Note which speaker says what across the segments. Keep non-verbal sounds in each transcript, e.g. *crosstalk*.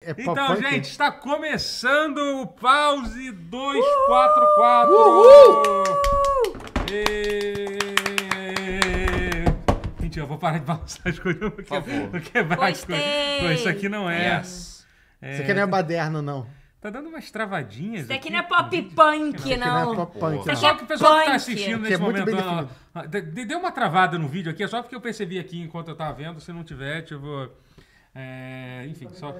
Speaker 1: É
Speaker 2: Então,
Speaker 1: papai que-
Speaker 2: gente, está começando o Pause 244.
Speaker 1: Uhul!
Speaker 2: E... Mentira, eu vou parar de balançar as coisas porque,
Speaker 3: favor.
Speaker 2: porque vai as coisas.
Speaker 3: Gostei!
Speaker 2: Pô, Isso aqui não é.
Speaker 3: Yes.
Speaker 2: é...
Speaker 1: Isso aqui não é baderno, não.
Speaker 2: Tá dando umas travadinhas.
Speaker 3: Isso aqui não é pop punk,
Speaker 1: Isso aqui não é
Speaker 3: não.
Speaker 1: pop punk,
Speaker 3: Isso aqui
Speaker 1: não.
Speaker 2: Só que o pessoal que tá
Speaker 3: Punk.
Speaker 2: assistindo
Speaker 1: Que
Speaker 2: nesse
Speaker 1: é muito
Speaker 2: momento.
Speaker 1: bem
Speaker 2: ó, ó, de- de- Deu uma travada no vídeo aqui, é só porque eu percebi aqui enquanto eu tava vendo. Se não tiver, eu vou. É, enfim, só.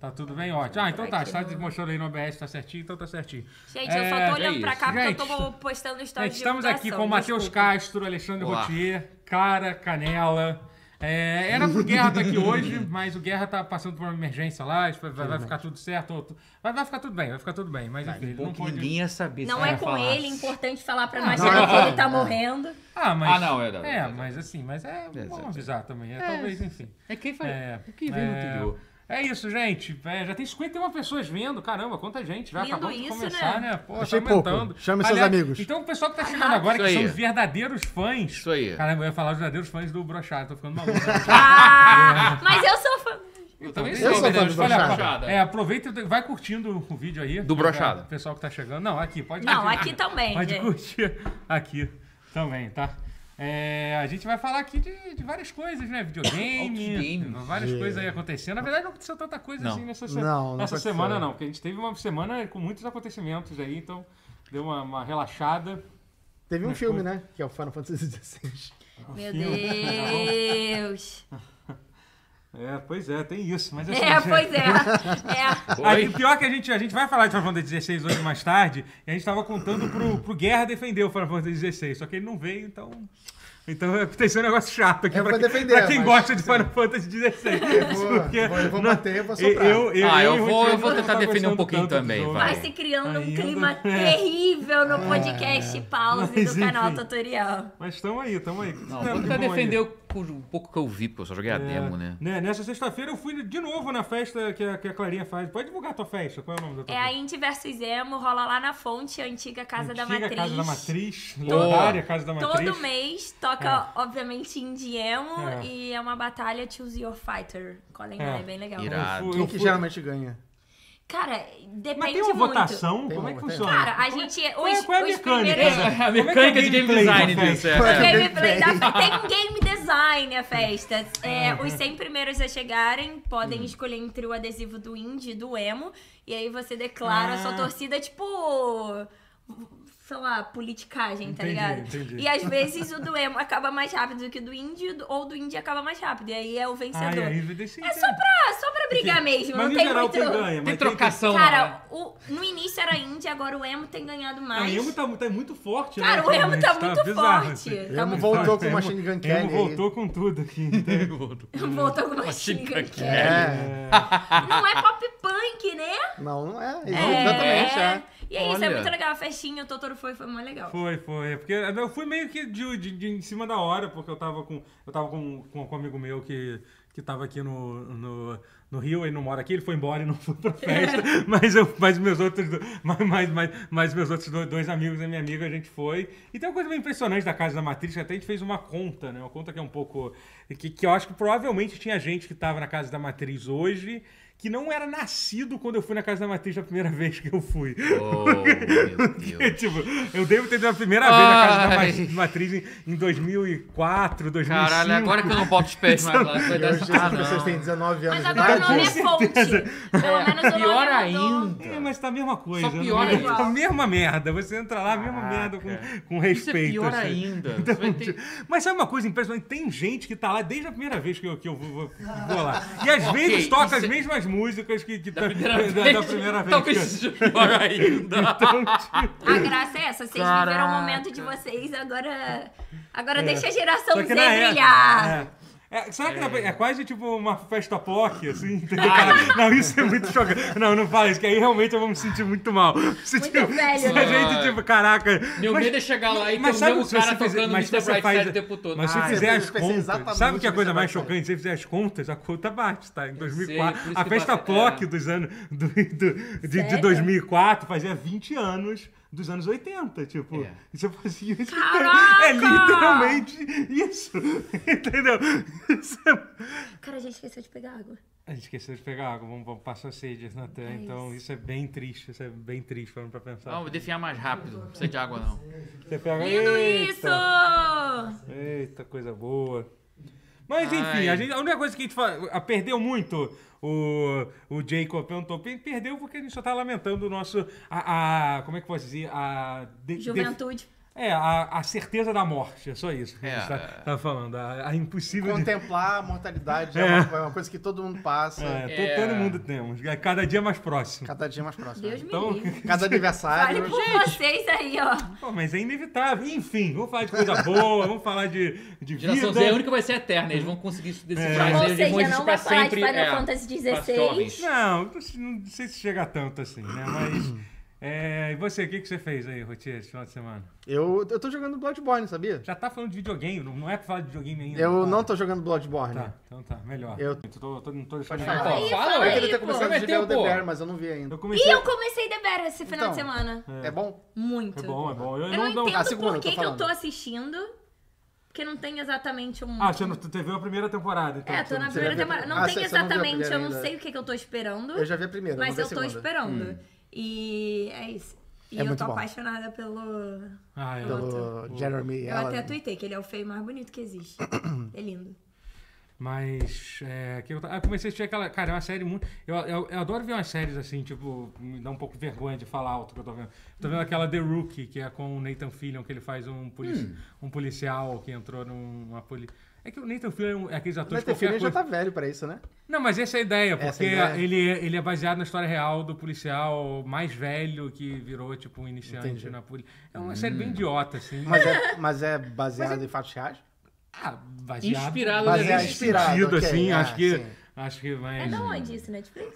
Speaker 2: Tá tudo bem? Ótimo. Ah, então tá. Está mostrando aí no OBS, tá certinho, então tá certinho.
Speaker 3: Gente, eu só
Speaker 2: É,
Speaker 3: tô olhando
Speaker 2: é
Speaker 3: pra cá
Speaker 2: isso.
Speaker 3: porque eu
Speaker 2: Gente,
Speaker 3: tô postando
Speaker 2: Gente,
Speaker 3: stories de
Speaker 2: estamos aqui
Speaker 3: divulgação,
Speaker 2: com o Matheus
Speaker 3: desculpa.
Speaker 2: Castro, Alexandre
Speaker 3: Olá.
Speaker 2: Rotier, Cara Canela. É, era pro Guerra estar
Speaker 1: *laughs*
Speaker 2: aqui hoje, mas o Guerra tá passando por uma emergência lá, isso vai, vai- vai ficar tudo certo. ou tu- Vai, vai ficar tudo bem, vai ficar tudo bem.
Speaker 1: Tá,
Speaker 2: Mas enfim, ele
Speaker 4: Bom
Speaker 2: não
Speaker 4: que
Speaker 2: pode.
Speaker 4: ninguém ia saber se
Speaker 3: Não
Speaker 4: ela
Speaker 3: é
Speaker 4: ia
Speaker 3: com
Speaker 4: falar.
Speaker 3: ele, importante falar pra nós que ele tá
Speaker 2: *laughs*
Speaker 3: morrendo.
Speaker 2: Ah, mas.
Speaker 4: Ah, não, é, não,
Speaker 2: É,
Speaker 4: é, não.
Speaker 2: mas assim, mas é bom
Speaker 4: é,
Speaker 2: avisar também. É, talvez, enfim.
Speaker 4: É quem foi?
Speaker 2: É,
Speaker 4: quem veio no
Speaker 2: é,
Speaker 4: anterior.
Speaker 2: É isso, gente. É, já tem 51 pessoas vendo. Caramba, quanta gente. Já
Speaker 3: Lindo
Speaker 2: acabou de
Speaker 3: isso,
Speaker 2: começar, né?
Speaker 3: né? Ah,
Speaker 2: Pô,
Speaker 1: Achei
Speaker 2: tá
Speaker 1: pouco.
Speaker 2: aumentando.
Speaker 1: Chame seus amigos.
Speaker 2: Então, o pessoal que tá chegando agora,
Speaker 4: Isso
Speaker 2: que
Speaker 4: aí.
Speaker 2: são verdadeiros fãs.
Speaker 4: Isso aí.
Speaker 2: Caramba, eu ia falar os verdadeiros fãs do Brochado. Tô ficando maluco.
Speaker 3: Ah, mas eu sou fã.
Speaker 4: *laughs* Eu
Speaker 2: Também sou,
Speaker 4: também sou,
Speaker 1: sou fã
Speaker 2: entendeu?
Speaker 1: do
Speaker 2: Olha,
Speaker 1: Brochado.
Speaker 2: ó, É, aproveita e vai curtindo o vídeo aí.
Speaker 4: Do
Speaker 2: pra-
Speaker 4: Brochado.
Speaker 2: O pessoal que tá chegando. Não, aqui, pode
Speaker 3: Não,
Speaker 2: curtir.
Speaker 3: aqui também,
Speaker 2: Pode
Speaker 3: gente.
Speaker 2: curtir aqui também, tá? É, a gente vai falar aqui de, de várias coisas, né? Videogame,
Speaker 4: Outgames.
Speaker 2: várias coisas aí acontecendo. Na verdade, não aconteceu tanta coisa
Speaker 4: Não.
Speaker 2: assim nessa, se-
Speaker 1: É. Não, não
Speaker 2: nessa
Speaker 1: aconteceu.
Speaker 2: semana, não. Porque a gente teve uma semana com muitos acontecimentos aí, então deu uma, uma relaxada.
Speaker 1: Teve um filme, né? Que é o Final Fantasy XVI.
Speaker 3: Meu Deus.
Speaker 2: É, pois é, tem isso. Mas assim,
Speaker 3: É,
Speaker 2: gente, *laughs*
Speaker 3: pois é. É.
Speaker 2: Aí, pior que a gente, a gente vai falar de Final Fantasy 16 hoje mais tarde, e a gente tava contando pro, pro Guerra defender o Final Fantasy 16, só que ele não veio, então. Então aconteceu um negócio chato aqui
Speaker 1: Eu
Speaker 2: pra,
Speaker 1: vou
Speaker 2: quem-
Speaker 1: defender,
Speaker 2: pra quem
Speaker 1: mas-
Speaker 2: gosta de Final Fantasy 16.
Speaker 1: vou- eu vou bater, é- eu vou soprar.
Speaker 2: Eu, eu,
Speaker 4: Ah, eu
Speaker 2: e o
Speaker 4: vou- eu
Speaker 2: Rodrigo
Speaker 4: vou
Speaker 2: não
Speaker 4: tentar
Speaker 2: tá
Speaker 4: defender um
Speaker 2: gostando
Speaker 4: pouquinho
Speaker 2: tanto do
Speaker 4: também,
Speaker 2: jogo.
Speaker 3: Vai se criando um
Speaker 2: Ainda. é.
Speaker 3: clima terrível no podcast pause
Speaker 2: Mas,
Speaker 3: do canal
Speaker 2: enfim.
Speaker 3: tutorial.
Speaker 2: Mas estamos aí, estamos aí.
Speaker 4: Não,
Speaker 2: Tá
Speaker 4: vou tentar
Speaker 2: de bom aí.
Speaker 4: defender o, o pouco que eu vi, porque eu só joguei a demo, né?
Speaker 2: Né, Nessa sexta-feira eu fui de novo na festa que a, que a Clarinha faz. Pode divulgar a tua festa? Qual é o nome da tua
Speaker 3: É a
Speaker 2: festa?
Speaker 3: Indy versus Emo, rola lá na fonte, a antiga Casa da
Speaker 2: Antiga
Speaker 3: Matriz.
Speaker 2: Casa da Matriz.
Speaker 3: Todo-
Speaker 2: Lendária Casa da Matriz.
Speaker 3: Todo mês toca, obviamente, Indie Emo
Speaker 2: É.
Speaker 3: e é uma batalha Choose Your Fighter. Colin
Speaker 2: É.
Speaker 3: é. bem legal.
Speaker 2: Eu
Speaker 4: Irado.
Speaker 2: fui-
Speaker 1: Quem
Speaker 2: eu
Speaker 1: que
Speaker 2: fui-
Speaker 1: geralmente ganha?
Speaker 3: Cara, depende
Speaker 2: Mas tem uma
Speaker 3: muito.
Speaker 2: votação?
Speaker 1: Tem
Speaker 2: Como
Speaker 1: uma
Speaker 2: é que
Speaker 1: votação.
Speaker 2: funciona?
Speaker 3: Cara, a gente. Os,
Speaker 2: Qual é- qual é a
Speaker 3: os
Speaker 2: mecânica?
Speaker 3: primeiros.
Speaker 2: É.
Speaker 4: A
Speaker 2: mecânica de game design disso, é.
Speaker 1: Foi.
Speaker 3: Gameplay da fe- Tem um game design a festa. É, os 100 primeiros a chegarem
Speaker 2: Hum.
Speaker 3: podem escolher entre o adesivo do indie e do emo. E aí você declara a sua
Speaker 2: Ah.
Speaker 3: torcida, tipo. Sei lá, politicagem, tá
Speaker 2: Entendi,
Speaker 3: ligado?
Speaker 2: entendi.
Speaker 3: E às vezes o do emo acaba mais rápido do que o do indie, ou do indie acaba mais rápido. E aí é o
Speaker 2: Ah, e
Speaker 3: vencedor.
Speaker 2: aí vai decidir.
Speaker 3: É só pra, só pra brigar mesmo,
Speaker 2: Mas
Speaker 3: não
Speaker 2: no
Speaker 3: tem
Speaker 2: geral
Speaker 3: muito.
Speaker 2: quem ganha?
Speaker 4: Tem
Speaker 2: Mas
Speaker 4: trocação
Speaker 3: Cara, o- no início era indie, agora o emo tem ganhado
Speaker 2: Não,
Speaker 3: mais.
Speaker 2: o
Speaker 3: *laughs*
Speaker 2: Emo tá, tá muito forte, né?
Speaker 3: Cara, o Emo tá
Speaker 2: ultimamente,
Speaker 3: muito
Speaker 2: bizarro,
Speaker 3: forte.
Speaker 2: assim.
Speaker 3: Tá
Speaker 1: Emo
Speaker 3: muito
Speaker 1: voltou
Speaker 2: Tá,
Speaker 1: com Machine Gun Kelly.
Speaker 2: Emo
Speaker 1: aí.
Speaker 2: voltou com tudo aqui. então.
Speaker 3: Voltou com uma xinga aqui.
Speaker 1: É.
Speaker 3: Não é pop punk, né?
Speaker 1: Não, não é.
Speaker 3: É.
Speaker 1: Exatamente, é.
Speaker 3: E é isso, é
Speaker 4: Olha.
Speaker 3: muito legal. A festinha, o Totoro foi, foi mó legal.
Speaker 2: Foi, foi. Porque eu fui meio que de, de- de em cima da hora, porque eu tava com. Eu tava com, com um amigo meu que, que tava aqui no, no, no Rio, ele não mora aqui, ele foi embora e não *laughs* foi pra festa. mas, eu, mas meus outros do- mas, mas, mas, mas meus outros do- dois amigos e minha amiga, a gente foi. E tem uma coisa bem impressionante da Casa da Matriz, que até a gente fez uma conta, né? Uma conta que é um pouco. Que, que eu acho que provavelmente tinha gente que tava na Casa da Matriz hoje. Que não era nascido quando eu fui na Casa da Matriz a primeira *laughs* vez que eu fui.
Speaker 4: Oh, meu
Speaker 2: *laughs* É,
Speaker 4: Deus.
Speaker 2: tipo, eu devo ter ido a primeira vez na casa da
Speaker 4: Ai.
Speaker 2: Mat- Matriz em, em 2004, 2005.
Speaker 4: Caralho, agora que eu não boto os pés mais lá, vai dar
Speaker 1: Hoje essas pessoas têm
Speaker 4: ah,
Speaker 1: 19 anos
Speaker 3: Mas
Speaker 1: de
Speaker 3: agora o
Speaker 1: idade.
Speaker 3: nome é
Speaker 2: *laughs*
Speaker 3: fonte. Pelo menos o
Speaker 4: não.
Speaker 3: nome
Speaker 4: Pior
Speaker 3: mudou.
Speaker 2: É,
Speaker 4: ainda.
Speaker 2: mas tá a mesma coisa.
Speaker 4: Só pior
Speaker 2: né?
Speaker 4: ainda.
Speaker 2: Tá a mesma merda. Você entra lá, a mesma merda
Speaker 4: Caraca.
Speaker 2: com, com
Speaker 4: Isso é
Speaker 2: respeito.
Speaker 4: pior
Speaker 2: assim.
Speaker 4: ainda. Você vai ter-
Speaker 2: Mas sabe uma coisa impressionante? Tem gente que tá lá desde a primeira vez que eu, que eu vou, vou- vou lá. E às
Speaker 4: Ok,
Speaker 2: vezes toca
Speaker 4: isso
Speaker 2: as
Speaker 4: é-
Speaker 2: mesmas músicas que, que tá-
Speaker 4: Da primeira
Speaker 2: *laughs* da-
Speaker 4: vez.
Speaker 2: da primeira vez.
Speaker 4: Talvez seja pior ainda.
Speaker 2: Então, tipo,
Speaker 3: A graça é essa. Vocês viveram o
Speaker 4: Caraca.
Speaker 3: momento de vocês, agora... Agora
Speaker 2: É.
Speaker 3: deixa a geração
Speaker 2: só
Speaker 3: Z
Speaker 2: que na época-
Speaker 3: brilhar.
Speaker 2: é. É, será que na- é. quase tipo uma festa POC,
Speaker 4: *laughs*
Speaker 2: assim? entendeu? Cara, não, isso é muito chocante. Não, não fala isso, que aí realmente eu vou me sentir muito mal. Se,
Speaker 3: Muito
Speaker 2: tipo,
Speaker 3: velho,
Speaker 2: se a
Speaker 3: né?
Speaker 2: gente, tipo, caraca.
Speaker 4: Meu
Speaker 2: mas-
Speaker 4: medo é chegar lá e ter
Speaker 2: mas
Speaker 4: o
Speaker 2: sabe
Speaker 4: mesmo
Speaker 2: se você
Speaker 4: cara
Speaker 2: fizer-
Speaker 4: tocando
Speaker 2: mas se
Speaker 4: Mr.
Speaker 2: você
Speaker 4: Brightside
Speaker 2: faz-
Speaker 4: o tempo todo.
Speaker 2: Mas se
Speaker 4: Ah,
Speaker 2: fizer
Speaker 1: eu
Speaker 2: as
Speaker 1: pensei
Speaker 2: contas,
Speaker 1: exatamente
Speaker 2: sabe que a
Speaker 1: nisso,
Speaker 2: coisa mais
Speaker 1: vai sair.
Speaker 2: chocante? Se você fizer as contas, a conta bate, tá? Em
Speaker 4: sei,
Speaker 2: 2004,
Speaker 4: por isso
Speaker 2: a
Speaker 4: que
Speaker 2: festa
Speaker 4: bate,
Speaker 2: POC
Speaker 4: é.
Speaker 2: dos anos, do, do- de, de
Speaker 3: Sério?
Speaker 2: 2004 fazia 20 anos dos anos 80, tipo.
Speaker 4: É.
Speaker 2: Isso é fazia isso.
Speaker 3: Caraca!
Speaker 2: *laughs* É literalmente isso. Entendeu? Isso é-
Speaker 3: Cara, a gente esqueceu de pegar água.
Speaker 2: A gente esqueceu de pegar água, vamos, vamos passar sede, Natan.
Speaker 3: É
Speaker 2: então isso é bem triste, isso é bem triste, falando pra pensar.
Speaker 4: Não, vou definhar mais rápido. Não precisa de água, não.
Speaker 2: Você pega
Speaker 3: Lindo
Speaker 2: Eita!
Speaker 3: isso!
Speaker 2: Eita, coisa boa. Mas enfim,
Speaker 4: Ai.
Speaker 2: a, gente, a única coisa que a gente fa- a- perdeu muito, o, o Jacob perguntou, "Pe- perdeu porque a gente só tá lamentando o nosso, a, a- como é que eu posso dizer, a... de- de-
Speaker 3: Juventude.
Speaker 2: é, a, a certeza da morte, é só isso que a
Speaker 4: É.
Speaker 2: gente tá, tá falando, a, a impossível de...
Speaker 1: Contemplar a mortalidade é, uma, é uma coisa que todo mundo passa.
Speaker 2: É, to-
Speaker 4: É.
Speaker 2: Todo mundo temos, é cada dia mais próximo.
Speaker 1: Cada dia mais próximo. né?
Speaker 3: Deus
Speaker 2: Então-
Speaker 3: me livre.
Speaker 1: Cada
Speaker 3: Fale
Speaker 1: aniversário.
Speaker 3: por vocês aí, ó.
Speaker 2: Pô, mas é inevitável, enfim, vamos falar de coisa boa, vamos falar de, de vida. É.
Speaker 4: Geração Z é a única que vai ser eterna. Eles vão conseguir isso desses
Speaker 3: Então,
Speaker 4: eles
Speaker 3: Ou
Speaker 4: vão
Speaker 3: seja,
Speaker 4: existir
Speaker 2: tipo
Speaker 3: não
Speaker 4: pra
Speaker 3: vai falar de
Speaker 4: sempre,
Speaker 3: Final
Speaker 4: é,
Speaker 3: Fantasy
Speaker 4: pra jovens.
Speaker 3: XVI.
Speaker 2: Não, não sei- não sei se chega tanto assim, né? *clears throat* Mas. é, e você, o que, que você fez aí, Rotier, esse final de semana?
Speaker 1: Eu, eu tô jogando Bloodborne, sabia?
Speaker 2: Já tá falando de videogame, não não é pra falar de videogame ainda.
Speaker 1: Eu não
Speaker 2: tá.
Speaker 1: tô jogando Bloodborne.
Speaker 2: Tá, então tá, melhor.
Speaker 1: Eu-
Speaker 2: tô, tô- não tô deixando
Speaker 1: Pode
Speaker 2: ninguém
Speaker 1: falar.
Speaker 4: Pô,
Speaker 3: Aí,
Speaker 4: fala,
Speaker 3: fala
Speaker 1: Eu
Speaker 4: ué.
Speaker 1: queria
Speaker 3: Ah, aí,
Speaker 1: ter
Speaker 3: pô.
Speaker 1: começado a
Speaker 4: Prometeu,
Speaker 1: jogar o The
Speaker 4: pô.
Speaker 1: Bear, mas eu não vi ainda.
Speaker 2: Eu comecei.
Speaker 3: E eu comecei The Bear esse final
Speaker 1: Então,
Speaker 3: de semana.
Speaker 1: É bom?
Speaker 3: Muito.
Speaker 2: É bom, é bom. Eu,
Speaker 3: Eu não, entendo
Speaker 1: Ah, segunda,
Speaker 3: por
Speaker 1: eu tô
Speaker 3: que, que eu
Speaker 1: falando.
Speaker 3: tô assistindo. Porque não tem exatamente um.
Speaker 2: Ah, você não você viu a primeira temporada, então.
Speaker 3: é, tô
Speaker 2: você
Speaker 3: na
Speaker 2: não-
Speaker 3: primeira
Speaker 1: já viu a
Speaker 3: temporada. Não
Speaker 1: primeira? Ah,
Speaker 3: tem
Speaker 1: você- você não viu a
Speaker 3: exatamente, eu não
Speaker 1: primeira
Speaker 3: sei o que, que eu tô esperando.
Speaker 1: Eu já vi a primeira,
Speaker 3: mas
Speaker 1: não
Speaker 3: eu
Speaker 1: vi
Speaker 3: tô
Speaker 1: a segunda. Hum.
Speaker 3: esperando. E é isso. E
Speaker 1: É
Speaker 3: eu
Speaker 1: muito
Speaker 3: tô
Speaker 1: bom.
Speaker 3: apaixonada pelo.
Speaker 2: Ah, é.
Speaker 1: Pelo Jeremy
Speaker 3: Eu até
Speaker 1: Allen.
Speaker 3: tuitei que ele é o feio mais bonito que existe.
Speaker 1: *coughs*
Speaker 3: é lindo.
Speaker 2: Mas. É, que eu, ta- ah, comecei a assistir aquela. Cara, é uma série muito. Eu, eu, eu adoro ver umas séries assim, tipo, me dá um pouco de vergonha de falar alto que eu tô vendo. Tô
Speaker 1: Hum.
Speaker 2: vendo aquela The Rookie, que é com o Nathan Fillion, que ele faz um, polici-
Speaker 1: Hum.
Speaker 2: um policial que entrou numa polícia. É que o Nathan Fillion é um- é aqueles atores
Speaker 1: Mas
Speaker 2: de
Speaker 1: teu
Speaker 2: qualquer
Speaker 1: filho já
Speaker 2: coisa.
Speaker 1: tá velho pra isso, né?
Speaker 2: Não, mas essa é a ideia, porque
Speaker 1: Essa é a ideia.
Speaker 2: Ele, ele é baseado na história real do policial mais velho que virou, tipo, um iniciante
Speaker 1: Entendi. Hum.
Speaker 2: na polícia. É uma série bem idiota, assim.
Speaker 1: Mas é, mas é baseado em fatos reais?
Speaker 2: Ah, baseado.
Speaker 4: Inspirado
Speaker 1: Baseado,
Speaker 4: nesse
Speaker 1: inspirado.
Speaker 2: Sentido,
Speaker 1: ok,
Speaker 2: assim,
Speaker 1: é,
Speaker 2: acho que.
Speaker 1: sim.
Speaker 2: Acho que mais.
Speaker 3: É da onde isso, Netflix?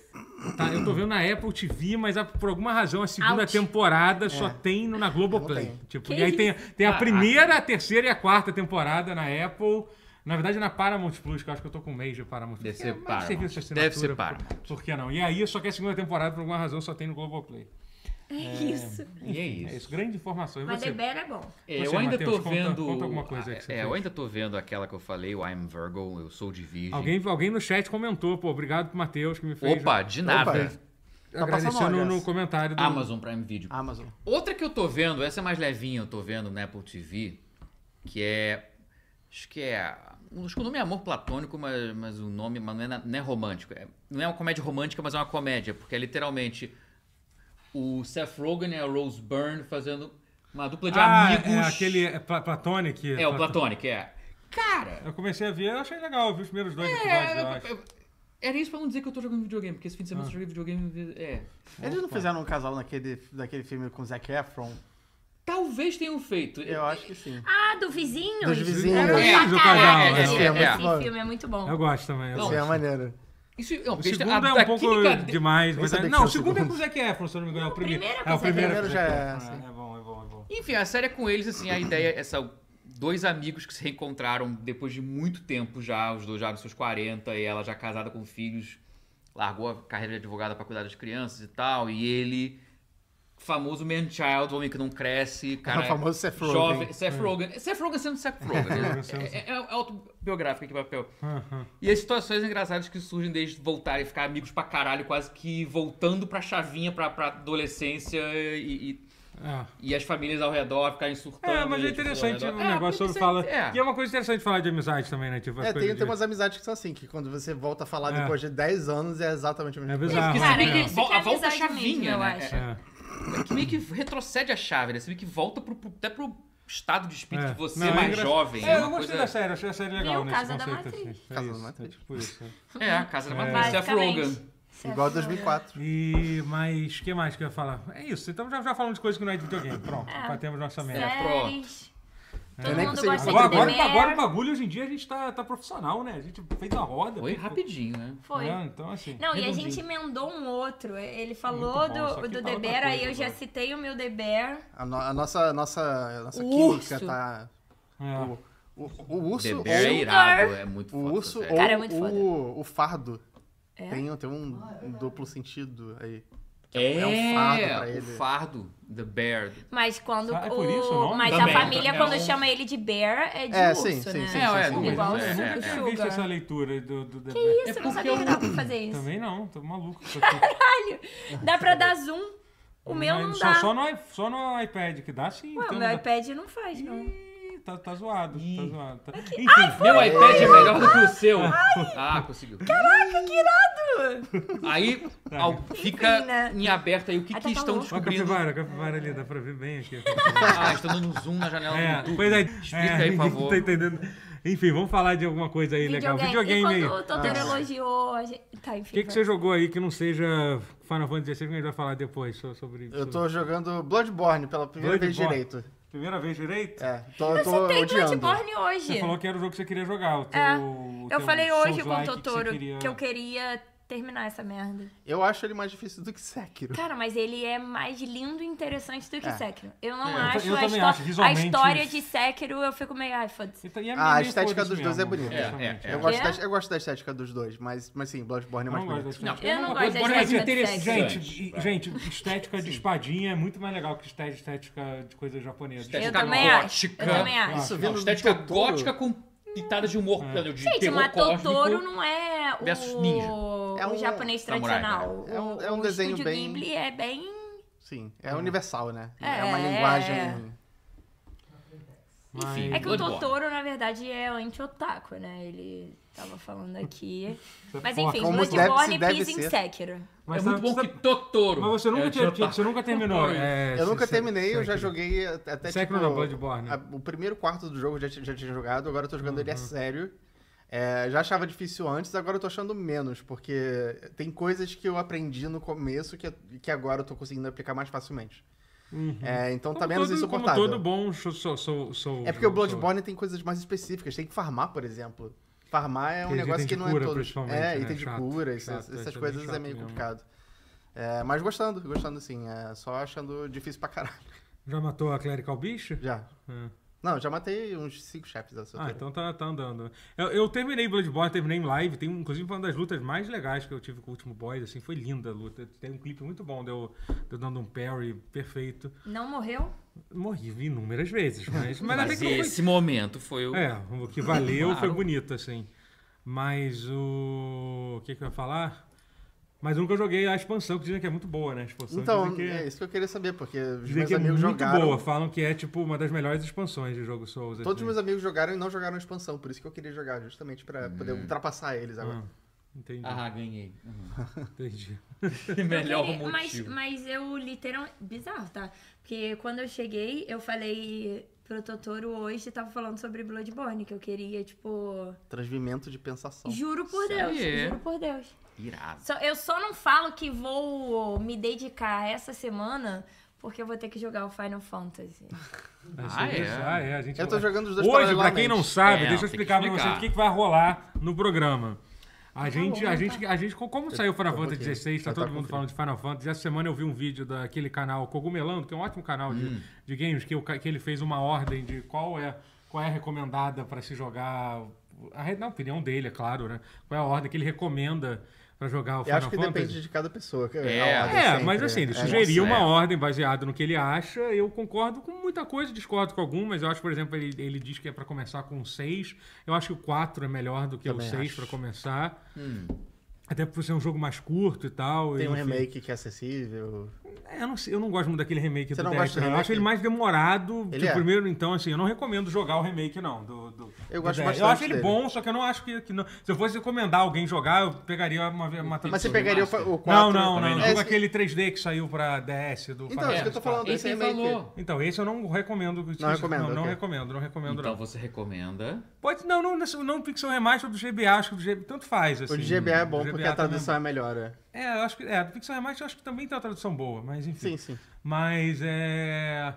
Speaker 2: Tá, eu tô vendo na Apple TV, mas a- por alguma razão a segunda
Speaker 3: Out.
Speaker 2: temporada só
Speaker 4: É.
Speaker 2: tem no- na Globoplay.
Speaker 1: Não tem.
Speaker 2: Tipo,
Speaker 3: Que
Speaker 2: e aí tem, tem a
Speaker 4: Caraca.
Speaker 2: primeira, a terceira e a quarta temporada na Apple. Na verdade, na Paramount Plus, que eu acho que eu tô com o Major Paramount Plus.
Speaker 4: Deve
Speaker 2: que
Speaker 4: ser
Speaker 2: mais
Speaker 4: Paramount.
Speaker 2: serviço de assinatura,
Speaker 4: Deve ser Paramount.
Speaker 2: Por, por que não? E aí, só que a segunda temporada, por alguma razão, só tem no Globoplay.
Speaker 3: É isso.
Speaker 4: E é isso.
Speaker 2: É isso, grande informação. E
Speaker 3: Mas
Speaker 2: você?
Speaker 3: The Bear é bom.
Speaker 4: É,
Speaker 2: Você,
Speaker 4: eu ainda
Speaker 2: Matheus,
Speaker 4: tô
Speaker 2: conta-
Speaker 4: vendo.
Speaker 2: conta alguma coisa aí
Speaker 4: é,
Speaker 2: que você
Speaker 4: eu
Speaker 2: fez.
Speaker 4: ainda tô vendo aquela que eu falei, o I'm Virgo, eu sou de virgem.
Speaker 2: Alguém, alguém no chat comentou, pô, obrigado pro Matheus que me fez.
Speaker 4: Opa, Ah, de nada.
Speaker 1: Tá passando
Speaker 2: Agradecendo
Speaker 1: horas.
Speaker 2: no comentário do.
Speaker 4: Amazon Prime Video.
Speaker 1: Amazon.
Speaker 4: Outra que eu tô vendo, essa é mais levinha, eu tô vendo na Apple TV, que é. Acho que é. Acho que o nome é Amor Platônico, mas, mas o nome mas não, é, na- não é romântico. É- não é uma comédia romântica, mas é uma comédia, porque é literalmente o Seth Rogen e a Rose Byrne fazendo uma dupla de
Speaker 2: Ah,
Speaker 4: amigos.
Speaker 2: é aquele é, Pla- Platonic.
Speaker 4: É, o
Speaker 2: Platonic.
Speaker 4: Platônico, é. Cara!
Speaker 2: Eu comecei a ver, eu achei legal, eu vi os primeiros dois episódios, eu
Speaker 4: É,
Speaker 2: acho. Ah.
Speaker 4: eu- era isso pra não dizer que eu tô jogando videogame, porque esse fim de semana eu joguei videogame. É.
Speaker 1: Eles não fizeram um casal naquele, daquele filme com Zac Efron?
Speaker 4: Talvez tenham feito.
Speaker 1: Eu acho que sim.
Speaker 3: Ah, do vizinho?
Speaker 1: Dos vizinhos.
Speaker 3: Era
Speaker 2: É,
Speaker 3: pra
Speaker 2: do
Speaker 3: caraca,
Speaker 2: casal, é.
Speaker 3: gente.
Speaker 1: É, é muito bom.
Speaker 3: Esse filme é muito bom.
Speaker 2: Eu gosto também. eu
Speaker 4: Não,
Speaker 1: Isso
Speaker 2: gosto.
Speaker 1: é maneiro.
Speaker 4: Isso, não,
Speaker 2: O
Speaker 4: porque
Speaker 2: segundo
Speaker 4: a-
Speaker 2: é um
Speaker 4: daquele
Speaker 2: pouco
Speaker 4: cara-
Speaker 2: demais,
Speaker 1: Nem
Speaker 2: mas...
Speaker 1: sabia que
Speaker 2: Não, o
Speaker 1: tinha o
Speaker 2: segundo é com o
Speaker 1: segundo.
Speaker 2: Zac Efron, se eu não me engano. É o primeiro.
Speaker 3: primeiro
Speaker 2: É o
Speaker 3: com o Zac
Speaker 2: primeiro.
Speaker 1: Efron.
Speaker 2: com o
Speaker 1: Já
Speaker 2: Zac
Speaker 1: é,
Speaker 2: Efron,
Speaker 1: sim.
Speaker 2: É é bom, é bom, é bom.
Speaker 4: Enfim, a série é com eles, assim, a ideia é essa. Dois amigos que se reencontraram depois de muito tempo já, os dois já nos seus 40, e ela já casada com filhos, largou a carreira de advogada pra cuidar das crianças e tal, e ele, famoso man child, homem que não cresce, cara.
Speaker 1: O famoso Seth Rogen.
Speaker 4: Jovem, Seth Rogen. Seth Rogen sendo Seth Rogen.
Speaker 2: sendo
Speaker 4: é, é, é autobiográfico aqui, papel.
Speaker 1: Uhum.
Speaker 4: E as situações engraçadas que surgem desde voltarem a ficar amigos pra caralho, quase que voltando pra chavinha, pra, pra adolescência e- e
Speaker 2: É.
Speaker 4: e as famílias ao redor ficarem surtando.
Speaker 2: É, mas
Speaker 4: e,
Speaker 2: é
Speaker 4: tipo,
Speaker 2: interessante
Speaker 4: falando,
Speaker 2: o
Speaker 4: "Ah,
Speaker 2: negócio
Speaker 4: porque
Speaker 2: sobre
Speaker 4: você-
Speaker 2: falar...
Speaker 4: É.
Speaker 2: E é uma coisa interessante falar de amizade também, né? Tipo, as
Speaker 1: É, tem,
Speaker 2: coisas
Speaker 1: tem
Speaker 2: de-
Speaker 1: umas amizades que são assim, que quando você volta a falar
Speaker 2: É.
Speaker 1: depois de 10 anos é exatamente o
Speaker 2: É
Speaker 1: mesmo.
Speaker 2: bizarro.
Speaker 4: Porque você
Speaker 2: né?
Speaker 4: meio que
Speaker 3: Isso
Speaker 4: vol-
Speaker 3: que é
Speaker 4: a volta
Speaker 3: amizade
Speaker 4: chavinha,
Speaker 3: mesmo,
Speaker 4: né?
Speaker 3: eu acho.
Speaker 4: É, é que meio que retrocede a chave, né? Você meio que volta pro, pro- até pro estado de espírito
Speaker 2: É.
Speaker 4: de você
Speaker 2: Não, é
Speaker 4: mais
Speaker 2: engra-
Speaker 4: jovem.
Speaker 2: É,
Speaker 4: É,
Speaker 2: eu
Speaker 4: uma
Speaker 2: gostei
Speaker 4: coisa...
Speaker 2: da série, achei a série legal
Speaker 3: Viu?
Speaker 2: nesse
Speaker 3: Casa da
Speaker 2: conceito.
Speaker 3: Matriz.
Speaker 2: assim. É
Speaker 1: Casa da
Speaker 2: isso, é
Speaker 1: Matriz.
Speaker 2: tipo isso. é.
Speaker 4: é, a casa da matriz, Seth
Speaker 3: Basicamente. é
Speaker 4: Rogen.
Speaker 1: Igual a
Speaker 3: Seth Rogen.
Speaker 1: 2004.
Speaker 2: E, mas, o que mais que eu ia falar? É isso, então já, já falamos de coisa que não é de videogame. Pronto,
Speaker 3: É.
Speaker 2: batemos nossa meta.
Speaker 3: Séries. Todo
Speaker 1: Eu nem
Speaker 3: mundo
Speaker 1: consigo
Speaker 3: gosta de
Speaker 2: Agora,
Speaker 1: Agora-
Speaker 2: agora,
Speaker 3: The
Speaker 2: agora,
Speaker 3: Bear.
Speaker 2: o bagulho hoje em dia a gente tá, tá profissional, né? A gente fez a roda.
Speaker 4: Foi
Speaker 2: pô, pô,
Speaker 4: rapidinho, né?
Speaker 3: Foi.
Speaker 2: né? Então, assim.
Speaker 3: Não, e a
Speaker 2: redondinho.
Speaker 3: gente emendou um outro. Ele
Speaker 2: Muito
Speaker 3: falou
Speaker 2: bom, só que
Speaker 3: do, do
Speaker 2: tá
Speaker 3: The
Speaker 2: outra
Speaker 3: Bear, aí
Speaker 2: coisa
Speaker 3: eu já
Speaker 2: agora.
Speaker 3: citei o meu The Bear.
Speaker 1: A, no- a nossa, a nossa, a nossa
Speaker 3: O
Speaker 1: química
Speaker 3: urso.
Speaker 1: tá.
Speaker 2: É.
Speaker 1: O, o urso.
Speaker 4: The
Speaker 1: Ou,
Speaker 4: Bear é irado, é muito
Speaker 1: o
Speaker 4: foda.
Speaker 1: urso
Speaker 4: essa
Speaker 1: ou
Speaker 4: série.
Speaker 3: Cara, é muito foda.
Speaker 1: o, o fardo.
Speaker 3: É.
Speaker 2: Ah,
Speaker 1: Tem, tem um duplo um sentido aí. Que é, é um fardo pra
Speaker 4: o
Speaker 1: ele.
Speaker 4: fardo, The Bear.
Speaker 3: Mas quando
Speaker 2: Ah, é
Speaker 3: o.
Speaker 2: por isso o nome?
Speaker 3: Mas
Speaker 4: Também,
Speaker 3: a família,
Speaker 4: também.
Speaker 3: quando chama ele de Bear, é de
Speaker 1: É,
Speaker 3: urso,
Speaker 1: sim,
Speaker 3: né?
Speaker 1: sim, sim,
Speaker 4: É, ué,
Speaker 1: sim,
Speaker 4: não,
Speaker 1: sim.
Speaker 3: Igual o
Speaker 4: é,
Speaker 3: suco
Speaker 4: é, é.
Speaker 2: tinha visto
Speaker 3: sugar.
Speaker 2: essa leitura do, do The
Speaker 3: Que
Speaker 2: Bear.
Speaker 3: isso?
Speaker 4: É
Speaker 3: eu não sabia que
Speaker 4: porque
Speaker 3: dava pra fazer isso.
Speaker 2: Também não, tô maluco.
Speaker 3: *laughs*
Speaker 2: com isso aqui.
Speaker 3: Dá pra dar zoom. O meu não
Speaker 2: Mas
Speaker 3: dá.
Speaker 2: Só, só no, i- só no iPad que dá sim.
Speaker 3: Ué,
Speaker 2: então
Speaker 3: o
Speaker 2: não
Speaker 3: meu
Speaker 2: dá.
Speaker 3: iPad não faz, não. É
Speaker 2: Ih, Tá, tá zoado, tá zoado. tá- Enfim,
Speaker 4: Meu iPad é melhor do que o seu. Ah, conseguiu.
Speaker 3: Caraca, que irado!
Speaker 4: Aí
Speaker 2: Tá.
Speaker 4: ao- fica
Speaker 3: Enfim, né?
Speaker 4: em aberto aí o que,
Speaker 3: Ai,
Speaker 4: que
Speaker 3: tá
Speaker 4: estão
Speaker 2: ó é
Speaker 3: calor.
Speaker 2: a
Speaker 4: descobrindo.
Speaker 2: capivara, a capivara ali, dá pra ver bem aqui. a capivara.
Speaker 4: Ah, estão dando zoom na janela do
Speaker 2: É,
Speaker 4: YouTube.
Speaker 2: pois é,
Speaker 4: Explica
Speaker 2: é,
Speaker 4: aí, por
Speaker 2: ninguém
Speaker 4: favor.
Speaker 2: tá entendendo. Enfim, vamos falar de alguma coisa aí legal. Videogame
Speaker 3: E
Speaker 2: aí.
Speaker 3: quando o Totoro
Speaker 2: Ah.
Speaker 3: elogiou a gente. Tá,
Speaker 2: O
Speaker 3: enfim.
Speaker 2: que, que você jogou aí que não seja Final Fantasy XVI que a gente vai falar depois so- sobre isso?
Speaker 1: Eu tô jogando Bloodborne pela primeira vez
Speaker 2: Bloodborne.
Speaker 1: direito.
Speaker 2: Primeira vez direito?
Speaker 1: É, tô,
Speaker 3: Eu
Speaker 1: tô
Speaker 3: citei
Speaker 1: odiando.
Speaker 3: Bloodborne hoje.
Speaker 2: Você falou que era o jogo que você queria jogar. O teu,
Speaker 3: É,
Speaker 2: o
Speaker 3: Eu
Speaker 2: teu
Speaker 3: falei hoje com o
Speaker 2: Souls-like que você
Speaker 3: Totoro
Speaker 2: queria-
Speaker 3: que eu queria terminar essa merda.
Speaker 1: Eu acho ele mais difícil do que Sekiro.
Speaker 3: Cara, mas ele é mais lindo e interessante do que
Speaker 1: É.
Speaker 3: Sekiro. Eu não
Speaker 2: É, eu ta-
Speaker 3: acho,
Speaker 2: eu
Speaker 3: a,
Speaker 2: também
Speaker 3: histó-
Speaker 2: acho,
Speaker 3: a
Speaker 2: visualmente-
Speaker 3: história de Sekiro, eu fico meio, ai, foda-se.
Speaker 2: Então, e é
Speaker 1: Ah,
Speaker 2: meio
Speaker 1: a estética
Speaker 2: foda-se
Speaker 1: dos dois é
Speaker 2: mesmo,
Speaker 1: bonita.
Speaker 4: É,
Speaker 2: justamente,
Speaker 4: é, é.
Speaker 1: Eu
Speaker 3: Quê?
Speaker 1: gosto, da, eu gosto da estética dos dois, mas, mas sim, Bloodborne é
Speaker 2: Eu
Speaker 1: mais
Speaker 2: não gosto
Speaker 1: bonito.
Speaker 2: desse
Speaker 4: Não,
Speaker 2: tipo.
Speaker 3: eu não
Speaker 2: Uma
Speaker 3: gosto
Speaker 2: coisa-
Speaker 3: das
Speaker 2: Mas,
Speaker 3: estéticas
Speaker 2: interesse-
Speaker 3: de
Speaker 4: sexo.
Speaker 2: Gente, gente, estética de espadinha é muito mais legal que esté- estética de coisa japonesa.
Speaker 4: Estética
Speaker 3: Eu também acho,
Speaker 4: gótica.
Speaker 3: eu também acho.
Speaker 1: Isso
Speaker 4: Não,
Speaker 1: vindo
Speaker 4: estética
Speaker 1: do Totoro.
Speaker 4: gótica com pitadas de humor,
Speaker 2: É.
Speaker 4: entendeu? de
Speaker 3: Gente,
Speaker 4: terror
Speaker 3: mas
Speaker 4: cósmico.
Speaker 3: Totoro não é o,
Speaker 4: versus ninja.
Speaker 1: É
Speaker 3: o
Speaker 1: um
Speaker 3: japonês
Speaker 4: samurai,
Speaker 3: tradicional.
Speaker 1: né? É um-
Speaker 3: O-
Speaker 1: é um
Speaker 3: o
Speaker 1: desenho
Speaker 3: estúdio
Speaker 1: bem-
Speaker 3: Ghibli é bem...
Speaker 1: Sim, é universal, né? É,
Speaker 3: É,
Speaker 1: uma
Speaker 3: é,
Speaker 1: linguagem.
Speaker 2: Mas-
Speaker 4: Enfim,
Speaker 3: É que o
Speaker 4: Bloodborne.
Speaker 3: Totoro, na verdade, é anti-otaku, né? Ele tava
Speaker 1: *laughs*
Speaker 3: falando aqui. Mas
Speaker 2: porra,
Speaker 3: enfim,
Speaker 1: como deve-
Speaker 3: Bloodborne
Speaker 1: deve
Speaker 3: pisa em
Speaker 1: ser.
Speaker 3: Sekiro.
Speaker 4: É
Speaker 2: é Mas
Speaker 4: muito
Speaker 2: sabe-
Speaker 4: bom que
Speaker 2: sabe-
Speaker 4: Totoro.
Speaker 2: Mas você nunca,
Speaker 4: é,
Speaker 2: tinha,
Speaker 4: já
Speaker 2: tinha-
Speaker 4: tá-
Speaker 2: você nunca terminou. é,
Speaker 1: Eu nunca
Speaker 2: se- se-
Speaker 1: terminei, eu já
Speaker 2: Sekiro.
Speaker 1: joguei até
Speaker 2: Sekiro
Speaker 1: tipo...
Speaker 2: não, é Bloodborne. né?
Speaker 1: a- o primeiro quarto do jogo eu já, ti- já tinha jogado, agora eu tô jogando ele
Speaker 2: Uhum.
Speaker 1: a sério. É, já achava difícil antes, agora eu tô achando menos, porque tem coisas que eu aprendi no começo que, que agora eu tô conseguindo aplicar mais facilmente. É, então tá
Speaker 2: Uhum. Como
Speaker 1: menos
Speaker 2: todo-
Speaker 1: insuportável.
Speaker 2: Como todo né, bom sou, sou, sou, sou-
Speaker 1: É porque o
Speaker 2: sou-
Speaker 1: Bloodborne tem coisas mais específicas, tem que farmar, por exemplo. Farmar é um
Speaker 2: Tem item
Speaker 1: negócio
Speaker 2: de
Speaker 1: que não é
Speaker 2: cura,
Speaker 1: todo.
Speaker 2: principalmente,
Speaker 1: É,
Speaker 2: né?
Speaker 1: item de
Speaker 2: Chato,
Speaker 1: cura, essas,
Speaker 2: chato, é, isso é
Speaker 1: essas
Speaker 2: bem
Speaker 1: coisas é
Speaker 2: chato
Speaker 1: meio
Speaker 2: mesmo.
Speaker 1: complicado. É, mas gostando, gostando sim. É, só achando difícil pra caralho. *laughs*
Speaker 2: Já matou a Clerical Bicho?
Speaker 1: Já.
Speaker 2: É.
Speaker 1: Não, já matei uns cinco chefes dessa
Speaker 2: Ah,
Speaker 1: altura.
Speaker 2: então tá, tá andando. Eu, eu terminei Bloodborne, terminei em live. Tem, um- inclusive, foi uma das lutas mais legais que eu tive com o último boss. Assim, foi linda a luta. Tem um clipe muito bom de eu, de eu dando um parry perfeito.
Speaker 3: Não morreu?
Speaker 2: Morri inúmeras vezes, mas, mas, até
Speaker 4: Mas
Speaker 2: que não foi
Speaker 4: esse momento foi o...
Speaker 2: É, o que valeu foi
Speaker 4: Claro.
Speaker 2: bonito, assim. Mas o. O que, que eu ia falar? Mas eu nunca joguei a expansão, que dizem que é muito boa, né? A expansão
Speaker 1: Então,
Speaker 2: dizem que,
Speaker 1: é isso que eu queria saber, porque os
Speaker 2: dizem
Speaker 1: meus
Speaker 2: que é muito
Speaker 1: amigos jogaram.
Speaker 2: boa. Falam que é, tipo, uma das melhores expansões de jogo Souls.
Speaker 1: Todos os
Speaker 2: assim.
Speaker 1: meus amigos jogaram e não jogaram a expansão, por isso que eu queria jogar, justamente
Speaker 2: É.
Speaker 1: pra poder ultrapassar eles agora.
Speaker 2: Ah, Entendi,
Speaker 4: Ah, ganhei. Uhum. *laughs*
Speaker 2: entendi.
Speaker 4: Melhor
Speaker 3: Porque- mas,
Speaker 4: motivo.
Speaker 3: mas eu literalmente. Bizarro, tá? Porque quando eu cheguei, eu falei pro Totoro hoje, tava falando sobre Bloodborne, que eu queria, tipo.
Speaker 2: Ah.
Speaker 1: Transvimento de pensação.
Speaker 3: Juro por Deus.
Speaker 4: aí.
Speaker 3: Juro por Deus.
Speaker 4: Irado.
Speaker 3: Só- eu só não falo que vou me dedicar essa semana. Porque eu vou ter que jogar o Final
Speaker 4: *laughs*
Speaker 3: Fantasy.
Speaker 2: Mas
Speaker 4: Ah,
Speaker 2: é isso,
Speaker 4: é?
Speaker 2: ah, é. A gente
Speaker 1: Eu tô jogando os dois
Speaker 2: Hoje, pra quem
Speaker 1: paralelamente.
Speaker 2: não sabe,
Speaker 4: É,
Speaker 2: deixa eu
Speaker 4: tem que
Speaker 2: explicar pra
Speaker 4: explicar.
Speaker 2: vocês o que, que vai rolar no programa. A gente, a
Speaker 3: bom,
Speaker 2: gente, a gente, como saiu Final Fantasy
Speaker 1: pouquinho.
Speaker 2: 16, tá
Speaker 1: Já tá
Speaker 2: todo mundo
Speaker 1: com
Speaker 2: falando de Final Fantasy. Essa semana eu vi um vídeo daquele canal Cogumelando, que é um ótimo canal de,
Speaker 4: Hum.
Speaker 2: de games, que, o ca- que ele fez uma ordem de qual é, qual é a recomendada pra se jogar. A, re- na opinião dele, é claro, né? Qual é a ordem que ele recomenda pra jogar o
Speaker 1: Eu
Speaker 2: Final
Speaker 1: acho que
Speaker 2: Fantasy?
Speaker 1: depende de cada pessoa. que- a
Speaker 4: É.
Speaker 1: ordem
Speaker 2: É,
Speaker 1: sempre,
Speaker 2: mas assim, ele
Speaker 1: é.
Speaker 2: sugeriu
Speaker 4: nossa,
Speaker 2: uma
Speaker 4: é.
Speaker 2: ordem baseada no que ele acha. Eu concordo com muita coisa, discordo com algumas. Eu acho, por exemplo, ele, ele diz que é pra começar com 6. Eu acho que o 4 é melhor do que
Speaker 1: Também
Speaker 2: o
Speaker 1: acho.
Speaker 2: 6
Speaker 1: Hum.
Speaker 2: pra começar. Até por ser um jogo mais curto e tal.
Speaker 1: Tem um
Speaker 2: enfim.
Speaker 1: remake que é acessível.
Speaker 2: É, eu, não, sei, eu não gosto muito daquele remake
Speaker 1: Você
Speaker 2: do
Speaker 1: não
Speaker 2: 10.
Speaker 1: gosta do
Speaker 2: né? Eu acho
Speaker 1: remake?
Speaker 2: ele mais demorado
Speaker 1: Ele
Speaker 2: que o
Speaker 1: é.
Speaker 2: primeiro, então, assim, eu não recomendo jogar o remake, não. Do, do-
Speaker 1: Eu
Speaker 2: do
Speaker 1: gosto
Speaker 2: 10. Eu
Speaker 1: bastante
Speaker 2: acho ele
Speaker 1: dele.
Speaker 2: bom, só que eu não acho que. que não- Se eu fosse recomendar alguém jogar, eu pegaria uma, uma
Speaker 1: Mas você
Speaker 4: Sim,
Speaker 1: pegaria o,
Speaker 4: remaster.
Speaker 1: o 4.
Speaker 2: Não, não,
Speaker 4: também
Speaker 2: não.
Speaker 4: não.
Speaker 2: Jogo
Speaker 1: É,
Speaker 2: aquele 3D que saiu pra DS do
Speaker 1: Então, isso que eu tô
Speaker 2: Fantasy,
Speaker 1: falando. Esse
Speaker 4: Esse aí é
Speaker 1: remake.
Speaker 4: falou.
Speaker 2: Então, esse eu não recomendo. Não
Speaker 1: recomendo,
Speaker 2: Não, não
Speaker 1: ok.
Speaker 2: recomendo, não recomendo,
Speaker 4: Então
Speaker 2: não.
Speaker 4: você recomenda...
Speaker 2: Pode, não, não, não, não Pixel Remaster do GBA, acho que do GBA, tanto faz, assim.
Speaker 1: O de GBA é bom
Speaker 2: Do
Speaker 1: porque
Speaker 2: GBA
Speaker 1: a tradução é melhor. é.
Speaker 2: também- É, eu acho que, é, do Pixel Remaster eu acho que também tem uma tradução boa, mas
Speaker 1: Sim,
Speaker 2: enfim.
Speaker 1: sim.
Speaker 2: Mas, é...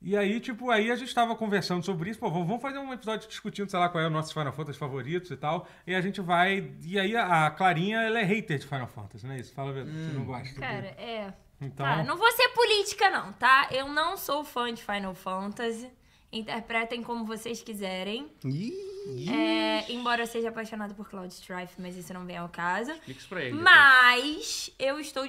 Speaker 2: E aí, tipo, aí a gente tava conversando sobre isso, pô, vamos vamos fazer um episódio discutindo, sei lá, qual é o nosso Final Fantasy favoritos e tal, e a gente vai... E aí a a Clarinha, ela é hater de Final Fantasy, não é isso? Fala a verdade,
Speaker 1: Hum.
Speaker 2: você não gosta.
Speaker 3: Cara, é.
Speaker 2: Então-
Speaker 3: Tá, não vou ser política, não, tá? Eu não sou fã de Final Fantasy. Interpretem como vocês quiserem.
Speaker 1: Ih,
Speaker 3: É, embora eu seja apaixonada por Cloud Strife, mas isso não vem ao caso.
Speaker 4: Explica isso pra ele.
Speaker 3: Mas eu estou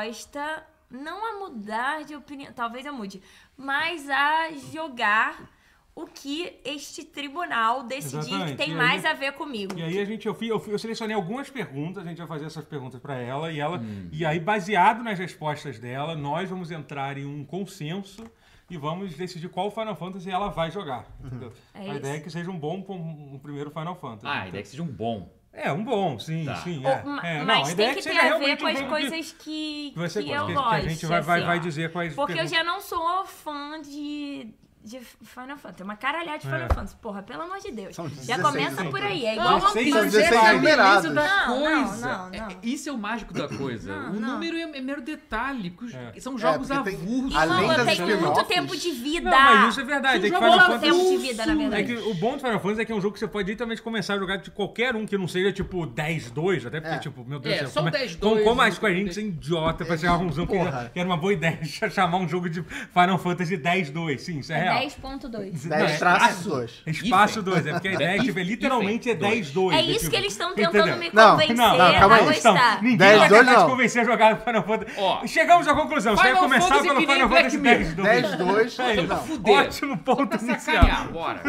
Speaker 3: disposta não a mudar de opinião, talvez eu mude, mas a jogar o que este tribunal decidir que
Speaker 2: Exatamente.
Speaker 3: tem
Speaker 2: E aí-
Speaker 3: mais a ver comigo.
Speaker 2: E aí a gente, eu, fui- eu fui- eu selecionei algumas perguntas, a gente vai fazer essas perguntas pra ela e ela
Speaker 4: Hum.
Speaker 2: e aí baseado nas respostas dela, nós vamos entrar em um consenso e vamos decidir qual Final Fantasy ela vai jogar.
Speaker 4: Uhum.
Speaker 2: entendeu?
Speaker 3: É
Speaker 2: a
Speaker 3: isso.
Speaker 2: ideia é que seja um bom um, um primeiro Final Fantasy.
Speaker 4: Ah, a
Speaker 2: entendeu?
Speaker 4: ideia é que seja um bom.
Speaker 2: É, um bom, sim,
Speaker 4: Tá.
Speaker 2: sim.
Speaker 3: Ou-
Speaker 2: é.
Speaker 3: ma-
Speaker 2: É, não,
Speaker 3: mas
Speaker 2: a ideia
Speaker 3: tem
Speaker 2: é
Speaker 3: que ter
Speaker 2: seja
Speaker 3: a ver
Speaker 2: realmente
Speaker 3: com
Speaker 2: um
Speaker 3: as
Speaker 2: jogo
Speaker 3: coisas que,
Speaker 2: que, você
Speaker 3: que
Speaker 2: gosta,
Speaker 3: eu
Speaker 2: que,
Speaker 3: gosto.
Speaker 2: que a gente vai, vai,
Speaker 3: assim.
Speaker 2: vai dizer quais
Speaker 3: Porque eu
Speaker 2: perguntas.
Speaker 3: já não sou fã de, de Final Fantasy. Tem uma caralhada de Final
Speaker 2: É.
Speaker 3: Fantasy. Porra, pelo amor de Deus.
Speaker 1: São
Speaker 3: Já
Speaker 1: 16
Speaker 3: começa por aí. É igual
Speaker 4: Não,
Speaker 2: Não,
Speaker 3: uma
Speaker 2: 16
Speaker 1: são
Speaker 4: mas
Speaker 1: 16
Speaker 4: é a beleza
Speaker 1: numeradas.
Speaker 4: da
Speaker 3: Não, não,
Speaker 4: coisa.
Speaker 3: não, não.
Speaker 4: É- isso é o mágico da coisa.
Speaker 3: Não,
Speaker 4: o
Speaker 3: não.
Speaker 4: número é, é mero detalhe. porque os-
Speaker 2: É.
Speaker 4: São jogos
Speaker 1: porque tem-
Speaker 4: avulsos.
Speaker 3: E,
Speaker 1: Além
Speaker 3: mano,
Speaker 1: das
Speaker 3: tem muito
Speaker 1: spin-offs-
Speaker 3: tempo de vida.
Speaker 2: Não, mas isso é verdade. É que, Final
Speaker 3: Não,
Speaker 2: Fantasy,
Speaker 3: tempo um de vida, na
Speaker 2: é
Speaker 3: verdade.
Speaker 2: que o bom do Final Fantasy é que é um jogo que você pode literalmente começar a jogar de qualquer um que não seja tipo 10-2, até porque,
Speaker 1: É.
Speaker 2: tipo, meu Deus
Speaker 4: É,
Speaker 2: do céu.
Speaker 4: só o
Speaker 2: como
Speaker 4: 10-2,
Speaker 2: Como, como a
Speaker 4: não
Speaker 2: Square
Speaker 4: tem-
Speaker 2: Enix é idiota pra chegar a conclusão que,
Speaker 1: Porra.
Speaker 2: que era uma boa ideia *laughs* chamar um jogo de Final Fantasy 10-2. Sim, isso é, real.
Speaker 3: 10.2.
Speaker 2: Não, é
Speaker 1: 10 traços
Speaker 2: traço.
Speaker 1: 2.
Speaker 2: Espaço
Speaker 4: Hífen.
Speaker 2: 2, é porque a ideia é, tipo, é
Speaker 4: Hífen,
Speaker 2: literalmente é
Speaker 4: dois.
Speaker 2: 10-2.
Speaker 3: É isso que eles estão tentando
Speaker 2: Entendeu?
Speaker 3: me
Speaker 1: Não,
Speaker 3: convencer
Speaker 2: não, não,
Speaker 1: calma
Speaker 3: a
Speaker 1: aí.
Speaker 3: gostar.
Speaker 2: Ninguém
Speaker 1: 10,
Speaker 2: vai
Speaker 1: dois,
Speaker 2: tentar te
Speaker 1: não.
Speaker 2: convencer a jogar *laughs* Final Fantasy.
Speaker 4: Ó.
Speaker 2: Chegamos à conclusão. Você vai
Speaker 4: Final
Speaker 2: começar
Speaker 4: Fantasy
Speaker 2: pelo
Speaker 4: que nem
Speaker 2: Final
Speaker 4: Black
Speaker 2: Fantasy
Speaker 4: Mirror.
Speaker 1: 10,
Speaker 2: 10-2.
Speaker 1: 2.
Speaker 2: *laughs* É isso.
Speaker 4: pra
Speaker 1: Não.
Speaker 4: fuder.
Speaker 2: Ótimo ponto
Speaker 4: Pra
Speaker 2: inicial.
Speaker 4: sacanear, bora.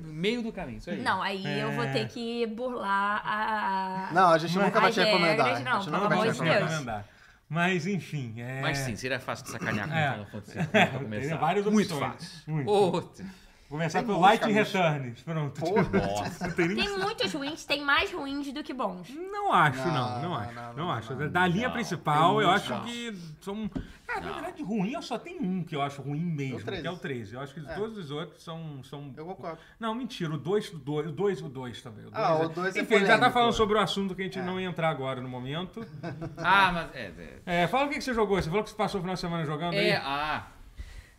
Speaker 4: No meio do caminho, isso aí.
Speaker 3: Não, aí eu vou
Speaker 4: É.
Speaker 3: ter que burlar a.
Speaker 1: Não, a gente
Speaker 2: Mas-
Speaker 1: nunca vai
Speaker 3: As
Speaker 1: te recomendar.
Speaker 3: regras, não,
Speaker 1: a gente nunca
Speaker 3: pelo
Speaker 1: vai
Speaker 3: amor
Speaker 1: te
Speaker 3: de
Speaker 1: recomendar.
Speaker 3: Deus.
Speaker 2: Mas enfim, é.
Speaker 4: Mas sim, seria fácil de sacanear com
Speaker 2: É.
Speaker 4: Final Fantasy. pra começar.
Speaker 2: Tem várias
Speaker 4: Muito
Speaker 2: opções.
Speaker 4: fácil.
Speaker 2: Muito.
Speaker 4: Outra.
Speaker 2: Começar
Speaker 1: tem
Speaker 2: pelo
Speaker 1: muitos caminhos.
Speaker 2: Light Returns. Pronto.
Speaker 1: Porra.
Speaker 4: Nossa.
Speaker 2: Não tem nem-
Speaker 3: Tem muitos ruins, tem mais ruins do que bons.
Speaker 2: Não acho, não. Não,
Speaker 1: Não, não,
Speaker 2: acho. Não,
Speaker 1: não, não,
Speaker 2: acho.
Speaker 1: não,
Speaker 2: da linha
Speaker 4: não.
Speaker 2: principal,
Speaker 1: Tem
Speaker 2: eu
Speaker 1: muitos
Speaker 2: acho
Speaker 1: não.
Speaker 2: que são. um, Cara, na verdade, ruim eu só tenho um que eu acho ruim mesmo,
Speaker 1: É o 13.
Speaker 2: que é o 13. Eu acho que todos os outros são. são...
Speaker 1: Eu concordo.
Speaker 2: Não, mentira. O 2, o 2, o 2, o 2 também. dois
Speaker 1: Ah, o
Speaker 2: é-
Speaker 1: dois é
Speaker 2: Enfim, a gente já tá
Speaker 1: polêmico,
Speaker 2: falando
Speaker 1: é.
Speaker 2: sobre o assunto que a gente
Speaker 1: É.
Speaker 2: não ia entrar agora no
Speaker 1: *laughs*
Speaker 2: momento.
Speaker 4: Ah, mas. É, é,
Speaker 2: É, fala o que, que você jogou. Você falou que você passou o final de semana jogando
Speaker 4: É,
Speaker 2: aí?
Speaker 4: ah.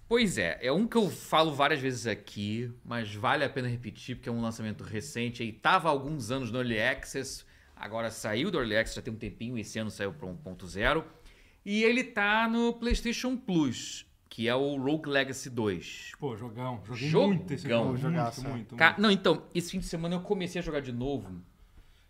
Speaker 4: Pois é, é um que eu falo várias vezes aqui, mas vale a pena repetir, porque é um lançamento recente, aí tava há alguns anos no Early Access, agora saiu do Early Access já tem um tempinho, esse ano saiu para 1.0, e ele tá no PlayStation Plus, que é o Rogue Legacy 2.
Speaker 2: Pô, jogão. Joguei
Speaker 4: Jogão.
Speaker 2: muito esse jogo. Muito,
Speaker 1: Jogaço,
Speaker 2: muito,
Speaker 1: é.
Speaker 2: muito.
Speaker 4: Ca- Não, então, esse fim de semana eu comecei a jogar de novo.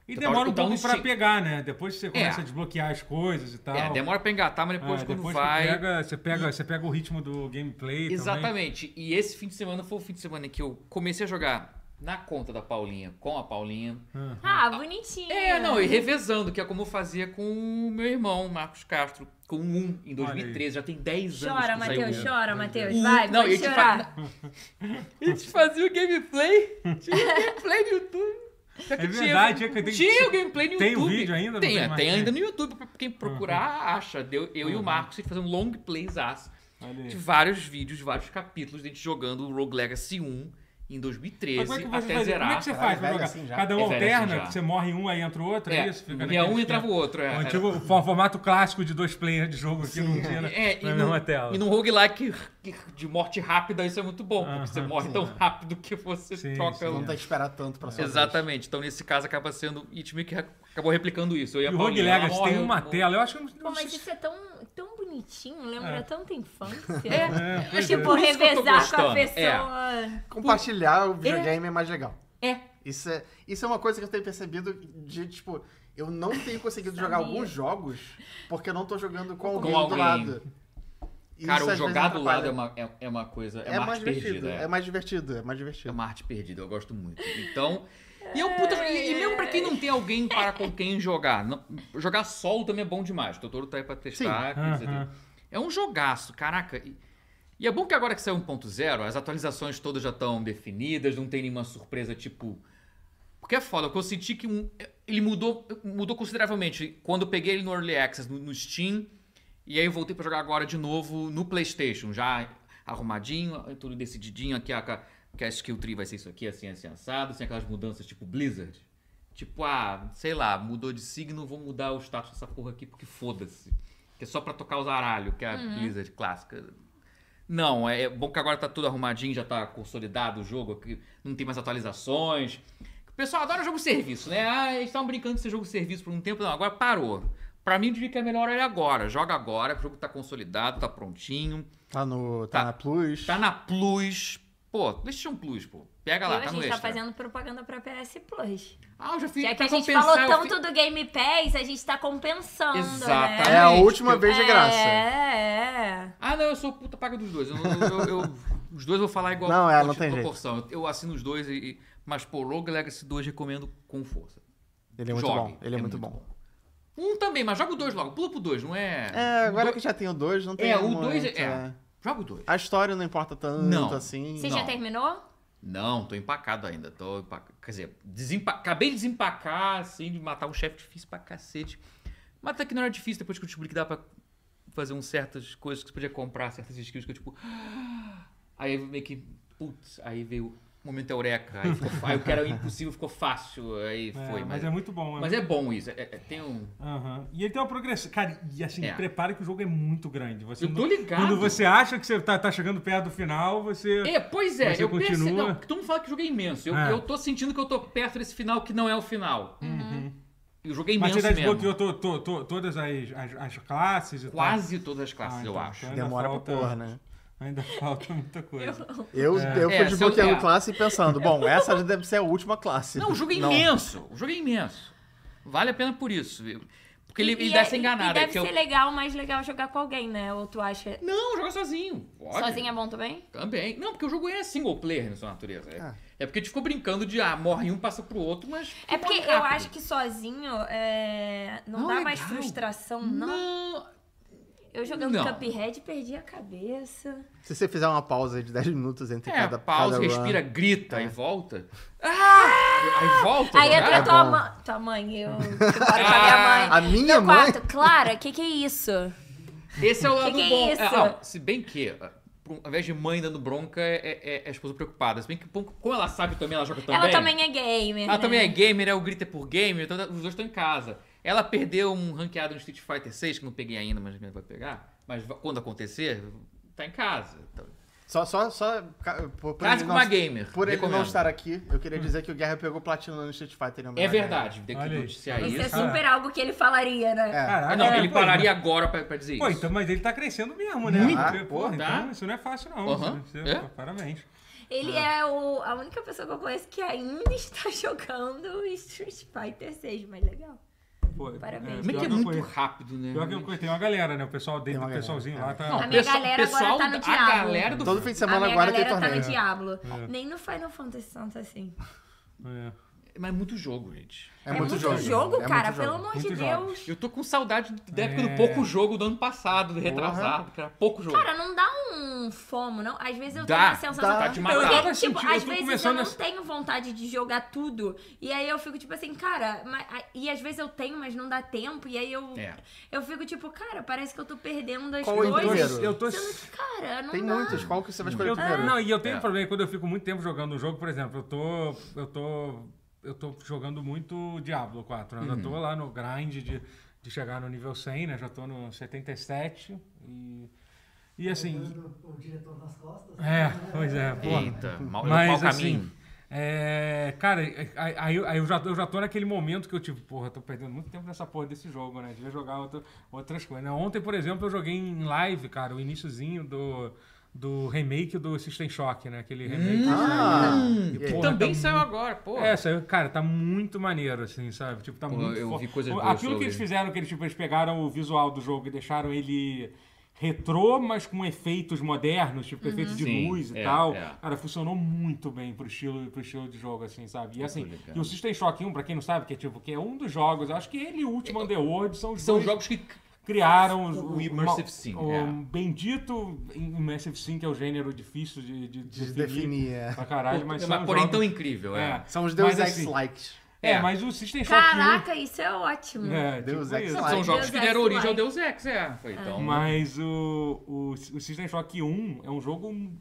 Speaker 2: E
Speaker 4: Eu
Speaker 2: demora
Speaker 4: tava-
Speaker 2: um
Speaker 4: eu tava
Speaker 2: pouco
Speaker 4: no
Speaker 2: pra
Speaker 4: Steam.
Speaker 2: pegar, né? Depois você começa a desbloquear as coisas e tal.
Speaker 4: É, demora pra engatar, mas
Speaker 2: Tá. É,
Speaker 4: depois quando
Speaker 2: depois que
Speaker 4: vai.
Speaker 2: pega- você, pega, você pega o ritmo do gameplay também.
Speaker 4: Exatamente. E esse fim de semana foi o fim de semana que eu comecei a jogar na conta da Paulinha, com a Paulinha.
Speaker 3: Ah, bonitinho.
Speaker 4: É, não, e revezando, que é como eu fazia com o meu irmão, Marcos Castro, com o 1 em
Speaker 2: Olha aí.
Speaker 4: 2013. Já tem 10
Speaker 3: Chora,
Speaker 4: anos. que saiu
Speaker 3: Matheus,
Speaker 4: o um.
Speaker 3: chora, Matheus.
Speaker 4: Um-
Speaker 3: Vai,
Speaker 4: não,
Speaker 3: pode
Speaker 4: e a gente
Speaker 3: chorar.
Speaker 4: A gente fazia o gameplay. Tinha o gameplay no YouTube. Pior que
Speaker 2: É verdade, é que tem-
Speaker 4: Tinha, um o gameplay no
Speaker 2: tem o
Speaker 4: YouTube.
Speaker 2: vídeo ainda? Não
Speaker 4: Tem,
Speaker 2: tem
Speaker 4: tem,
Speaker 2: mais, Uhum. né?
Speaker 4: ainda no YouTube. Pra quem procurar, acha. Deu, eu e o Marcos, a gente fazia um long playzaço
Speaker 2: Olha aí.
Speaker 4: de vários vídeos, vários capítulos, de gente jogando o Rogue Legacy 1 em
Speaker 2: Mas
Speaker 4: 2013
Speaker 2: como é que você
Speaker 4: até
Speaker 2: faz?
Speaker 4: zerar.
Speaker 2: Como é que você
Speaker 1: Caralho,
Speaker 2: faz pra
Speaker 1: velho
Speaker 2: jogar?
Speaker 1: assim já.
Speaker 2: Cada um
Speaker 4: É velho assim
Speaker 2: alterna,
Speaker 4: já.
Speaker 2: você morre em um, aí entra o outro, é, isso? Fica
Speaker 4: e é
Speaker 2: naquele
Speaker 4: um entrava o
Speaker 2: esquema.
Speaker 4: outro. É,
Speaker 2: O antigo fo- formato clássico de dois players de jogo aqui não tinha na,
Speaker 4: É,
Speaker 2: na
Speaker 4: e,
Speaker 2: mesma
Speaker 4: num,
Speaker 2: tela.
Speaker 4: e num roguelike que- de morte rápida, isso é muito bom, porque você
Speaker 2: Aham,
Speaker 4: morre tão rápido que você
Speaker 2: Sim,
Speaker 4: troca.
Speaker 2: sim.
Speaker 4: o-
Speaker 1: Não tem que esperar tanto pra sua
Speaker 4: Exatamente. Então, nesse caso, acaba sendo. E time que acabou replicando isso. Eu ia um
Speaker 2: E o Rogue Legacy tem uma tela, eu acho que...
Speaker 3: Pô,
Speaker 2: Não,
Speaker 3: mas
Speaker 2: sei se-
Speaker 3: isso é tão, tão bonitinho, lembra tanta infância.
Speaker 4: É,
Speaker 2: é, pois
Speaker 3: Tipo,
Speaker 4: Por isso que eu tô
Speaker 3: revezar com a
Speaker 4: gostando, é.
Speaker 3: pessoa.
Speaker 1: Compartilhar o videogame é mais legal.
Speaker 3: É.
Speaker 1: Isso é, isso é uma coisa que eu tenho percebido de, tipo, eu não tenho conseguido jogar
Speaker 3: Sabia.
Speaker 1: alguns jogos porque eu não tô jogando com,
Speaker 4: Com
Speaker 1: alguém,
Speaker 4: alguém.
Speaker 1: do lado.
Speaker 4: Cara,
Speaker 1: Isso,
Speaker 4: o
Speaker 1: às vezes,
Speaker 4: jogar do lado
Speaker 1: atrapalha.
Speaker 4: é uma, é, é uma coisa. É,
Speaker 1: É
Speaker 4: uma
Speaker 1: mais
Speaker 4: arte
Speaker 1: divertido,
Speaker 4: perdida. É.
Speaker 1: é mais divertido, é mais divertido.
Speaker 4: É uma arte perdida, eu gosto muito. Então. E, é um puta, e, e mesmo pra quem não tem alguém para com quem jogar, não- jogar solo também é bom demais. O Totoro tá aí pra testar.
Speaker 2: Ah,
Speaker 4: quer dizer,
Speaker 2: Aham.
Speaker 4: É um jogaço, caraca. E, e é bom que agora que saiu 1.0, as atualizações todas já estão definidas, não tem nenhuma surpresa, tipo. Porque é foda, porque eu senti que um- ele mudou, mudou consideravelmente. Quando eu peguei ele no Early Access, no, no Steam, e aí eu voltei pra jogar agora de novo no PlayStation, já arrumadinho, tudo decididinho aqui, a, ca- que a skill tree vai ser isso aqui, assim, assim, assado, sem aquelas mudanças tipo Blizzard. Tipo, ah, sei lá, mudou de signo, vou mudar o status dessa porra aqui porque foda-se. Que é só pra tocar os aralhos, que é a
Speaker 3: Uhum.
Speaker 4: Blizzard clássica. Não, é é bom que agora tá tudo arrumadinho, já tá consolidado o jogo, que não tem mais atualizações. O pessoal adora jogo serviço, né? Ah, eles estavam brincando de ser jogo serviço por um tempo, não, agora parou. Pra mim, eu diria que é melhor ele agora. Joga agora, o jogo tá consolidado, tá prontinho.
Speaker 1: Tá no. Tá,
Speaker 4: Tá.
Speaker 1: na Plus.
Speaker 4: Tá na Plus. Pô, PlayStation Plus, pô. Pega lá,
Speaker 3: Viu?
Speaker 4: tá
Speaker 3: a
Speaker 4: no
Speaker 3: gente
Speaker 4: extra.
Speaker 3: tá fazendo propaganda pra PS Plus.
Speaker 4: Ah, eu já fiz.
Speaker 3: Já que
Speaker 4: pra
Speaker 3: a gente
Speaker 4: compensar,
Speaker 3: falou
Speaker 4: É, eu
Speaker 3: tanto
Speaker 4: fiz-
Speaker 3: do Game Pass, a gente tá compensando,
Speaker 4: Exatamente.
Speaker 1: É
Speaker 3: né?
Speaker 1: a última
Speaker 4: eu-
Speaker 1: vez de graça.
Speaker 3: É, é.
Speaker 4: Ah, não, eu sou puta paga dos dois. Eu, eu- eu- eu- os dois eu vou falar igual
Speaker 1: Não, é, não
Speaker 4: tipo,
Speaker 1: tem jeito.
Speaker 4: proporção. Eu, eu assino os dois, e, e- mas, pô, Rogue Legacy 2 recomendo com força.
Speaker 1: Ele é muito
Speaker 4: Jogue,
Speaker 1: bom. Ele é, muito, bom.
Speaker 4: Um também, mas joga o dois logo. Pula pro dois, não é.
Speaker 1: É, agora
Speaker 4: Do-
Speaker 1: que já tem o 2, não tem
Speaker 4: É, o
Speaker 1: muito,
Speaker 4: 2 é. Joga o dois.
Speaker 1: A história não importa tanto
Speaker 4: Não.
Speaker 1: assim.
Speaker 3: Você
Speaker 4: Não.
Speaker 3: já terminou?
Speaker 4: Não, tô empacado ainda. Tô empa- Quer dizer, desempa... acabei de desempacar, assim, de matar um chefe difícil pra cacete. Mas até que não era difícil depois que eu descobri que dá pra fazer umas certas coisas que você podia comprar, certas skills que eu, tipo. *gasps* Aí eu meio que. Putz, aí veio o momento eureka. Aí, ficou... aí o que era impossível ficou fácil. Aí
Speaker 2: É,
Speaker 4: foi.
Speaker 2: mas
Speaker 4: Mas,
Speaker 2: é muito bom. é
Speaker 4: mas é bom isso. é- é- tem um.
Speaker 2: Aham. E ele tem uma progressão. Cara, e assim,
Speaker 4: É.
Speaker 2: prepara que o jogo é muito grande. Você
Speaker 4: Eu
Speaker 2: não-
Speaker 4: tô ligado.
Speaker 2: Quando você acha que você tá, tá chegando perto do final, você.
Speaker 4: É, pois é,
Speaker 2: Mas você
Speaker 4: eu percebi.
Speaker 2: continua?
Speaker 4: Não, todo mundo fala que o jogo é imenso. Eu,
Speaker 2: É.
Speaker 4: eu tô sentindo que eu tô perto desse final que não é o final.
Speaker 3: Uhum.
Speaker 4: E o jogo é
Speaker 2: Mas
Speaker 4: imenso
Speaker 2: você já
Speaker 4: mesmo.
Speaker 2: desbloqueou to- to- to- todas as, as, as classes e tal.
Speaker 4: Quase todas as classes,
Speaker 2: Ah,
Speaker 4: eu
Speaker 2: então,
Speaker 4: acho.
Speaker 2: então ainda
Speaker 1: Demora
Speaker 2: falta-
Speaker 1: pra porra, né?
Speaker 2: Ainda *laughs* falta muita coisa.
Speaker 1: Eu, eu
Speaker 4: É,
Speaker 1: fui
Speaker 4: se eu-
Speaker 1: desbloqueando
Speaker 4: é.
Speaker 1: classe e pensando, bom, essa já deve ser a última classe.
Speaker 4: Não, o jogo é imenso. O jogo é imenso. Vale a pena por isso. Porque ele, ele
Speaker 3: E- é-
Speaker 4: dá
Speaker 3: e-
Speaker 4: essa enganada.
Speaker 3: E deve
Speaker 4: que eu-
Speaker 3: ser legal, mais legal jogar com alguém, né? Ou tu acha...
Speaker 4: Não, joga sozinho. Pode.
Speaker 3: Sozinho é bom também?
Speaker 4: Também. Não, porque o jogo é single player na sua natureza. É,
Speaker 1: Ah.
Speaker 4: é porque a gente ficou brincando de, ah, morre um, passa pro outro, mas...
Speaker 3: É porque eu acho que sozinho é, não,
Speaker 4: Não,
Speaker 3: dá
Speaker 4: legal.
Speaker 3: mais frustração, não.
Speaker 4: Não...
Speaker 3: Eu jogando
Speaker 4: Não.
Speaker 3: Cuphead perdi a cabeça.
Speaker 1: Se você fizer uma pausa de 10 minutos entre
Speaker 4: É,
Speaker 1: cada
Speaker 4: pausa,
Speaker 1: cada run.
Speaker 4: respira, grita, aí
Speaker 1: É.
Speaker 4: volta. Ah! Aí volta.
Speaker 3: Aí entra
Speaker 4: né?
Speaker 1: é
Speaker 3: tua
Speaker 1: bom.
Speaker 3: mãe. Tua mãe,
Speaker 4: *laughs*
Speaker 3: eu que moro com a minha
Speaker 4: Ah.
Speaker 3: mãe.
Speaker 1: A minha
Speaker 3: no
Speaker 1: mãe.
Speaker 3: quarto, Clara, o que, que é isso?
Speaker 4: Esse é o lado
Speaker 3: que é
Speaker 4: bom.
Speaker 3: isso?
Speaker 4: ah, se bem que, ah, pro- ao invés de mãe dando bronca, é, é- é a esposa preocupada. Se bem que, pô, como ela sabe também, ela joga também.
Speaker 3: Ela também é gamer.
Speaker 4: Ela
Speaker 3: né?
Speaker 4: também é gamer, é o grita por gamer, então os dois estão em casa. Ela perdeu um ranqueado no Street Fighter 6, que eu não peguei ainda, mas vai pegar. Mas va- quando acontecer, tá em casa. Então,
Speaker 1: Só, só, só. ca- Por, por
Speaker 4: Case
Speaker 1: ele
Speaker 4: com
Speaker 1: não,
Speaker 4: uma gamer.
Speaker 1: por ele
Speaker 4: recomendo. Hum.
Speaker 1: não estar aqui, eu queria dizer que o Guerra pegou platina no Street Fighter. né, em homenagem
Speaker 4: É
Speaker 1: a ele.
Speaker 4: verdade, tem que
Speaker 2: Olha aí.
Speaker 4: noticiar
Speaker 2: Olha
Speaker 3: Isso é
Speaker 4: isso.
Speaker 2: Cara.
Speaker 3: super algo que ele falaria, né?
Speaker 1: É.
Speaker 2: Caraca,
Speaker 4: Ah, não,
Speaker 2: é,
Speaker 4: ele
Speaker 2: pô,
Speaker 4: pararia agora pra, pra dizer
Speaker 2: Pô,
Speaker 4: isso.
Speaker 2: então, mas ele tá crescendo mesmo, né?
Speaker 1: Muito.
Speaker 2: Porque,
Speaker 1: Pô,
Speaker 2: porra,
Speaker 4: tá.
Speaker 2: então isso não é fácil, não.
Speaker 4: Aham.
Speaker 2: Você-
Speaker 4: É.
Speaker 2: pô, Parabéns.
Speaker 3: Ele
Speaker 1: Ah.
Speaker 3: é, o, a única pessoa que eu conheço que ainda *laughs* está jogando Street Fighter 6, mas legal.
Speaker 2: Pô,
Speaker 3: Parabéns.
Speaker 4: Como é
Speaker 2: pior
Speaker 4: que é
Speaker 2: eu
Speaker 4: muito
Speaker 2: conheço-
Speaker 4: rápido, né?
Speaker 2: Pior que eu conheço- tem uma galera, né? O pessoal
Speaker 1: Tem
Speaker 2: dentro
Speaker 1: uma
Speaker 2: do pessoalzinho lá
Speaker 1: galera, é.
Speaker 2: tá.
Speaker 4: Não,
Speaker 3: A minha
Speaker 4: pessoal-
Speaker 3: galera agora
Speaker 4: pessoal
Speaker 3: tá no
Speaker 4: da-
Speaker 3: diabo.
Speaker 4: A galera do
Speaker 1: Todo fim de
Speaker 3: a
Speaker 1: semana
Speaker 3: minha
Speaker 1: agora tem
Speaker 3: galera tá no
Speaker 1: torneio.
Speaker 3: Diablo.
Speaker 2: É.
Speaker 3: Nem no Final Fantasy tanto assim.
Speaker 2: É.
Speaker 4: Mas é muito jogo, gente.
Speaker 1: É, muito jogo. é
Speaker 3: cara,
Speaker 1: muito
Speaker 3: pelo
Speaker 1: jogo.
Speaker 3: amor de
Speaker 2: Muito jogo.
Speaker 3: Deus.
Speaker 4: Eu tô com saudade da época
Speaker 2: É.
Speaker 4: do pouco jogo do ano passado, do retrasado, cara. Pouco jogo.
Speaker 3: Cara, não dá um fomo, não? Às vezes eu
Speaker 4: Dá,
Speaker 3: tenho a sensação.
Speaker 1: dá.
Speaker 4: tá de
Speaker 2: Eu
Speaker 4: matar.
Speaker 2: tava
Speaker 3: Porque, tipo,
Speaker 2: sentindo- eu
Speaker 3: às
Speaker 2: tô
Speaker 3: vezes eu
Speaker 2: começando
Speaker 3: não
Speaker 2: a-
Speaker 3: tenho vontade de jogar tudo. E aí eu fico, tipo assim, cara, mas- a- e às vezes eu tenho, mas não dá tempo. E aí eu,
Speaker 4: É.
Speaker 3: eu fico, tipo, cara, parece que eu tô perdendo as
Speaker 1: Qual o
Speaker 2: Eu tô-
Speaker 1: primeiro?
Speaker 3: coisas.
Speaker 2: Eu tô.
Speaker 3: Sendo que, cara, não
Speaker 1: Tem
Speaker 3: dá.
Speaker 1: muitos. Qual que você vai
Speaker 4: Hum.
Speaker 1: escolher
Speaker 2: Eu-
Speaker 1: primeiro?
Speaker 2: não, e eu tenho
Speaker 4: É.
Speaker 2: um problema quando eu fico muito tempo jogando um jogo, por exemplo, eu tô. Eu tô. Eu tô jogando muito Diablo 4. Né? Já tô lá no grind de, de chegar no nível 100, né? Já tô no 77. E, e assim.
Speaker 5: o, o diretor nas costas.
Speaker 2: É, pois é, pô.
Speaker 4: Eita, mal, mau
Speaker 2: Mas
Speaker 4: caminho.
Speaker 2: assim. É, cara, aí, aí eu- aí eu, já, eu já tô naquele momento que eu tipo, porra, tô perdendo muito tempo nessa porra desse jogo, né? Devia jogar outra- outras coisas. né? Ontem, por exemplo, eu joguei em live, cara, o iníciozinho do, do remake do System Shock, né? Aquele remake.
Speaker 1: Ah,
Speaker 4: Hum, que
Speaker 1: Porra,
Speaker 4: também saiu agora, pô.
Speaker 2: então? É, saiu, cara, tá muito maneiro, assim, sabe? Tipo, tá
Speaker 4: Pô,
Speaker 2: muito
Speaker 4: eu
Speaker 2: fo-
Speaker 4: vi coisas
Speaker 2: o-
Speaker 4: boas
Speaker 2: Aquilo que
Speaker 4: sobre.
Speaker 2: eles fizeram, que eles, tipo, eles pegaram o visual do jogo e deixaram ele retrô, mas com efeitos modernos, tipo,
Speaker 1: Uhum.
Speaker 2: efeitos de
Speaker 4: Sim,
Speaker 2: luz e
Speaker 4: é,
Speaker 2: tal.
Speaker 4: é.
Speaker 2: Cara, funcionou muito bem pro estilo, pro estilo de jogo, assim, sabe? E assim,
Speaker 4: legal.
Speaker 2: e o System Shock 1, pra quem não sabe, que é tipo, que é um dos jogos, acho que ele e o último Underworld são os
Speaker 4: É, São
Speaker 2: dois
Speaker 4: jogos que.
Speaker 2: criaram os-
Speaker 4: O Immersive Sim,
Speaker 2: o
Speaker 4: é.
Speaker 2: bendito Immersive Sim, que é o gênero difícil de, de,
Speaker 1: de
Speaker 2: definir
Speaker 1: definir. é.
Speaker 2: pra caralho,
Speaker 4: pô,
Speaker 2: mas,
Speaker 4: mas
Speaker 2: são os
Speaker 4: porém
Speaker 2: jogos-
Speaker 4: tão incrível, é.
Speaker 1: São os
Speaker 2: Mas,
Speaker 1: Deus
Speaker 2: assim,
Speaker 1: Ex-Likes.
Speaker 2: é,
Speaker 4: É.
Speaker 2: mas o System Shock 1
Speaker 3: Caraca, isso é ótimo.
Speaker 2: É,
Speaker 1: Deus
Speaker 2: tipo
Speaker 1: Ex
Speaker 2: isso.
Speaker 1: Machina.
Speaker 4: São
Speaker 1: Deus
Speaker 4: jogos que
Speaker 3: Ex
Speaker 4: deram origem ao
Speaker 3: Like.
Speaker 4: Deus Ex, é. Foi, então.
Speaker 2: Mas o, o, o System Shock 1 é um jogo m-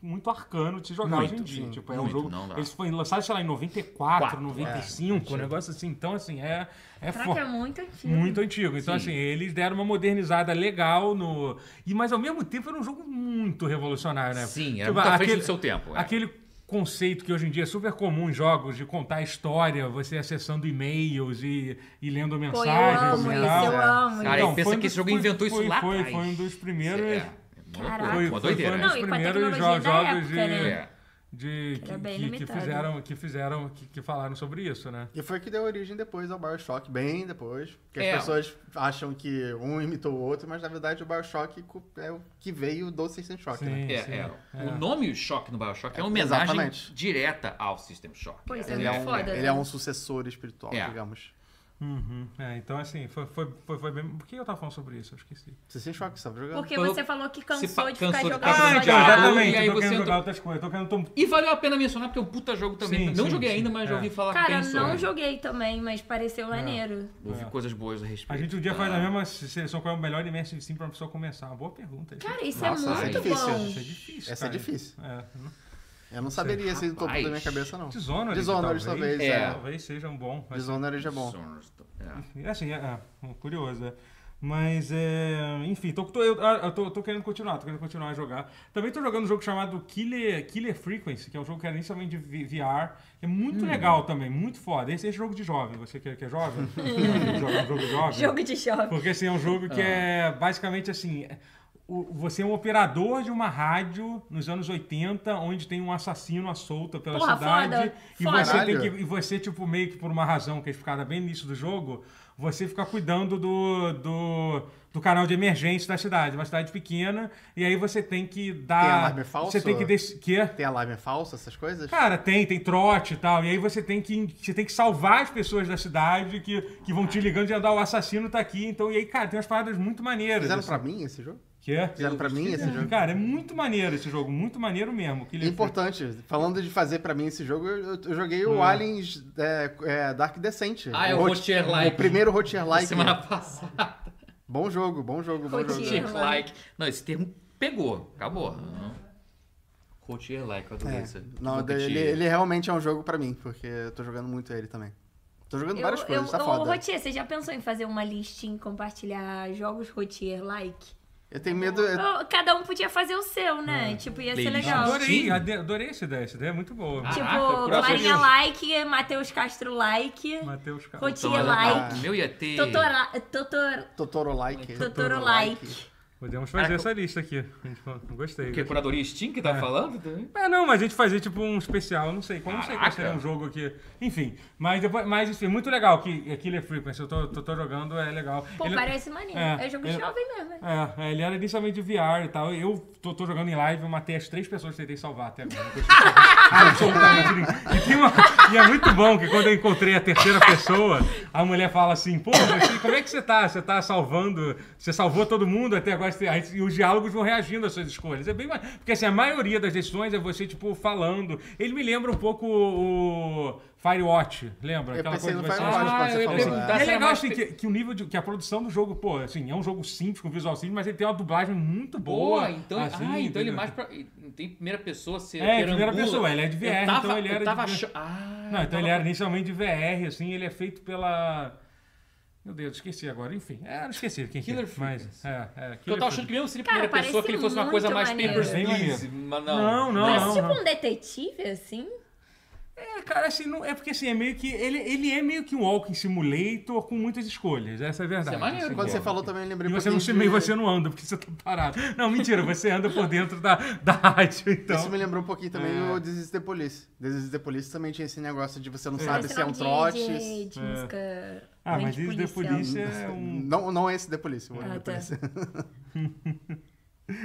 Speaker 2: muito arcano de se jogar
Speaker 4: Muito,
Speaker 2: hoje em dia.
Speaker 4: sim.
Speaker 2: Tipo, é um
Speaker 4: Muito,
Speaker 2: jogo.
Speaker 4: não dá.
Speaker 2: Eles foram lançados, sei lá, em 94,
Speaker 4: Quatro, é.
Speaker 2: 95, um negócio assim. Então, assim, é, é
Speaker 3: Caraca,
Speaker 2: forte.
Speaker 3: é muito antigo.
Speaker 2: Muito antigo. Então,
Speaker 4: Sim.
Speaker 2: assim, eles deram uma modernizada legal no. E, mas ao mesmo tempo era um jogo muito revolucionário, né?
Speaker 4: Sim, era muito à frente do seu tempo, é.
Speaker 2: Aquele conceito que hoje em dia é super comum em jogos de contar história, você acessando e-mails e, e lendo
Speaker 3: Pô,
Speaker 2: mensagens.
Speaker 3: eu amo
Speaker 2: e
Speaker 3: isso,
Speaker 2: tal. Então,
Speaker 3: eu amo
Speaker 4: Cara,
Speaker 3: isso.
Speaker 4: e pensa
Speaker 2: foi um
Speaker 4: que
Speaker 2: dos-
Speaker 4: esse jogo inventou isso
Speaker 2: foi-
Speaker 4: lá
Speaker 2: Foi,
Speaker 4: atrás.
Speaker 2: foi um dos primeiros.
Speaker 4: É, é uma loucura,
Speaker 3: Caraca.
Speaker 2: Foi,
Speaker 4: uma
Speaker 2: foi,
Speaker 4: doideira.
Speaker 2: foi um
Speaker 4: né?
Speaker 2: dos
Speaker 3: Não, e com a
Speaker 2: primeiros jo-
Speaker 3: tecnologia da
Speaker 2: jogos
Speaker 3: época,
Speaker 2: de.
Speaker 3: né?
Speaker 4: É.
Speaker 2: de
Speaker 3: Era
Speaker 2: que,
Speaker 3: bem
Speaker 2: que- que
Speaker 3: limitado.
Speaker 2: fizeram, que fizeram, que, que falaram sobre isso, né?
Speaker 1: E foi que deu origem depois ao Bioshock, bem depois. Porque
Speaker 4: É.
Speaker 1: as pessoas acham que um imitou o outro, mas na verdade o Bioshock co- é o que veio do System Shock, né?
Speaker 4: É, é. O nome Choque no Bioshock é uma homenagem
Speaker 1: Exatamente.
Speaker 4: direta ao System Shock.
Speaker 3: Pois é,
Speaker 4: Ele
Speaker 3: muito
Speaker 4: um-
Speaker 3: foda.
Speaker 1: Ele
Speaker 3: né?
Speaker 1: é um sucessor espiritual,
Speaker 4: É.
Speaker 1: digamos.
Speaker 2: Uhum. É, então assim, foi, foi, foi, foi bem. Por que eu tava falando sobre isso? Eu esqueci.
Speaker 1: System Shock, sabe jogando?
Speaker 3: Porque
Speaker 4: Pelo-
Speaker 3: você falou que
Speaker 4: Se pa-
Speaker 3: cansou de um
Speaker 4: cansou
Speaker 3: ficar
Speaker 4: de
Speaker 3: jogando.
Speaker 4: ficar
Speaker 3: só
Speaker 2: Ah,
Speaker 4: jogando.
Speaker 2: então,
Speaker 3: jogado.
Speaker 2: exatamente.
Speaker 4: E aí
Speaker 2: Eu tô
Speaker 4: você
Speaker 2: querendo
Speaker 4: entra-
Speaker 2: jogar outras coisas. Eu tô querendo tom-
Speaker 4: E valeu a pena mencionar, porque é um puta jogo também.
Speaker 2: Sim,
Speaker 4: não
Speaker 2: sim,
Speaker 4: joguei
Speaker 2: sim.
Speaker 4: ainda, mas já
Speaker 2: É.
Speaker 4: ouvi falar
Speaker 3: Cara,
Speaker 4: bem sobre.
Speaker 3: não joguei também, mas pareceu maneiro.
Speaker 4: Ouvi
Speaker 2: É.
Speaker 4: coisas boas a respeito.
Speaker 2: A gente um dia
Speaker 4: Ah.
Speaker 2: faz a mesma seleção qual é o melhor imersive sim pra uma pessoa começar. Uma boa pergunta. isso.
Speaker 3: Cara, isso
Speaker 4: Nossa,
Speaker 3: é muito
Speaker 1: é difícil.
Speaker 2: Isso é
Speaker 3: bom.
Speaker 1: Essa
Speaker 2: difícil.
Speaker 1: é
Speaker 2: cara.
Speaker 1: difícil.
Speaker 2: É.
Speaker 1: Eu não saberia esse do topo da
Speaker 4: Rapaz.
Speaker 1: minha cabeça, não.
Speaker 2: Dishonored,
Speaker 1: Dishonored,
Speaker 2: talvez.
Speaker 1: talvez,
Speaker 4: É.
Speaker 1: é.
Speaker 2: Talvez seja um bom. mas-
Speaker 1: Dishonored é bom.
Speaker 4: É.
Speaker 2: É, Assim, é, é, curioso, né? Mas, é, enfim, tô, tô, eu, ah, eu tô, tô querendo continuar, tô querendo continuar a jogar. Também tô jogando um jogo chamado Killer, Killer Frequency, que é um jogo que era inicialmente de V- VR. É muito legal também, muito foda. Esse, esse é jogo de jovem, você que, é- que é jovem, joga um jogo de jovem.
Speaker 3: Jogo de
Speaker 2: *laughs*
Speaker 3: shopping.
Speaker 2: Porque assim, é um jogo
Speaker 1: Ah.
Speaker 2: que é basicamente assim. é- o- Você é um operador de uma rádio nos anos 80, onde tem um assassino à solta pela
Speaker 3: Porra,
Speaker 2: cidade.
Speaker 3: foda,
Speaker 2: e
Speaker 3: foda.
Speaker 2: você tem que.
Speaker 1: Caralho.
Speaker 2: E você, tipo, meio que por uma razão que eles ficaram bem no início do jogo, você fica cuidando do. do do canal de emergência da cidade, uma cidade pequena, e aí você tem que dar.
Speaker 1: Tem alarme falso?
Speaker 2: Você tem que. Dec... Quê?
Speaker 1: Tem alarme falso, essas coisas?
Speaker 2: Cara, tem, tem trote e tal. E aí você tem que, você tem que salvar as pessoas da cidade que, que vão te ligando de andar, o assassino tá aqui. Então, e aí, cara, tem umas paradas muito maneiras.
Speaker 1: Fizeram
Speaker 2: assim.
Speaker 1: pra mim esse jogo?
Speaker 2: Que é?
Speaker 1: Fizeram pra mim esse jogo?
Speaker 2: Cara, é muito maneiro esse jogo, muito maneiro mesmo. Que
Speaker 1: É
Speaker 2: ele-
Speaker 1: Importante, falando de fazer pra mim esse jogo, eu, eu joguei
Speaker 2: Hum.
Speaker 1: o Aliens é, é, Dark Descent.
Speaker 4: Ah, é o é
Speaker 1: Hot-
Speaker 4: Rotier Like.
Speaker 1: O primeiro Rotier
Speaker 3: né?
Speaker 1: Like.
Speaker 4: Semana passada.
Speaker 1: Bom jogo, bom jogo, bom
Speaker 3: Rotier.
Speaker 1: jogo.
Speaker 4: Rotier Like. Não, esse termo pegou. Acabou. Não. Rotier Like, eu adorei
Speaker 1: É.
Speaker 4: essa.
Speaker 1: Não,
Speaker 4: Nunca
Speaker 1: ele,
Speaker 4: tive.
Speaker 1: ele realmente é um jogo pra mim, porque eu tô jogando muito ele também. Tô jogando várias coisas, tá
Speaker 3: eu,
Speaker 1: foda.
Speaker 3: Rotier, você já pensou em fazer uma listinha e compartilhar jogos Rotier-like?
Speaker 1: Eu tenho medo. eu-
Speaker 3: Oh, Cada um podia fazer o seu, né? Tipo, ia ser
Speaker 4: Playlist.
Speaker 3: legal.
Speaker 2: É. Adorei, ade- adorei essa ideia, essa ideia é muito boa.
Speaker 4: Ah,
Speaker 3: Tipo,
Speaker 4: Caraca, curioso
Speaker 3: Clarinha
Speaker 4: isso.
Speaker 3: like, Matheus Castro like,
Speaker 2: Matheus Carlos.
Speaker 3: Rotier
Speaker 4: Então,
Speaker 3: like,
Speaker 2: tá
Speaker 4: O meu ia ter.
Speaker 3: Totora, Totor,
Speaker 1: Totoro Like.
Speaker 3: Totoro like.
Speaker 2: Podemos fazer
Speaker 4: Caraca,
Speaker 2: essa lista aqui. A gente fala- Gostei.
Speaker 4: Que é curadoria Steam que tá falando também?
Speaker 2: É, não, mas a gente fazer tipo um especial, não sei, como não sei qual
Speaker 4: Caraca.
Speaker 2: seria um jogo aqui. Enfim, mas depois, mas enfim, muito legal que é Killer Frequency, eu tô, tô, tô jogando, é legal.
Speaker 3: Pô,
Speaker 2: Ele-
Speaker 3: parece maneiro.
Speaker 2: é,
Speaker 3: É, jogo
Speaker 2: ele-
Speaker 3: jovem mesmo. né?
Speaker 2: É, é, ele era inicialmente de VR e tal. Eu tô, tô jogando em live, eu matei as três pessoas que eu Ah, tentei salvar até agora. Não consegui *laughs* salvar absolutamente um ninguém. E, tem uma- e é muito bom que quando eu encontrei a terceira pessoa, a mulher fala assim, pô, você, como é que você tá? Você tá salvando, você salvou todo mundo até agora. Você- aí- E os diálogos vão reagindo às suas escolhas. É bem ma- Porque assim, a maioria das decisões é você, tipo, falando. Ele me lembra um pouco o Firewatch, lembra?
Speaker 1: Eu pensei no
Speaker 2: de você-
Speaker 1: Firewatch
Speaker 4: Ah,
Speaker 1: quando
Speaker 4: eu ia
Speaker 1: você falou.
Speaker 4: perguntar.
Speaker 1: é.
Speaker 2: e é
Speaker 4: Essa é a
Speaker 2: legal,
Speaker 4: mais
Speaker 2: assim, que, que o nível de. que a produção do jogo, pô, assim, é um jogo simples, com visual simples, mas ele tem uma dublagem muito boa.
Speaker 4: Boa, então,
Speaker 2: assim,
Speaker 4: ah, então ele
Speaker 2: entendeu?
Speaker 4: mais pra. Tem primeira pessoa ser.
Speaker 2: É, primeira
Speaker 4: perambula.
Speaker 2: pessoa, ele é de VR,
Speaker 4: eu tava,
Speaker 2: então ele era
Speaker 4: Eu tava
Speaker 2: de-
Speaker 4: achando. Ah,
Speaker 2: Não,
Speaker 4: eu
Speaker 2: então
Speaker 4: tava-
Speaker 2: ele era inicialmente VR, assim, ele é feito pela. Meu Deus, esqueci agora, enfim. É, não esqueci quem que é,
Speaker 4: Killer
Speaker 2: Mas,
Speaker 4: Frequency.
Speaker 2: é, é,
Speaker 4: Porque
Speaker 2: Killer
Speaker 4: eu tava
Speaker 2: Frequency.
Speaker 4: achando que mesmo se ele
Speaker 3: Cara,
Speaker 4: primeira pessoa,
Speaker 3: parece
Speaker 4: que ele fosse uma coisa
Speaker 3: muito
Speaker 4: mais
Speaker 3: maneiro.
Speaker 4: papers,
Speaker 2: Bem
Speaker 4: please.
Speaker 2: maneiro.
Speaker 4: Mas
Speaker 2: Não, não,
Speaker 3: Parece
Speaker 2: não.
Speaker 3: tipo um detetive, assim.
Speaker 2: É, cara, assim, não, é porque assim, é meio que. Ele, ele é meio que um walking simulator com muitas escolhas, essa é a verdade.
Speaker 4: maneiro,
Speaker 2: assim,
Speaker 4: pô.
Speaker 1: Quando você falou também, eu lembrei
Speaker 2: E
Speaker 1: um
Speaker 2: você não se
Speaker 1: pouquinho
Speaker 2: meio,
Speaker 1: de-
Speaker 2: você não anda, porque você tá parado. Não, mentira, você anda por dentro da, da rádio, então.
Speaker 1: Isso me lembrou um pouquinho também
Speaker 2: É.
Speaker 1: o This is the Police. This is the Police também tinha esse negócio de você não sabe
Speaker 3: Esse
Speaker 1: se é um
Speaker 3: nome de-
Speaker 1: trote.
Speaker 3: De, de música.
Speaker 2: É. Ah, mas
Speaker 3: muito
Speaker 2: isso da
Speaker 3: policial.
Speaker 2: polícia é um.
Speaker 1: Não, não é esse The Police, o The
Speaker 3: Ah, tá.
Speaker 1: Police.
Speaker 2: *laughs*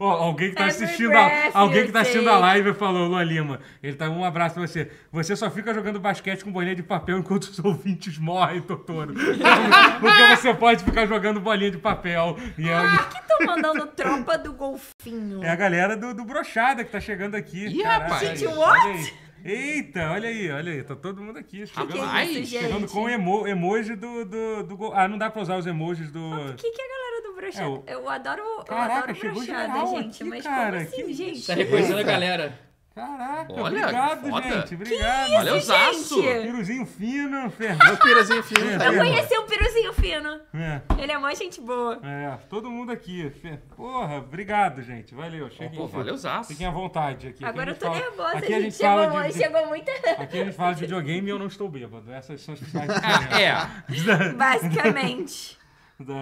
Speaker 2: Ó, alguém que tá
Speaker 3: Every
Speaker 2: assistindo a,
Speaker 3: breath
Speaker 2: alguém
Speaker 3: you
Speaker 2: que tá assistindo a
Speaker 3: take.
Speaker 2: live falou, Lua Lima. Ele tá um abraço pra você. Você só fica jogando basquete com bolinha de papel enquanto os *laughs* ouvintes morrem, Totoro. *laughs* Porque você pode ficar jogando bolinha de papel. E é,
Speaker 3: Ah, que tô mandando tropa do golfinho.
Speaker 2: é a galera do, do Brochada que tá chegando aqui.
Speaker 4: Ih,
Speaker 2: caralho.
Speaker 4: rapaz. Gente,
Speaker 2: Olha
Speaker 3: what?
Speaker 2: aí. Eita, olha aí, olha aí. Tá todo mundo aqui.
Speaker 3: que
Speaker 2: Chegando,
Speaker 3: é isso,
Speaker 4: Ai,
Speaker 3: gente?
Speaker 2: chegando com emo, emoji do, do, do gol. Ah, não dá pra usar os emojis do.
Speaker 3: O que, que a galera do brochado?
Speaker 2: É, o-
Speaker 3: Eu adoro,
Speaker 2: Caraca,
Speaker 3: eu adoro
Speaker 2: chegou
Speaker 3: brochada,
Speaker 2: geral
Speaker 3: gente.
Speaker 2: aqui,
Speaker 3: mas
Speaker 2: cara,
Speaker 3: como assim,
Speaker 2: que
Speaker 3: gente?
Speaker 4: Tá reconhecendo a galera.
Speaker 2: Caraca,
Speaker 4: Olha,
Speaker 2: obrigado,
Speaker 4: foda.
Speaker 2: gente. Obrigado.
Speaker 4: Olha o zaço.
Speaker 3: gente?
Speaker 2: Piruzinho fino,
Speaker 1: É
Speaker 2: Fernando.
Speaker 1: o Pirazinho Fino.
Speaker 2: Eu
Speaker 3: Eu
Speaker 1: né?
Speaker 3: conheci o Piruzinho Fino.
Speaker 2: É,
Speaker 3: Ele é mó gente boa.
Speaker 2: é, todo mundo aqui. Fer- Porra, obrigado, gente. Valeu. Cheguem,
Speaker 4: Pô, valeu, Zaço. *laughs*
Speaker 2: Fiquem à vontade aqui. Aqui a
Speaker 3: Agora eu
Speaker 2: gente
Speaker 3: tô
Speaker 2: fala-
Speaker 3: nervosa,
Speaker 2: aqui a
Speaker 3: gente.
Speaker 2: gente
Speaker 3: Chegou,
Speaker 2: fala de, de-
Speaker 3: chegou muita.
Speaker 2: *laughs* Aqui a gente fala de *laughs*
Speaker 4: *laughs*
Speaker 2: videogame e eu não estou bêbado. Essas são as principais
Speaker 4: Ah,
Speaker 2: diferenças.
Speaker 4: é.
Speaker 3: Basicamente.
Speaker 2: da-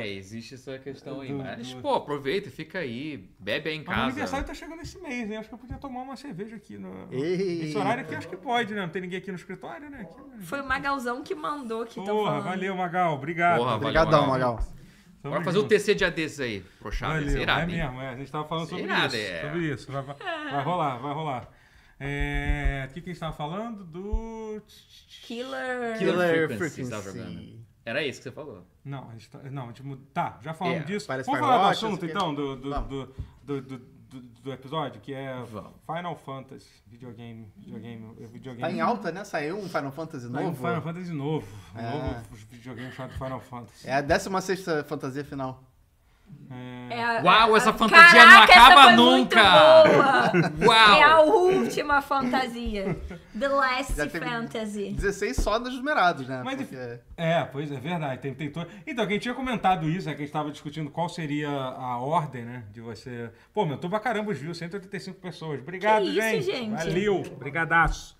Speaker 4: É, existe essa questão aí.
Speaker 2: Do-
Speaker 4: Mas,
Speaker 2: do-
Speaker 4: pô, aproveita, fica aí, bebe aí em
Speaker 2: Mas meu
Speaker 4: casa.
Speaker 2: aniversário tá chegando esse mês, né? Acho que eu podia tomar uma cerveja aqui. No...
Speaker 1: Ei.
Speaker 2: Esse horário aqui acho que pode, né? Não tem ninguém aqui no escritório, né? Aqui, né?
Speaker 3: Foi o Magalzão que mandou que tão
Speaker 2: Porra,
Speaker 3: falando.
Speaker 2: valeu, Magal. Obrigado.
Speaker 4: Porra, valeu.
Speaker 1: Obrigadão,
Speaker 4: Magal.
Speaker 1: Magal.
Speaker 2: Tamo
Speaker 4: Bora fazer o
Speaker 2: junto.
Speaker 4: TC de ADs aí, pro Chaves.
Speaker 2: Valeu,
Speaker 4: Irado,
Speaker 2: é
Speaker 4: hein?
Speaker 2: mesmo, é. A gente tava falando sobre
Speaker 4: Irado,
Speaker 2: isso.
Speaker 4: é.
Speaker 2: Sobre isso. Vai, vai- vai rolar, vai rolar. É, O que, que a gente tava falando? Do.
Speaker 4: Killer
Speaker 3: Killer.
Speaker 1: Killer
Speaker 4: Frequency,
Speaker 1: Frequency.
Speaker 4: tava jogando. Era isso que você falou.
Speaker 2: Não, a gente tá... Não, tipo, tá, já falamos
Speaker 4: É,
Speaker 2: disso.
Speaker 1: parece
Speaker 2: Vamos falar do
Speaker 1: Firewatch,
Speaker 2: assunto,
Speaker 1: isso
Speaker 2: então,
Speaker 1: aqui.
Speaker 2: do, do,
Speaker 1: Vamos.
Speaker 2: do, do, do, do- do episódio, que é
Speaker 4: Vamos.
Speaker 2: Final Fantasy, videogame, videogame, videogame.
Speaker 1: Tá em alta, né? Saiu um Final Fantasy
Speaker 2: Tá em
Speaker 1: novo.
Speaker 2: Final Fantasy novo. Um
Speaker 1: É.
Speaker 2: novo videogame chamado Final Fantasy.
Speaker 1: É a 16 fantasia final.
Speaker 2: É.
Speaker 3: É a-
Speaker 4: Uau,
Speaker 3: a-
Speaker 4: essa
Speaker 3: a-
Speaker 4: fantasia não
Speaker 3: Caraca, essa
Speaker 4: acaba
Speaker 3: foi
Speaker 4: nunca!
Speaker 3: Muito boa. É a
Speaker 4: Uau!
Speaker 3: última fantasia. The Last
Speaker 1: Já teve-
Speaker 3: Fantasy.
Speaker 1: 16 só dos numerados, né?
Speaker 2: Mas
Speaker 1: Porque-
Speaker 2: É, pois é verdade. Tem, tem to- Então, quem tinha comentado isso, né, que a gente tava discutindo qual seria a ordem, né? De você. Pô, aumentou pra caramba os views, 185 pessoas. Obrigado,
Speaker 3: Que isso, gente.
Speaker 2: Valeu, brigadaço.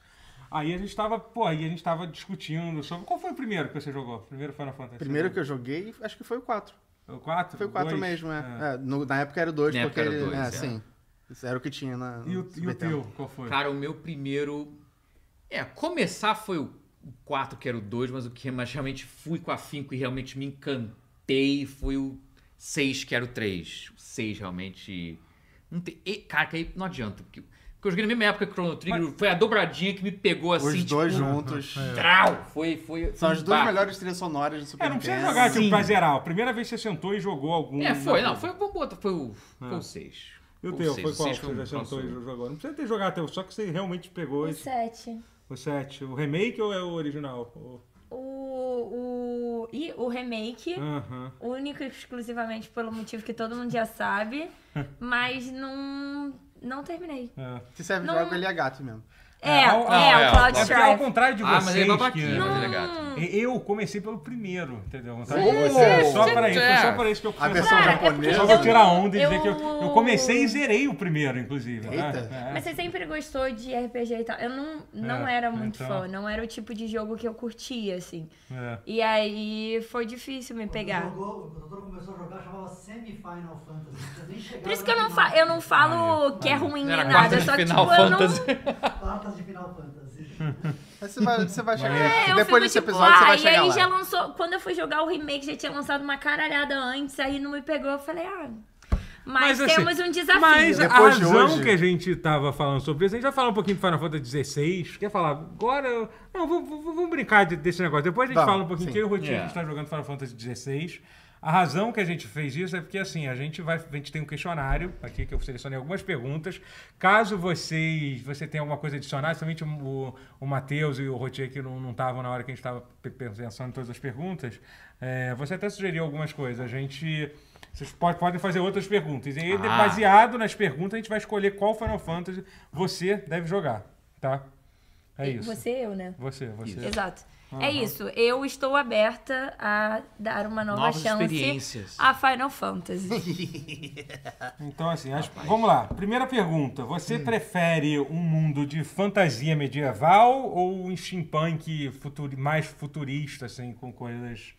Speaker 2: Aí a gente tava, pô, aí a gente tava discutindo sobre. Qual foi o primeiro que você jogou? Primeiro Final Fantasy?
Speaker 1: Primeiro que eu joguei, acho que foi o 4.
Speaker 2: O 4?
Speaker 1: Foi o 4 mesmo, é. É, no- na época era o 2,
Speaker 4: Na
Speaker 1: porque
Speaker 4: época era o
Speaker 1: ele-
Speaker 4: dois,
Speaker 1: é,
Speaker 4: é.
Speaker 1: sim. Isso era o que tinha na.
Speaker 2: E
Speaker 1: no
Speaker 2: o, e o
Speaker 1: SBT.
Speaker 2: teu, qual foi?
Speaker 4: Cara, o meu primeiro. É, começar foi o 4, que era o 2, mas o que mas realmente fui com afinco e realmente me encantei foi o 6, que era o 3. O 6 realmente. Não tem... e, cara, que aí não adianta. Porque, porque eu joguei na mesma época que o Chrono Trigger, foi a dobradinha que me pegou assim.
Speaker 1: Os
Speaker 4: tipo,
Speaker 1: dois juntos. é.
Speaker 4: Trau! Foi, foi.
Speaker 1: São
Speaker 4: um
Speaker 1: as duas
Speaker 4: baque.
Speaker 1: melhores trilhas sonoras do Super
Speaker 2: É, não precisa
Speaker 1: Nintendo.
Speaker 2: jogar tipo
Speaker 4: Sim.
Speaker 2: pra zerar. A primeira vez que você sentou e jogou algum.
Speaker 4: É, foi, não, foi, vamos botar- foi o.
Speaker 1: É.
Speaker 4: Foi o 6.
Speaker 2: E o teu, foi qual que
Speaker 4: foi
Speaker 2: você já
Speaker 4: um
Speaker 2: sentou e
Speaker 4: console.
Speaker 2: jogou? Não precisa ter jogado até o, só que você realmente pegou
Speaker 3: O
Speaker 2: esse,
Speaker 3: 7.
Speaker 2: o 7. O remake ou é o original? O-
Speaker 3: O, o, e o remake,
Speaker 2: Aham.
Speaker 3: único e exclusivamente pelo motivo que todo mundo já sabe,
Speaker 2: Hum.
Speaker 3: mas não, não terminei.
Speaker 2: É.
Speaker 1: Se serve
Speaker 3: Não-
Speaker 1: de jogo, ele é gato mesmo.
Speaker 3: É, é,
Speaker 2: ao- ao-
Speaker 4: é,
Speaker 3: o Cloud
Speaker 2: É porque ao
Speaker 3: Strife.
Speaker 2: contrário de
Speaker 4: Ah,
Speaker 2: vocês,
Speaker 4: mas ele é babaquinha,
Speaker 2: que-
Speaker 4: mas ele é gato.
Speaker 2: Eu comecei pelo primeiro, entendeu? Ao contrário de
Speaker 1: Sim,
Speaker 2: vocês,
Speaker 1: sim,
Speaker 2: só
Speaker 1: sim.
Speaker 2: pra isso, foi só pra isso que eu
Speaker 1: A
Speaker 2: comecei.
Speaker 1: versão
Speaker 3: Cara, é porque
Speaker 1: japonesa.
Speaker 2: Só
Speaker 3: eu
Speaker 2: pra
Speaker 3: não-
Speaker 2: tirar onda e dizer
Speaker 3: eu-
Speaker 2: que eu, eu comecei e zerei o primeiro, inclusive. né?
Speaker 1: Eita.
Speaker 2: É.
Speaker 3: Mas você sempre gostou de RPG e tal. Eu não, não
Speaker 2: É,
Speaker 3: era muito
Speaker 2: então-
Speaker 3: fã, não era o tipo de jogo que eu curtia, assim.
Speaker 2: É.
Speaker 3: E aí foi difícil me pegar.
Speaker 5: Jogou, o doutor começou a jogar, chamava Semi-Final Fantasy. Você nem chegava
Speaker 3: Por isso que eu
Speaker 5: na
Speaker 3: não,
Speaker 5: final.
Speaker 3: fa eu não falo que é ruim
Speaker 4: Era
Speaker 3: nem
Speaker 4: quarta
Speaker 3: nada,
Speaker 4: de
Speaker 3: só que tipo,
Speaker 4: Final
Speaker 3: eu não,
Speaker 4: Fantasy.
Speaker 5: Quartas de Final Fantasy.
Speaker 1: Mas Você vai, você vai
Speaker 2: *laughs*
Speaker 1: chegar.
Speaker 3: É, eu
Speaker 1: Depois
Speaker 3: fico
Speaker 1: desse
Speaker 3: tipo,
Speaker 1: episódio, você
Speaker 3: ah,
Speaker 1: vai
Speaker 3: e
Speaker 1: chegar
Speaker 3: aí
Speaker 1: lá.
Speaker 3: já lançou. Quando eu fui jogar o remake, já tinha lançado uma caralhada antes, aí não me pegou. Eu falei, ah. Mas,
Speaker 2: assim,
Speaker 3: temos um desafio.
Speaker 2: Mas é a
Speaker 1: Depois de
Speaker 2: razão
Speaker 1: hoje-
Speaker 2: que a gente tava falando sobre isso, a gente vai falar um pouquinho de Final Fantasy XVI. Quer falar agora? eu- Não, vou- vou- vou- vamos brincar de- desse negócio. Depois a gente
Speaker 1: Vamos,
Speaker 2: fala um pouquinho
Speaker 1: sim.
Speaker 2: que eu e o Rotinho
Speaker 4: Yeah.
Speaker 2: está jogando Final Fantasy XVI. A razão que a gente fez isso é porque assim, a gente vai. A gente tem um questionário aqui que eu selecionei algumas perguntas. Caso vocês você tenha alguma coisa adicionada, somente o, o Matheus e o Rotier que não não estavam na hora que a gente estava pensando em todas as perguntas, é, você até sugeriu algumas coisas. A gente. Vocês po- podem fazer outras perguntas. E aí,
Speaker 4: Ah.
Speaker 2: baseado nas perguntas, a gente vai escolher qual Final Fantasy você deve jogar, tá? É isso.
Speaker 3: Você eu, né?
Speaker 2: Você, você.
Speaker 3: Exato. É isso. Eu estou aberta a dar uma nova
Speaker 4: Novas
Speaker 3: chance
Speaker 4: experiências.
Speaker 3: a Final Fantasy. *laughs*
Speaker 2: Então, assim, acho- vamos lá. Primeira pergunta. Você
Speaker 3: Hum.
Speaker 2: prefere um mundo de fantasia medieval ou um steampunk futuri- mais futurista, assim, com coisas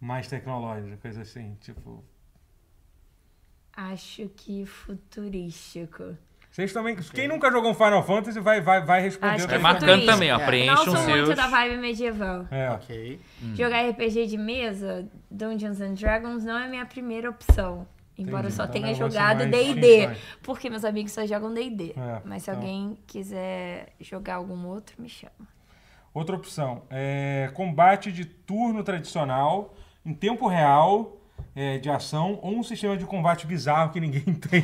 Speaker 2: mais tecnológicas, coisa assim? Tipo.
Speaker 3: Acho que futurístico.
Speaker 2: Vocês também. Quem nunca jogou um Final Fantasy vai, vai, vai responder.
Speaker 3: Acho
Speaker 2: o
Speaker 3: que
Speaker 4: É
Speaker 2: que-
Speaker 4: marcando também, ó.
Speaker 1: É.
Speaker 3: Não
Speaker 4: Preencham
Speaker 3: sou muito
Speaker 4: seus.
Speaker 3: da vibe medieval.
Speaker 2: É.
Speaker 1: Ok.
Speaker 3: Jogar RPG de mesa, Dungeons and Dragons, não é minha primeira opção. Embora eu
Speaker 2: Entendi.
Speaker 3: só
Speaker 2: Então é
Speaker 3: tenha
Speaker 2: um negócio
Speaker 3: jogado
Speaker 2: mais
Speaker 3: D&D.
Speaker 2: simples.
Speaker 3: Porque meus amigos só jogam D&D.
Speaker 2: É,
Speaker 3: Mas se
Speaker 2: então.
Speaker 3: alguém quiser jogar algum outro, me chama.
Speaker 2: Outra opção é combate de turno tradicional, em tempo real, é, de ação, ou um sistema de combate bizarro que ninguém *laughs*
Speaker 1: *laughs*
Speaker 2: entende.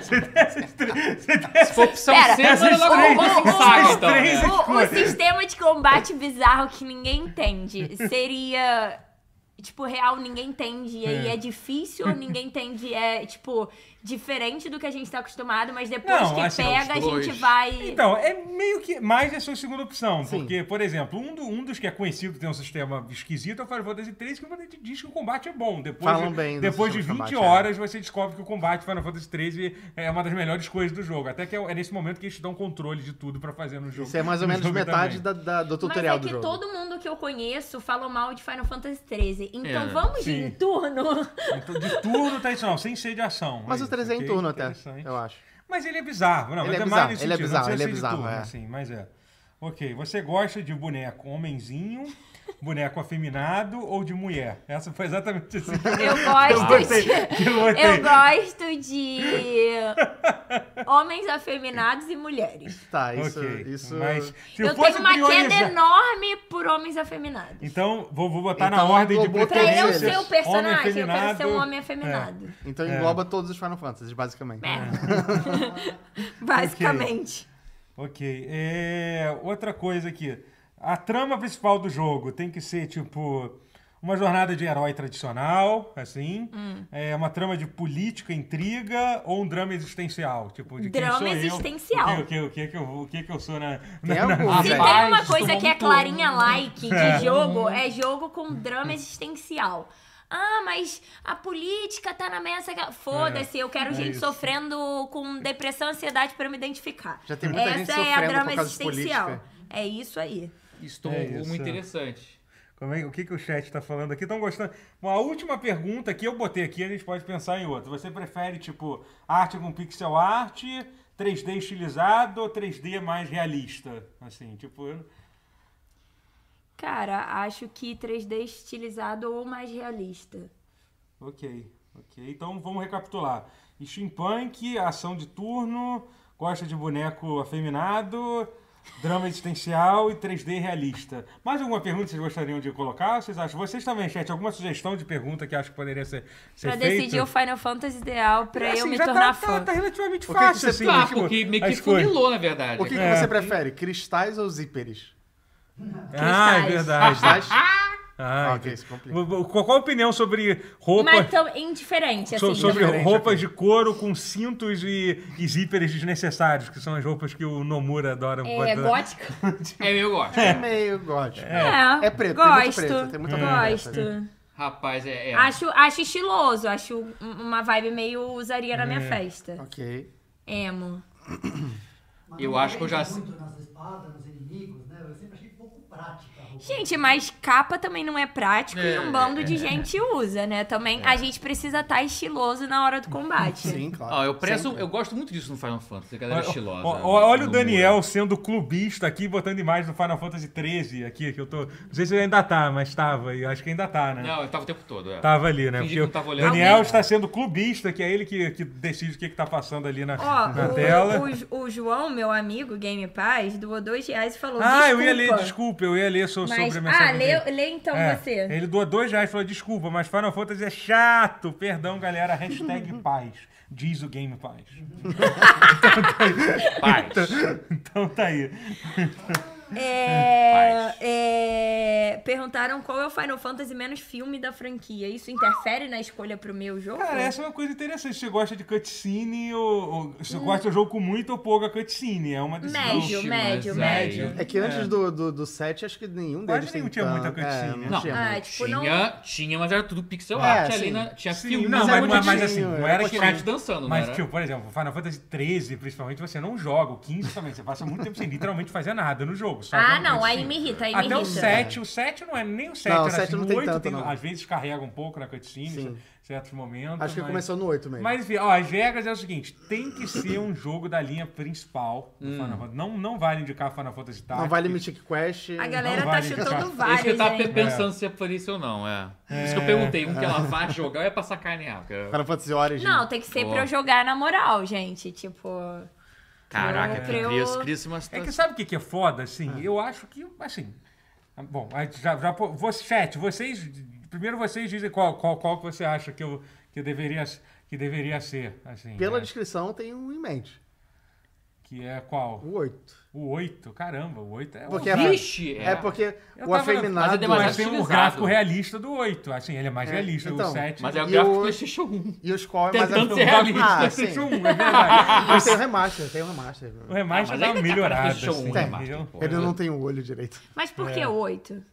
Speaker 2: Você tem essas três- você tem
Speaker 4: Se for opção
Speaker 3: Pera,
Speaker 4: C, manda logo
Speaker 2: três-
Speaker 4: um
Speaker 2: essas
Speaker 4: saco, então.
Speaker 2: três
Speaker 4: né?
Speaker 2: aqui.
Speaker 3: O, o sistema de combate bizarro que ninguém entende seria... Tipo, real, ninguém entende, e aí é difícil, ou ninguém entende, é, tipo, diferente do que a gente tá acostumado, mas depois
Speaker 2: Não,
Speaker 3: que
Speaker 2: assim, os
Speaker 3: pega, a gente
Speaker 4: dois.
Speaker 3: vai...
Speaker 2: Então, é meio que mais a sua segunda opção. Porque, por exemplo, um, do- um dos que é conhecido que tem um sistema esquisito é o Final Fantasy 3, que o Final Fantasy diz que o combate é bom. Depois,
Speaker 1: Falam
Speaker 2: de,
Speaker 1: bem do
Speaker 2: depois de 20
Speaker 1: sistema de combate, é.
Speaker 2: horas, você descobre que o combate Final Fantasy 3 é uma das melhores coisas do jogo. Até que é, é nesse momento que eles te dão controle de tudo pra fazer no jogo.
Speaker 1: Isso é mais ou
Speaker 2: no
Speaker 1: menos
Speaker 2: jogo
Speaker 1: metade
Speaker 2: também.
Speaker 1: da- da- do tutorial
Speaker 3: Mas
Speaker 1: do
Speaker 3: é que
Speaker 1: jogo.
Speaker 3: todo mundo que eu conheço falou mal de Final Fantasy XIII. 13. Então
Speaker 4: É,
Speaker 3: vamos de
Speaker 2: sim.
Speaker 3: em turno.
Speaker 2: Então, de turno tá isso, não, sem ser de ação.
Speaker 1: Mas
Speaker 2: É
Speaker 1: o
Speaker 2: isso,
Speaker 1: 13 é em
Speaker 2: ok?
Speaker 1: turno até,
Speaker 2: Interessante.
Speaker 1: eu acho.
Speaker 2: Mas ele é bizarro, não,
Speaker 1: Ele é
Speaker 2: mas é
Speaker 1: bizarro,
Speaker 2: mais nesse
Speaker 1: ele é
Speaker 2: sentido,
Speaker 1: bizarro,
Speaker 2: não
Speaker 1: ele é
Speaker 2: precisa ser de
Speaker 1: bizarro,
Speaker 2: turno,
Speaker 1: é.
Speaker 2: assim, mas é. Ok, você gosta de boneco homenzinho, boneco afeminado ou de mulher? Essa foi exatamente assim.
Speaker 3: Eu
Speaker 2: Eu
Speaker 3: gosto
Speaker 2: gostei,
Speaker 3: de. Eu gosto de homens afeminados e mulheres.
Speaker 1: Tá, isso.
Speaker 2: Ok,
Speaker 1: isso...
Speaker 2: mas se
Speaker 3: eu
Speaker 2: fosse
Speaker 3: tenho uma
Speaker 2: priorizar-
Speaker 3: queda enorme por homens afeminados.
Speaker 2: Então, vou, vou botar na
Speaker 1: Então,
Speaker 2: ordem de
Speaker 1: englobou
Speaker 3: Pra eu
Speaker 1: todos
Speaker 2: preferência.
Speaker 3: ser o
Speaker 1: eles.
Speaker 2: Homem
Speaker 3: personagem, eu quero
Speaker 2: afeminado,
Speaker 3: ser um homem afeminado.
Speaker 2: é.
Speaker 1: Então engloba todos os Final Fantasies, basicamente.
Speaker 3: Merda. Basicamente.
Speaker 2: Ok. é, outra coisa aqui. A trama principal do jogo tem que ser, tipo, uma jornada de herói tradicional, assim.
Speaker 3: Hum.
Speaker 2: É, uma trama de política, intriga ou um drama existencial? Tipo, de quem
Speaker 3: Drama
Speaker 2: sou eu,
Speaker 3: existencial.
Speaker 2: O que, o que, o que, que eu, o que, que eu sou na...
Speaker 1: Tem
Speaker 2: na- na-
Speaker 1: algum,
Speaker 3: Se
Speaker 1: velho.
Speaker 4: Rapaz,
Speaker 3: tem uma
Speaker 4: isso
Speaker 3: coisa
Speaker 4: tomou
Speaker 3: que é
Speaker 4: um turno.
Speaker 3: clarinha like de jogo, é jogo com drama existencial. Ah, mas a política tá na mesa. que- Foda-se, eu quero
Speaker 2: é
Speaker 3: gente
Speaker 2: isso.
Speaker 3: sofrendo com depressão e ansiedade pra eu me identificar.
Speaker 1: Já tem muita gente
Speaker 3: Essa é a
Speaker 1: sofrendo
Speaker 3: drama
Speaker 1: por causa de
Speaker 3: existencial.
Speaker 1: política.
Speaker 3: É isso aí.
Speaker 4: Isso tomou
Speaker 2: É
Speaker 4: um rumo
Speaker 2: isso.
Speaker 4: interessante.
Speaker 2: Como é- o que, que o chat tá falando aqui? Estão gostando? Bom, a última pergunta que eu botei aqui, a gente pode pensar em outra. Você prefere, tipo, arte com pixel art, 3D estilizado ou 3D mais realista? Assim, tipo... eu-
Speaker 3: Cara, acho que 3D estilizado ou mais realista.
Speaker 2: Ok, ok. Então, vamos recapitular. Steampunk, ação de turno, gosta de boneco afeminado, drama existencial e 3D realista. Mais alguma pergunta que vocês gostariam de colocar? Vocês acham? Vocês também, chat, alguma sugestão de pergunta que acho que poderia ser, ser
Speaker 3: Pra
Speaker 2: feita?
Speaker 3: decidir o Final Fantasy ideal
Speaker 1: É
Speaker 3: pra eu
Speaker 2: Assim,
Speaker 3: me
Speaker 2: já tá-
Speaker 3: tornar
Speaker 2: tá,
Speaker 3: fã.
Speaker 2: Tá, relativamente
Speaker 1: O que que
Speaker 2: fácil,
Speaker 1: você
Speaker 2: assim.
Speaker 4: Tá,
Speaker 2: tipo,
Speaker 4: porque meio
Speaker 2: a
Speaker 4: que
Speaker 2: escolha.
Speaker 4: funilou, na verdade.
Speaker 1: O que, que
Speaker 2: É.
Speaker 1: você prefere, cristais ou zíperes?
Speaker 2: Ah, é
Speaker 3: Cristais.
Speaker 2: verdade. *laughs*
Speaker 1: Cristais?
Speaker 2: Ah,
Speaker 1: *laughs* Ah, ok,
Speaker 2: entendi.
Speaker 1: isso complica.
Speaker 2: Vo- vo- Qual, qual a opinião sobre roupa...
Speaker 3: Mas tão indiferente, assim.
Speaker 2: so- sobre
Speaker 1: diferente,
Speaker 2: roupas
Speaker 1: ok.
Speaker 2: de couro com cintos e, e zíperes desnecessários, que são as roupas que o Nomura adora
Speaker 3: É,
Speaker 2: botar.
Speaker 3: gótica.
Speaker 4: É, eu gosto.
Speaker 1: É meio gótico.
Speaker 3: É,
Speaker 1: É preto, tem muito
Speaker 3: gosto.
Speaker 1: preto, tem muita mulher né?
Speaker 3: gosto.
Speaker 1: preta,
Speaker 4: Rapaz, é. é.
Speaker 3: Acho, acho estiloso, acho um- uma vibe meio usaria na minha
Speaker 2: É.
Speaker 3: festa.
Speaker 1: Ok.
Speaker 3: Emo.
Speaker 5: Mas
Speaker 4: Eu
Speaker 5: não
Speaker 4: acho que eu já-
Speaker 5: depende muito nas espadas, nos inimigos, né? Eu sempre achei pouco prática a roupa.
Speaker 3: Gente, mas capa também não é prático e
Speaker 4: É,
Speaker 3: um bando de gente usa, né? Também
Speaker 2: É.
Speaker 3: a gente precisa estar estiloso na hora do combate.
Speaker 1: Sim, claro.
Speaker 4: Ó, eu prezo,
Speaker 1: Sempre.
Speaker 4: eu gosto muito disso no Final Fantasy, a galera é
Speaker 2: Olha,
Speaker 4: estilosa.
Speaker 2: ó- ó- olha o
Speaker 4: No
Speaker 2: Daniel sendo clubista aqui, botando imagens do Final Fantasy XIII aqui, que eu tô... Não sei se ele ainda tá, mas tava, e eu acho que ainda tá, né?
Speaker 4: muro. Não, eu tava o tempo todo. É.
Speaker 2: Tava ali, né?
Speaker 4: Fingi
Speaker 2: Porque
Speaker 4: que
Speaker 2: o
Speaker 4: não tava olhando.
Speaker 2: Daniel
Speaker 3: Alguém-
Speaker 2: está sendo clubista, que é ele que, que decide o que, que tá passando ali na,
Speaker 3: Ó,
Speaker 2: na
Speaker 3: o-
Speaker 2: tela.
Speaker 3: o, Jo- o João, meu amigo, Game Paz, doou dois reais e falou.
Speaker 2: ah,
Speaker 3: desculpa.
Speaker 2: eu ia ler, desculpa, eu ia ler so-
Speaker 3: Mas,
Speaker 2: sobre a mensagem.
Speaker 3: ah,
Speaker 2: dele.
Speaker 3: lê, lê então
Speaker 2: É,
Speaker 3: você.
Speaker 2: Ele doou dois reais e falou: desculpa, mas Final Fantasy é chato. Perdão, galera.
Speaker 3: *laughs*
Speaker 2: Hashtag paz. Diz o Game Paz. *laughs*
Speaker 4: Paz.
Speaker 2: Então tá aí.
Speaker 3: É, é, perguntaram qual é o Final Fantasy menos filme da franquia. Isso interfere na escolha pro meu jogo?
Speaker 2: Cara, essa é uma coisa interessante. Você gosta de cutscene ou. ou você gosta de jogo com muito ou pouca cutscene? É uma decisão.
Speaker 3: Médio,
Speaker 4: Ixi,
Speaker 3: médio,
Speaker 4: mas aí-
Speaker 3: médio.
Speaker 1: É que antes do, do, do 7, acho que nenhum
Speaker 2: Quase
Speaker 1: deles tem
Speaker 2: nenhum tinha muita assim, né?
Speaker 1: tanto- é,
Speaker 2: cutscene.
Speaker 1: não
Speaker 4: Não.
Speaker 1: tinha
Speaker 3: Ah,
Speaker 1: muito.
Speaker 3: tipo, não.
Speaker 4: Tinha, tinha, mas era tudo pixel
Speaker 1: É,
Speaker 4: art ali.
Speaker 1: sim.
Speaker 4: Na, tinha
Speaker 2: Sim,
Speaker 4: filme, é
Speaker 2: não,
Speaker 1: mas
Speaker 2: mas,
Speaker 1: era
Speaker 2: mas, mas
Speaker 1: bonitinho,
Speaker 2: assim, não
Speaker 1: era
Speaker 2: era que.
Speaker 1: bonitinho.
Speaker 4: chat dançando,
Speaker 2: Mas,
Speaker 4: não era?
Speaker 2: tipo, por exemplo, Final Fantasy 13, principalmente, você não joga. O 15 também, você passa muito tempo sem literalmente fazer nada no jogo. só
Speaker 3: Ah,
Speaker 2: dando
Speaker 3: não, aí
Speaker 2: cutscene.
Speaker 3: me irrita, aí me
Speaker 2: Até o
Speaker 3: irrita.
Speaker 2: 7, o 7 não é nem o 7,
Speaker 1: Não, o
Speaker 2: era
Speaker 1: sete
Speaker 2: assim,
Speaker 1: não
Speaker 2: o
Speaker 1: tem
Speaker 2: 8
Speaker 1: tanto,
Speaker 2: tem,
Speaker 1: não.
Speaker 2: às vezes carrega um pouco na cutscene,
Speaker 1: Sim.
Speaker 2: em certos momentos.
Speaker 1: Acho que
Speaker 2: mas...
Speaker 1: começou no 8 mesmo.
Speaker 2: Mas enfim, ó, as regras é o seguinte: tem que ser um jogo da linha principal do Final Fantasy. Não, não vale indicar Final Fantasy Tactics.
Speaker 1: Hum. não vale Mythic Quest.
Speaker 3: A
Speaker 2: Não
Speaker 3: galera tá
Speaker 2: vale, então. tá
Speaker 3: chutando
Speaker 4: É isso que eu
Speaker 3: vários,
Speaker 4: tava pe-
Speaker 3: gente.
Speaker 4: pensando se aparecia isso ou não, é. Por isso que eu perguntei, um que ela vai jogar ou é pra sacanear? porque-
Speaker 1: Final Fantasy Origin.
Speaker 3: Não, tem que ser
Speaker 4: Pô.
Speaker 3: pra eu jogar na moral, gente. Tipo.
Speaker 4: Caraca,
Speaker 3: Eu-
Speaker 4: cria,
Speaker 3: eu-
Speaker 4: cria-se uma situação.
Speaker 2: É que sabe o que, que é foda, assim? Eu acho que, assim. Bom, aí já, já pô- você, chat, vocês. Primeiro vocês dizem qual, qual, qual que você acha que eu, que eu deveria, que deveria ser, assim.
Speaker 1: Pela
Speaker 2: né?
Speaker 1: descrição, tem um em mente.
Speaker 2: Que é qual?
Speaker 1: O 8.
Speaker 2: O 8, caramba, o 8 é
Speaker 1: Porque
Speaker 2: horrível.
Speaker 1: era-
Speaker 4: Vixe,
Speaker 1: É,
Speaker 4: é.
Speaker 1: porque
Speaker 2: Eu
Speaker 1: o
Speaker 2: tava-
Speaker 1: afeminado...
Speaker 4: Mas é demasiado
Speaker 2: Mas tem um
Speaker 4: estilizado.
Speaker 2: gráfico realista do 8. Assim, ele é mais
Speaker 1: É,
Speaker 2: realista
Speaker 1: então,
Speaker 2: do 7.
Speaker 4: Mas é o
Speaker 1: E
Speaker 4: gráfico
Speaker 1: o-
Speaker 4: do PlayStation 1.
Speaker 1: E os qual é mais
Speaker 4: *laughs* Tentando
Speaker 2: um o
Speaker 4: ser
Speaker 1: afeminado.
Speaker 4: realista,
Speaker 1: Ah, sim. *laughs*
Speaker 2: é verdade.
Speaker 1: Mas tem o remaster, tem o remaster.
Speaker 2: O remaster
Speaker 4: Ah, mas
Speaker 2: dá
Speaker 4: ainda
Speaker 2: uma
Speaker 4: tem a
Speaker 2: melhorada.
Speaker 4: PlayStation
Speaker 2: assim,
Speaker 4: 1 né,
Speaker 2: entendeu?
Speaker 4: Master, pô?
Speaker 1: Ele não tem o olho direito.
Speaker 3: Mas por
Speaker 2: É.
Speaker 3: que oito?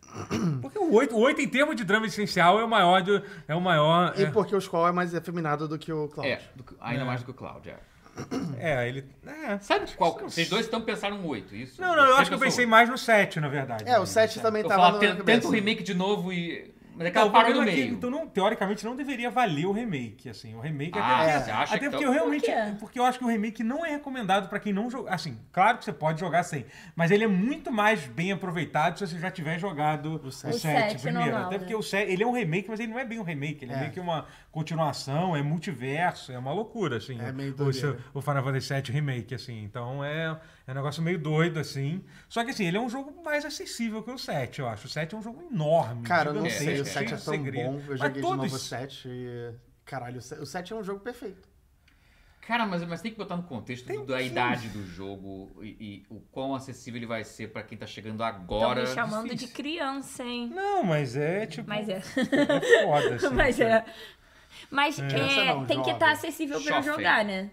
Speaker 2: Porque o 8, o 8, em termos de drama essencial, é o maior. do- é o maior
Speaker 1: E porque o Squall é mais afeminado do que o Cloud.
Speaker 4: É, do que- ainda mais do que o Cloud, é.
Speaker 2: é, é, ele. É.
Speaker 4: Sabe qual? Vocês dois estão pensando um 8, isso?
Speaker 2: Não, não, eu
Speaker 4: Você
Speaker 2: acho que eu
Speaker 4: pensou
Speaker 2: pensei
Speaker 4: oito.
Speaker 2: mais no 7, na verdade.
Speaker 1: É, o 7 também
Speaker 4: Eu
Speaker 1: tava
Speaker 4: falava,
Speaker 1: no
Speaker 4: "Ten-
Speaker 1: cabeça.
Speaker 4: tenta o remake de novo e. Mas é
Speaker 2: Tá,
Speaker 4: aquela
Speaker 2: o
Speaker 4: parada do
Speaker 2: problema é que,
Speaker 4: meio.
Speaker 2: então, não- teoricamente, não deveria valer o remake, assim. O remake
Speaker 4: Ah,
Speaker 2: até...
Speaker 4: você acha
Speaker 2: até
Speaker 4: que
Speaker 2: porque
Speaker 4: tá-
Speaker 2: eu realmente...
Speaker 3: Por quê?
Speaker 2: Porque eu acho que o remake não é recomendado pra quem não joga... Assim, claro que você pode jogar sem, mas ele é muito mais bem aproveitado se você já tiver jogado o
Speaker 1: set.
Speaker 3: O
Speaker 2: 7
Speaker 3: set
Speaker 2: primeiro.
Speaker 3: normal,
Speaker 2: até
Speaker 3: né?
Speaker 2: porque o 7, ele é um remake, mas ele não é bem um remake. Ele é,
Speaker 1: É.
Speaker 2: meio que uma continuação, é multiverso, é uma loucura, assim.
Speaker 1: É
Speaker 2: o-
Speaker 1: meio
Speaker 2: o,
Speaker 1: doideira.
Speaker 2: seu- o Final Fantasy VII Remake, assim. Então é, é um negócio meio doido, assim. Só que, assim, ele é um jogo mais acessível que o 7, eu acho. O 7 é um jogo enorme.
Speaker 1: Cara, eu não
Speaker 2: gigantesco,
Speaker 1: sei,
Speaker 4: é,
Speaker 1: o 7 é
Speaker 2: cheio
Speaker 1: tão
Speaker 2: de segredo.
Speaker 1: bom. Eu
Speaker 2: Mas
Speaker 1: joguei de novo o
Speaker 2: todos-
Speaker 1: 7 e. Caralho, o 7 o 7 é um jogo perfeito.
Speaker 4: Cara, mas, mas tem que botar no contexto da idade do jogo e, e o quão acessível ele vai ser pra quem tá chegando
Speaker 3: Estão
Speaker 4: agora.
Speaker 3: me chamando
Speaker 2: difícil.
Speaker 3: de criança, hein?
Speaker 2: Não, mas é tipo.
Speaker 3: Mas é.
Speaker 2: é foda, assim.
Speaker 3: *laughs* Mas é. Mas
Speaker 1: Criança
Speaker 3: é,
Speaker 1: não,
Speaker 3: tem que
Speaker 1: jovem.
Speaker 3: estar acessível pra eu
Speaker 4: Jovem.
Speaker 3: jogar, né?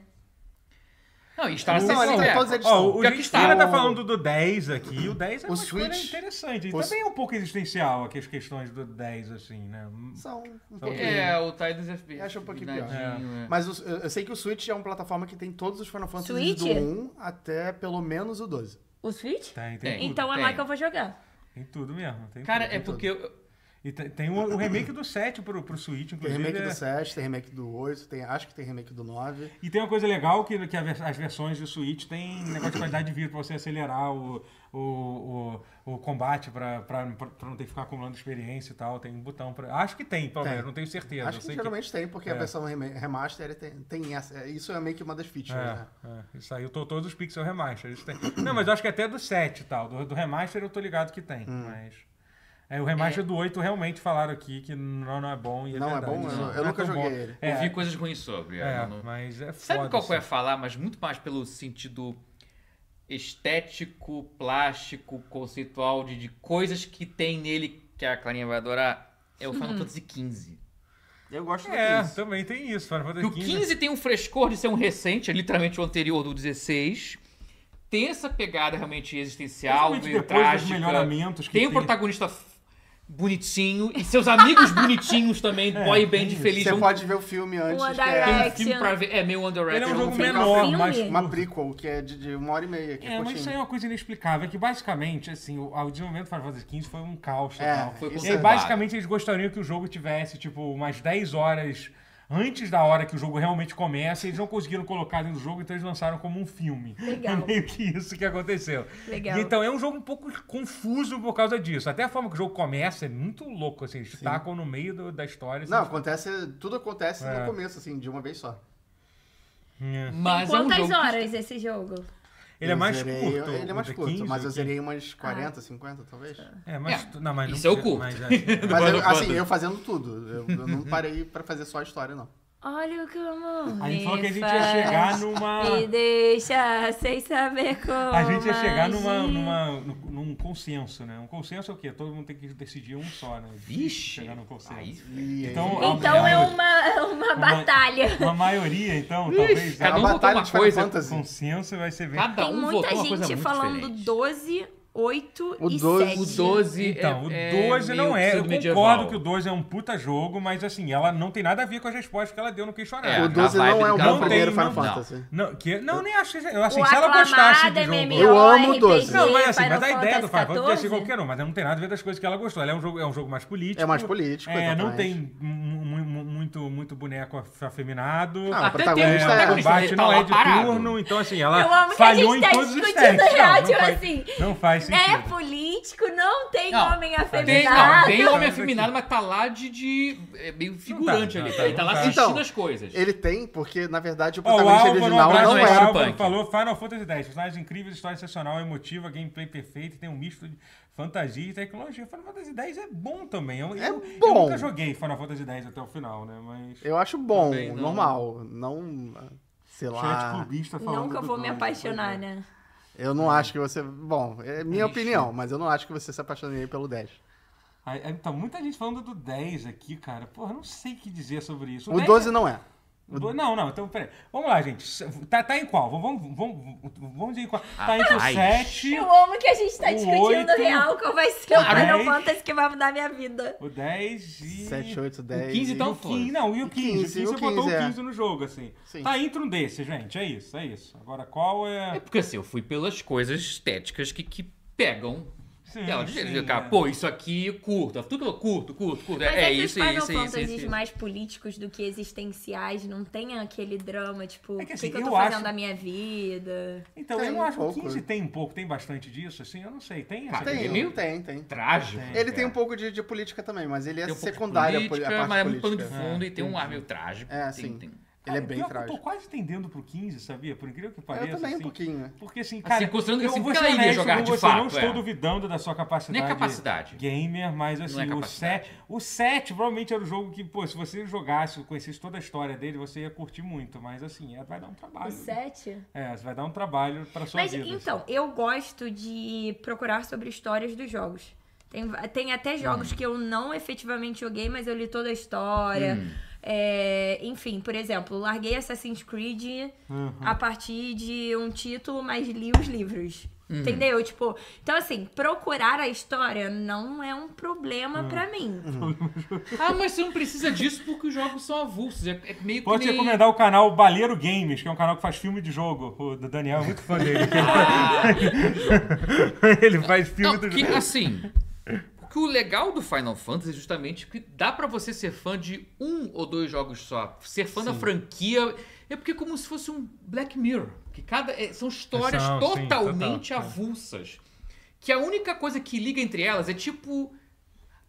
Speaker 4: Não, e está
Speaker 1: Não,
Speaker 4: acessível.
Speaker 1: olha,
Speaker 4: é.
Speaker 1: todos eles-
Speaker 2: Ó, o
Speaker 4: Pior que está.
Speaker 2: Gira tá falando do 10 aqui. O 10 é
Speaker 1: O
Speaker 2: uma coisa
Speaker 1: Switch-
Speaker 2: interessante. E
Speaker 1: o-
Speaker 2: também é um pouco existencial aqui as questões do 10, assim, né?
Speaker 1: São um pouquinho.
Speaker 4: É, o Tidus FB.
Speaker 1: Acho um pouquinho
Speaker 4: Nadinho, é.
Speaker 1: Mas o- eu eu sei que o Switch é uma plataforma que tem todos os Final Fantasy do
Speaker 3: Switch?
Speaker 1: 1 até pelo menos o 12.
Speaker 3: O Switch?
Speaker 2: Tá, Tem, tem,
Speaker 4: Tem.
Speaker 2: tudo.
Speaker 3: Então é
Speaker 4: tem.
Speaker 3: lá que eu vou jogar.
Speaker 2: Tem tudo mesmo. Tem
Speaker 4: Cara,
Speaker 2: tudo.
Speaker 4: é porque. eu-
Speaker 2: E tem, tem o, o remake do 7 pro, pro Switch,
Speaker 1: Tem
Speaker 2: inclusive.
Speaker 1: remake
Speaker 2: é-
Speaker 1: do 7, tem remake do 8, tem, acho que tem remake do 9.
Speaker 2: E tem uma coisa legal que, que a vers- as versões do Switch tem negócio de qualidade de vida pra você acelerar o, o, o, o combate pra, pra, pra não ter que ficar acumulando experiência e tal. Tem um botão pra. Acho que tem, pelo
Speaker 1: Tem.
Speaker 2: menos, não tenho certeza.
Speaker 1: acho
Speaker 2: eu
Speaker 1: que
Speaker 2: sei
Speaker 1: geralmente tem, porque
Speaker 2: É.
Speaker 1: a versão rema- remaster tem, tem essa. é, Isso é meio que uma das features,
Speaker 2: É,
Speaker 1: né?
Speaker 2: é. E saiu to- todos os Pixel Remaster. Isso tem. Não, mas eu acho que até do 7 e tal. Do, do Remaster eu tô ligado que tem,
Speaker 1: Hum.
Speaker 2: mas. É, o remaster do 8 realmente falaram aqui que não, não é bom. E é
Speaker 1: Não é
Speaker 2: verdade,
Speaker 1: bom? Eu- eu
Speaker 2: Não é
Speaker 1: nunca
Speaker 2: tão
Speaker 1: joguei ele.
Speaker 2: É,
Speaker 4: Ouvi coisas ruins sobre. é,
Speaker 2: é,
Speaker 4: eu não-
Speaker 2: mas é
Speaker 4: Sabe
Speaker 2: foda,
Speaker 4: qual que eu ia
Speaker 2: assim.
Speaker 4: falar? Mas muito mais pelo sentido estético, plástico, conceitual, de, de coisas que tem nele que a Clarinha vai adorar. É o Final Fantasy XV.
Speaker 1: Eu gosto
Speaker 2: É,
Speaker 1: do 15.
Speaker 2: também tem isso. Final
Speaker 4: Porque
Speaker 2: Fantasy
Speaker 4: o 15 tem um frescor de ser um recente, é literalmente o anterior do 16. Tem essa pegada realmente existencial,
Speaker 2: Principalmente
Speaker 4: meio
Speaker 2: depois dos
Speaker 4: trágica.
Speaker 2: melhoramentos que
Speaker 4: Tem um protagonista f- bonitinho e seus amigos bonitinhos também, boy
Speaker 2: É, tem
Speaker 4: band
Speaker 2: isso.
Speaker 4: feliz.
Speaker 1: Você
Speaker 4: Vão-
Speaker 1: pode ver o filme antes.
Speaker 3: Andar
Speaker 1: que é-
Speaker 4: Tem um
Speaker 3: Action.
Speaker 4: filme pra ver. É meio underrated.
Speaker 2: Ele é um
Speaker 4: não
Speaker 2: jogo
Speaker 4: sei qual-
Speaker 2: menor,
Speaker 3: filme.
Speaker 2: mas...
Speaker 1: uma prequel, que é de, de uma hora e meia. Que é,
Speaker 2: É, mas isso aí é uma coisa inexplicável. É que basicamente, assim, o, o desenvolvimento do Final Fantasy XV foi um caos
Speaker 1: É,
Speaker 2: total.
Speaker 1: isso
Speaker 2: E aí,
Speaker 4: Foi
Speaker 1: é-
Speaker 4: conservado.
Speaker 2: basicamente, eles gostariam que o jogo tivesse, tipo, umas 10 horas antes da hora que o jogo realmente começa. E eles não conseguiram colocar dentro do jogo, então eles lançaram como um filme. *laughs*
Speaker 3: Legal.
Speaker 2: É meio que isso que aconteceu.
Speaker 3: Legal.
Speaker 2: E Então, é um jogo um pouco confuso por causa disso. Até a forma que o jogo começa é muito louco, assim. Eles tacam no meio do- da história. assim,
Speaker 1: Não, acontece. Tudo acontece
Speaker 2: É.
Speaker 1: no começo, assim, de uma vez só.
Speaker 2: é.
Speaker 4: Mas é um
Speaker 3: Quantas
Speaker 4: jogo que-
Speaker 3: horas esse jogo?
Speaker 2: Ele é
Speaker 1: Eu
Speaker 2: mais
Speaker 1: zerei-
Speaker 2: curto.
Speaker 1: Ele é mais
Speaker 2: o The
Speaker 1: curto,
Speaker 2: 15,
Speaker 1: mas
Speaker 2: o
Speaker 1: eu
Speaker 2: 15.
Speaker 1: zerei umas 40, 50, talvez.
Speaker 2: É, mas.
Speaker 4: É,
Speaker 2: tu- não, mas
Speaker 4: isso
Speaker 2: não,
Speaker 4: é o culto.
Speaker 2: Mas,
Speaker 3: *laughs*
Speaker 2: é,
Speaker 1: Mas eu-
Speaker 4: Final
Speaker 1: assim,
Speaker 4: Fantasy.
Speaker 1: eu fazendo tudo. Eu, eu não parei pra fazer só a história, não.
Speaker 3: Olha o que o amor
Speaker 2: a gente
Speaker 3: me
Speaker 2: falou que a gente ia
Speaker 3: faz.
Speaker 2: chegar numa.
Speaker 3: Me deixa sem saber como
Speaker 2: A gente ia chegar numa,
Speaker 3: agir.
Speaker 2: numa, num- num consenso, né? Um consenso é o quê? Todo mundo tem que decidir um só, né?
Speaker 4: Vixe!
Speaker 2: Chegar num consenso.
Speaker 4: Aí,
Speaker 1: E-
Speaker 2: Então,
Speaker 3: Então é
Speaker 2: uma-
Speaker 3: uma, uma batalha.
Speaker 2: Uma maioria, então, talvez.
Speaker 1: é
Speaker 4: cada
Speaker 1: uma
Speaker 4: um botou
Speaker 1: batalha
Speaker 4: uma
Speaker 1: de Final
Speaker 4: coisa.
Speaker 2: O
Speaker 1: Fantasy.
Speaker 2: consenso vai ser bem.
Speaker 4: Cada
Speaker 3: Tem
Speaker 4: um
Speaker 3: muita
Speaker 4: votou uma coisa
Speaker 3: gente
Speaker 4: muito
Speaker 3: falando
Speaker 4: diferente.
Speaker 3: 12, 8
Speaker 1: O
Speaker 3: e
Speaker 1: 12.
Speaker 3: 7.
Speaker 4: O 12
Speaker 2: Então,
Speaker 4: é,
Speaker 2: o 12
Speaker 4: é
Speaker 2: não
Speaker 4: meio
Speaker 2: é. Eu
Speaker 4: pseudo-medieval.
Speaker 2: concordo que o 12 é um puta jogo, mas assim, ela não tem nada a ver com as respostas que ela deu no
Speaker 4: É,
Speaker 1: O
Speaker 2: questionário.
Speaker 4: na
Speaker 1: 12
Speaker 4: vibe
Speaker 1: não é
Speaker 4: do
Speaker 1: o
Speaker 4: cara
Speaker 1: meu
Speaker 2: não
Speaker 1: primeiro
Speaker 2: tem,
Speaker 1: Final
Speaker 2: não.
Speaker 1: Fantasy.
Speaker 2: Não, que, não, nem acho. eu, Assim,
Speaker 3: o
Speaker 2: se ela gostasse
Speaker 3: aclamado é
Speaker 2: de jogo.
Speaker 3: MMO,
Speaker 1: Eu amo
Speaker 3: RPG,
Speaker 1: 12.
Speaker 2: Não, mas assim, mas a
Speaker 3: Final
Speaker 2: ideia do Final Fantasy podia ser
Speaker 3: 14.
Speaker 2: qualquer um, mas não tem nada a ver das coisas que ela gostou. Ela é um jogo, é um jogo mais político.
Speaker 1: É mais político,
Speaker 2: É, não
Speaker 1: exatamente.
Speaker 2: tem mu- mu- mu- muito, muito boneco af- afeminado.
Speaker 1: Ah,
Speaker 4: Até tem
Speaker 1: protagonista
Speaker 4: um
Speaker 2: É,
Speaker 1: tá-
Speaker 2: o
Speaker 4: protagonista,
Speaker 2: combate
Speaker 4: ele
Speaker 2: não
Speaker 4: tá
Speaker 2: é
Speaker 4: lá
Speaker 2: de
Speaker 4: parado.
Speaker 2: turno, então assim, ela
Speaker 3: Eu amo que a
Speaker 2: falhou
Speaker 3: gente
Speaker 2: em
Speaker 3: tá
Speaker 2: todos os
Speaker 3: discutindo
Speaker 2: testes. Não, não,
Speaker 3: real, tipo
Speaker 2: faz,
Speaker 3: assim,
Speaker 2: não faz sentido.
Speaker 3: É político, não tem
Speaker 4: Não,
Speaker 3: homem
Speaker 4: Tem,
Speaker 3: afeminado.
Speaker 4: não, tem
Speaker 2: Tá
Speaker 4: homem
Speaker 2: aqui.
Speaker 4: afeminado, mas tá lá de, de- é meio figurante
Speaker 2: tá,
Speaker 4: ali.
Speaker 2: tá,
Speaker 4: ele tá
Speaker 2: não
Speaker 4: lá
Speaker 2: tá.
Speaker 4: assistindo
Speaker 1: Então,
Speaker 4: as coisas.
Speaker 1: Ele tem, porque na verdade o
Speaker 2: Ó, o
Speaker 1: protagonista
Speaker 2: Álvaro, um
Speaker 1: original
Speaker 2: abraço
Speaker 1: não
Speaker 2: aí,
Speaker 1: é.
Speaker 4: Cyberpunk.
Speaker 2: Álvaro, falou Final Fantasy X, personagens incríveis, história excepcional, emotiva, gameplay perfeito, tem um misto de fantasia e tecnologia. Final Fantasy X é bom também. Eu,
Speaker 1: É
Speaker 2: eu- eu
Speaker 1: bom.
Speaker 2: nunca joguei Final Fantasy X até o final, né? Mas...
Speaker 1: Eu acho bom,
Speaker 4: Também não.
Speaker 1: normal. Não. Sei
Speaker 2: Chat
Speaker 1: lá.
Speaker 2: clubista falando
Speaker 3: Nunca
Speaker 2: do
Speaker 3: vou me
Speaker 2: dois,
Speaker 3: apaixonar,
Speaker 2: pois é.
Speaker 3: né?
Speaker 1: Eu não acho que você. Bom, é minha
Speaker 4: Ixi.
Speaker 1: opinião, mas eu não acho que você se apaixonaria pelo 10.
Speaker 2: Aí, aí tá muita gente falando do 10 aqui, cara. Porra, eu não sei o que dizer sobre isso.
Speaker 1: O
Speaker 2: 10
Speaker 1: 12 não é.
Speaker 2: O do- Não, não, então peraí. Vamos lá, gente. S- Tá, tá em qual? Vamos, vamos, vamos, vamos dizer em qual. Tá entre o
Speaker 4: Rapaz.
Speaker 2: 7,
Speaker 3: Eu amo que a gente tá
Speaker 2: O
Speaker 3: discutindo
Speaker 2: um oito,
Speaker 3: real qual vai ser o
Speaker 2: o
Speaker 3: Final
Speaker 2: dez.
Speaker 3: Fantasy que vai mudar minha vida.
Speaker 2: o 10 e.
Speaker 1: 7, 8, 10.
Speaker 4: 15 então
Speaker 1: e- um.
Speaker 2: O 15, não, e o 15? O 15,
Speaker 1: o
Speaker 2: você botou
Speaker 1: 15,
Speaker 2: o
Speaker 1: é.
Speaker 2: 15 no jogo, assim.
Speaker 1: Sim.
Speaker 2: Tá entre um desses, gente. É isso, é isso. Agora qual
Speaker 4: É
Speaker 2: é.
Speaker 4: porque assim, eu fui pelas coisas estéticas que, que pegam
Speaker 2: Sim,
Speaker 4: Que ela
Speaker 2: sim,
Speaker 4: dizia,
Speaker 2: é.
Speaker 4: cara, pô, isso aqui curto. Tudo que eu curto, curto, curto.
Speaker 3: Mas
Speaker 4: é, é
Speaker 3: que os
Speaker 4: isso, é
Speaker 3: Final
Speaker 4: isso, é isso, é
Speaker 3: Fantasies
Speaker 4: isso.
Speaker 3: mais políticos do que existenciais não tem aquele drama, tipo,
Speaker 2: É
Speaker 3: o
Speaker 2: que
Speaker 3: que,
Speaker 2: assim,
Speaker 3: que eu tô
Speaker 2: eu
Speaker 3: fazendo
Speaker 2: acho-
Speaker 3: da minha vida?
Speaker 2: Então,
Speaker 1: Tem
Speaker 2: eu não
Speaker 1: um
Speaker 2: acho que
Speaker 1: pouco.
Speaker 2: 15 tem um pouco, tem bastante disso, assim, eu não sei. Tem essa
Speaker 4: Cara,
Speaker 2: coisa?
Speaker 1: Tem,
Speaker 4: Emil?
Speaker 1: tem, tem.
Speaker 4: É Trágico.
Speaker 2: É.
Speaker 1: Ele tem
Speaker 4: cara.
Speaker 1: um pouco de, de política também, mas ele é
Speaker 4: Tem um pouco de
Speaker 1: secundário a poli-
Speaker 4: política,
Speaker 1: a parte
Speaker 4: mas é muito pano de
Speaker 1: política.
Speaker 4: fundo
Speaker 2: É,
Speaker 4: e tem um
Speaker 2: entendi.
Speaker 4: ar meio trágico.
Speaker 1: É,
Speaker 4: Tem-
Speaker 1: sim.
Speaker 4: tem-
Speaker 1: Ele é
Speaker 2: Cara,
Speaker 1: bem
Speaker 2: pior que Eu
Speaker 1: trágico.
Speaker 2: tô quase tendendo pro 15, sabia? Por incrível que pareça.
Speaker 1: Eu também um
Speaker 2: assim.
Speaker 1: pouquinho.
Speaker 2: Porque assim,
Speaker 4: Assim,
Speaker 2: cara,
Speaker 4: considerando que
Speaker 2: eu
Speaker 4: assim,
Speaker 2: vou
Speaker 4: porque
Speaker 2: ser
Speaker 4: ela iria
Speaker 2: honesto
Speaker 4: jogar
Speaker 2: com
Speaker 4: de
Speaker 2: você,
Speaker 4: fato,
Speaker 2: não estou
Speaker 4: é.
Speaker 2: duvidando da sua capacidade,
Speaker 4: Nem capacidade.
Speaker 2: gamer, mas
Speaker 4: Não é
Speaker 2: assim, o,
Speaker 4: capacidade.
Speaker 2: 7, o 7 provavelmente era o jogo que, pô, se você jogasse, conhecesse toda a história dele, você ia curtir muito, mas assim, é- vai dar um
Speaker 3: O
Speaker 2: trabalho.
Speaker 3: sete?
Speaker 2: É, você vai dar um trabalho pra sua
Speaker 3: Mas
Speaker 2: vida. assim.
Speaker 3: então, eu gosto de procurar sobre histórias dos jogos. Tem, va- tem até
Speaker 2: Uhum.
Speaker 3: jogos que eu não efetivamente joguei, mas eu li toda a história.
Speaker 2: Hum.
Speaker 3: É, enfim, por exemplo, larguei Assassin's Creed
Speaker 2: Uhum.
Speaker 3: a partir de um título, mas li os livros.
Speaker 2: Uhum.
Speaker 3: Entendeu? Tipo, então assim, procurar a história não é um
Speaker 2: Uhum.
Speaker 3: problema pra mim.
Speaker 4: Ah, mas você não precisa disso porque os jogos são avulsos. É, é meio
Speaker 2: Posso
Speaker 4: que
Speaker 2: te
Speaker 4: nem... *laughs*
Speaker 2: recomendar o canal Baleiro Games, que é um canal que faz filme de jogo. O D- Daniel é muito
Speaker 1: *laughs*
Speaker 2: fã dele. *laughs* Ele faz filme
Speaker 4: Não,
Speaker 2: do
Speaker 4: que,
Speaker 2: jogo.
Speaker 4: *laughs* assim, que o legal do Final Fantasy é justamente que dá pra você ser fã de um ou dois jogos só. Ser fã da franquia é porque é como se fosse um Black Mirror. Que cada, é, são histórias
Speaker 2: São, sim,
Speaker 4: totalmente
Speaker 2: total, é.
Speaker 4: avulsas. Que a única coisa que liga entre elas é tipo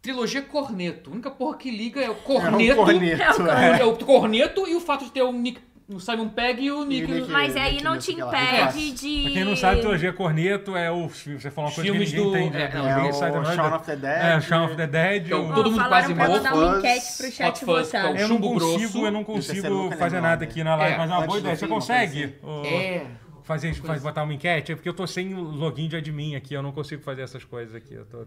Speaker 4: trilogia corneto. A única porra que liga é o
Speaker 1: É um
Speaker 4: corneto.
Speaker 1: corneto, é.
Speaker 4: É o corneto e o fato de ter o Nick, o Simon Pegg e o Nick.
Speaker 1: Nick-
Speaker 3: Mas aí
Speaker 1: que
Speaker 3: não
Speaker 1: não
Speaker 3: te
Speaker 1: sei o que lá.
Speaker 3: impede
Speaker 1: Pra
Speaker 3: de.
Speaker 2: Pra quem não sabe, trilogia Corneto é o filme. Você fala uma
Speaker 4: Os
Speaker 2: coisa que
Speaker 4: filmes
Speaker 2: ninguém
Speaker 4: do-
Speaker 2: entende.
Speaker 4: é,
Speaker 2: né?
Speaker 4: não,
Speaker 1: É
Speaker 2: Ninguém
Speaker 1: o
Speaker 2: sai da-
Speaker 1: Shaun of the Dead.
Speaker 2: É, Shaun of the Dead.
Speaker 4: Então,
Speaker 2: o-
Speaker 4: todo mundo quase
Speaker 3: falaram pra eu
Speaker 4: morto.
Speaker 3: dar uma enquete pro
Speaker 1: Hot
Speaker 3: chat
Speaker 4: Fuzz,
Speaker 3: votar.
Speaker 4: Cold.
Speaker 2: Eu não
Speaker 4: Chumbo
Speaker 2: consigo,
Speaker 4: grosso.
Speaker 2: eu
Speaker 1: terceiro
Speaker 2: não consigo
Speaker 1: nunca
Speaker 2: fazer
Speaker 1: lembro,
Speaker 2: nada
Speaker 1: né?
Speaker 2: aqui na live,
Speaker 4: É,
Speaker 2: mas é uma
Speaker 1: antes
Speaker 2: boa
Speaker 1: do
Speaker 2: ideia. Você
Speaker 1: fim, uma coisa
Speaker 2: consegue ô,
Speaker 4: É.
Speaker 2: fazer, faz- botar uma enquete? É porque eu tô sem login de admin aqui, eu não consigo fazer essas coisas aqui. Eu, tô-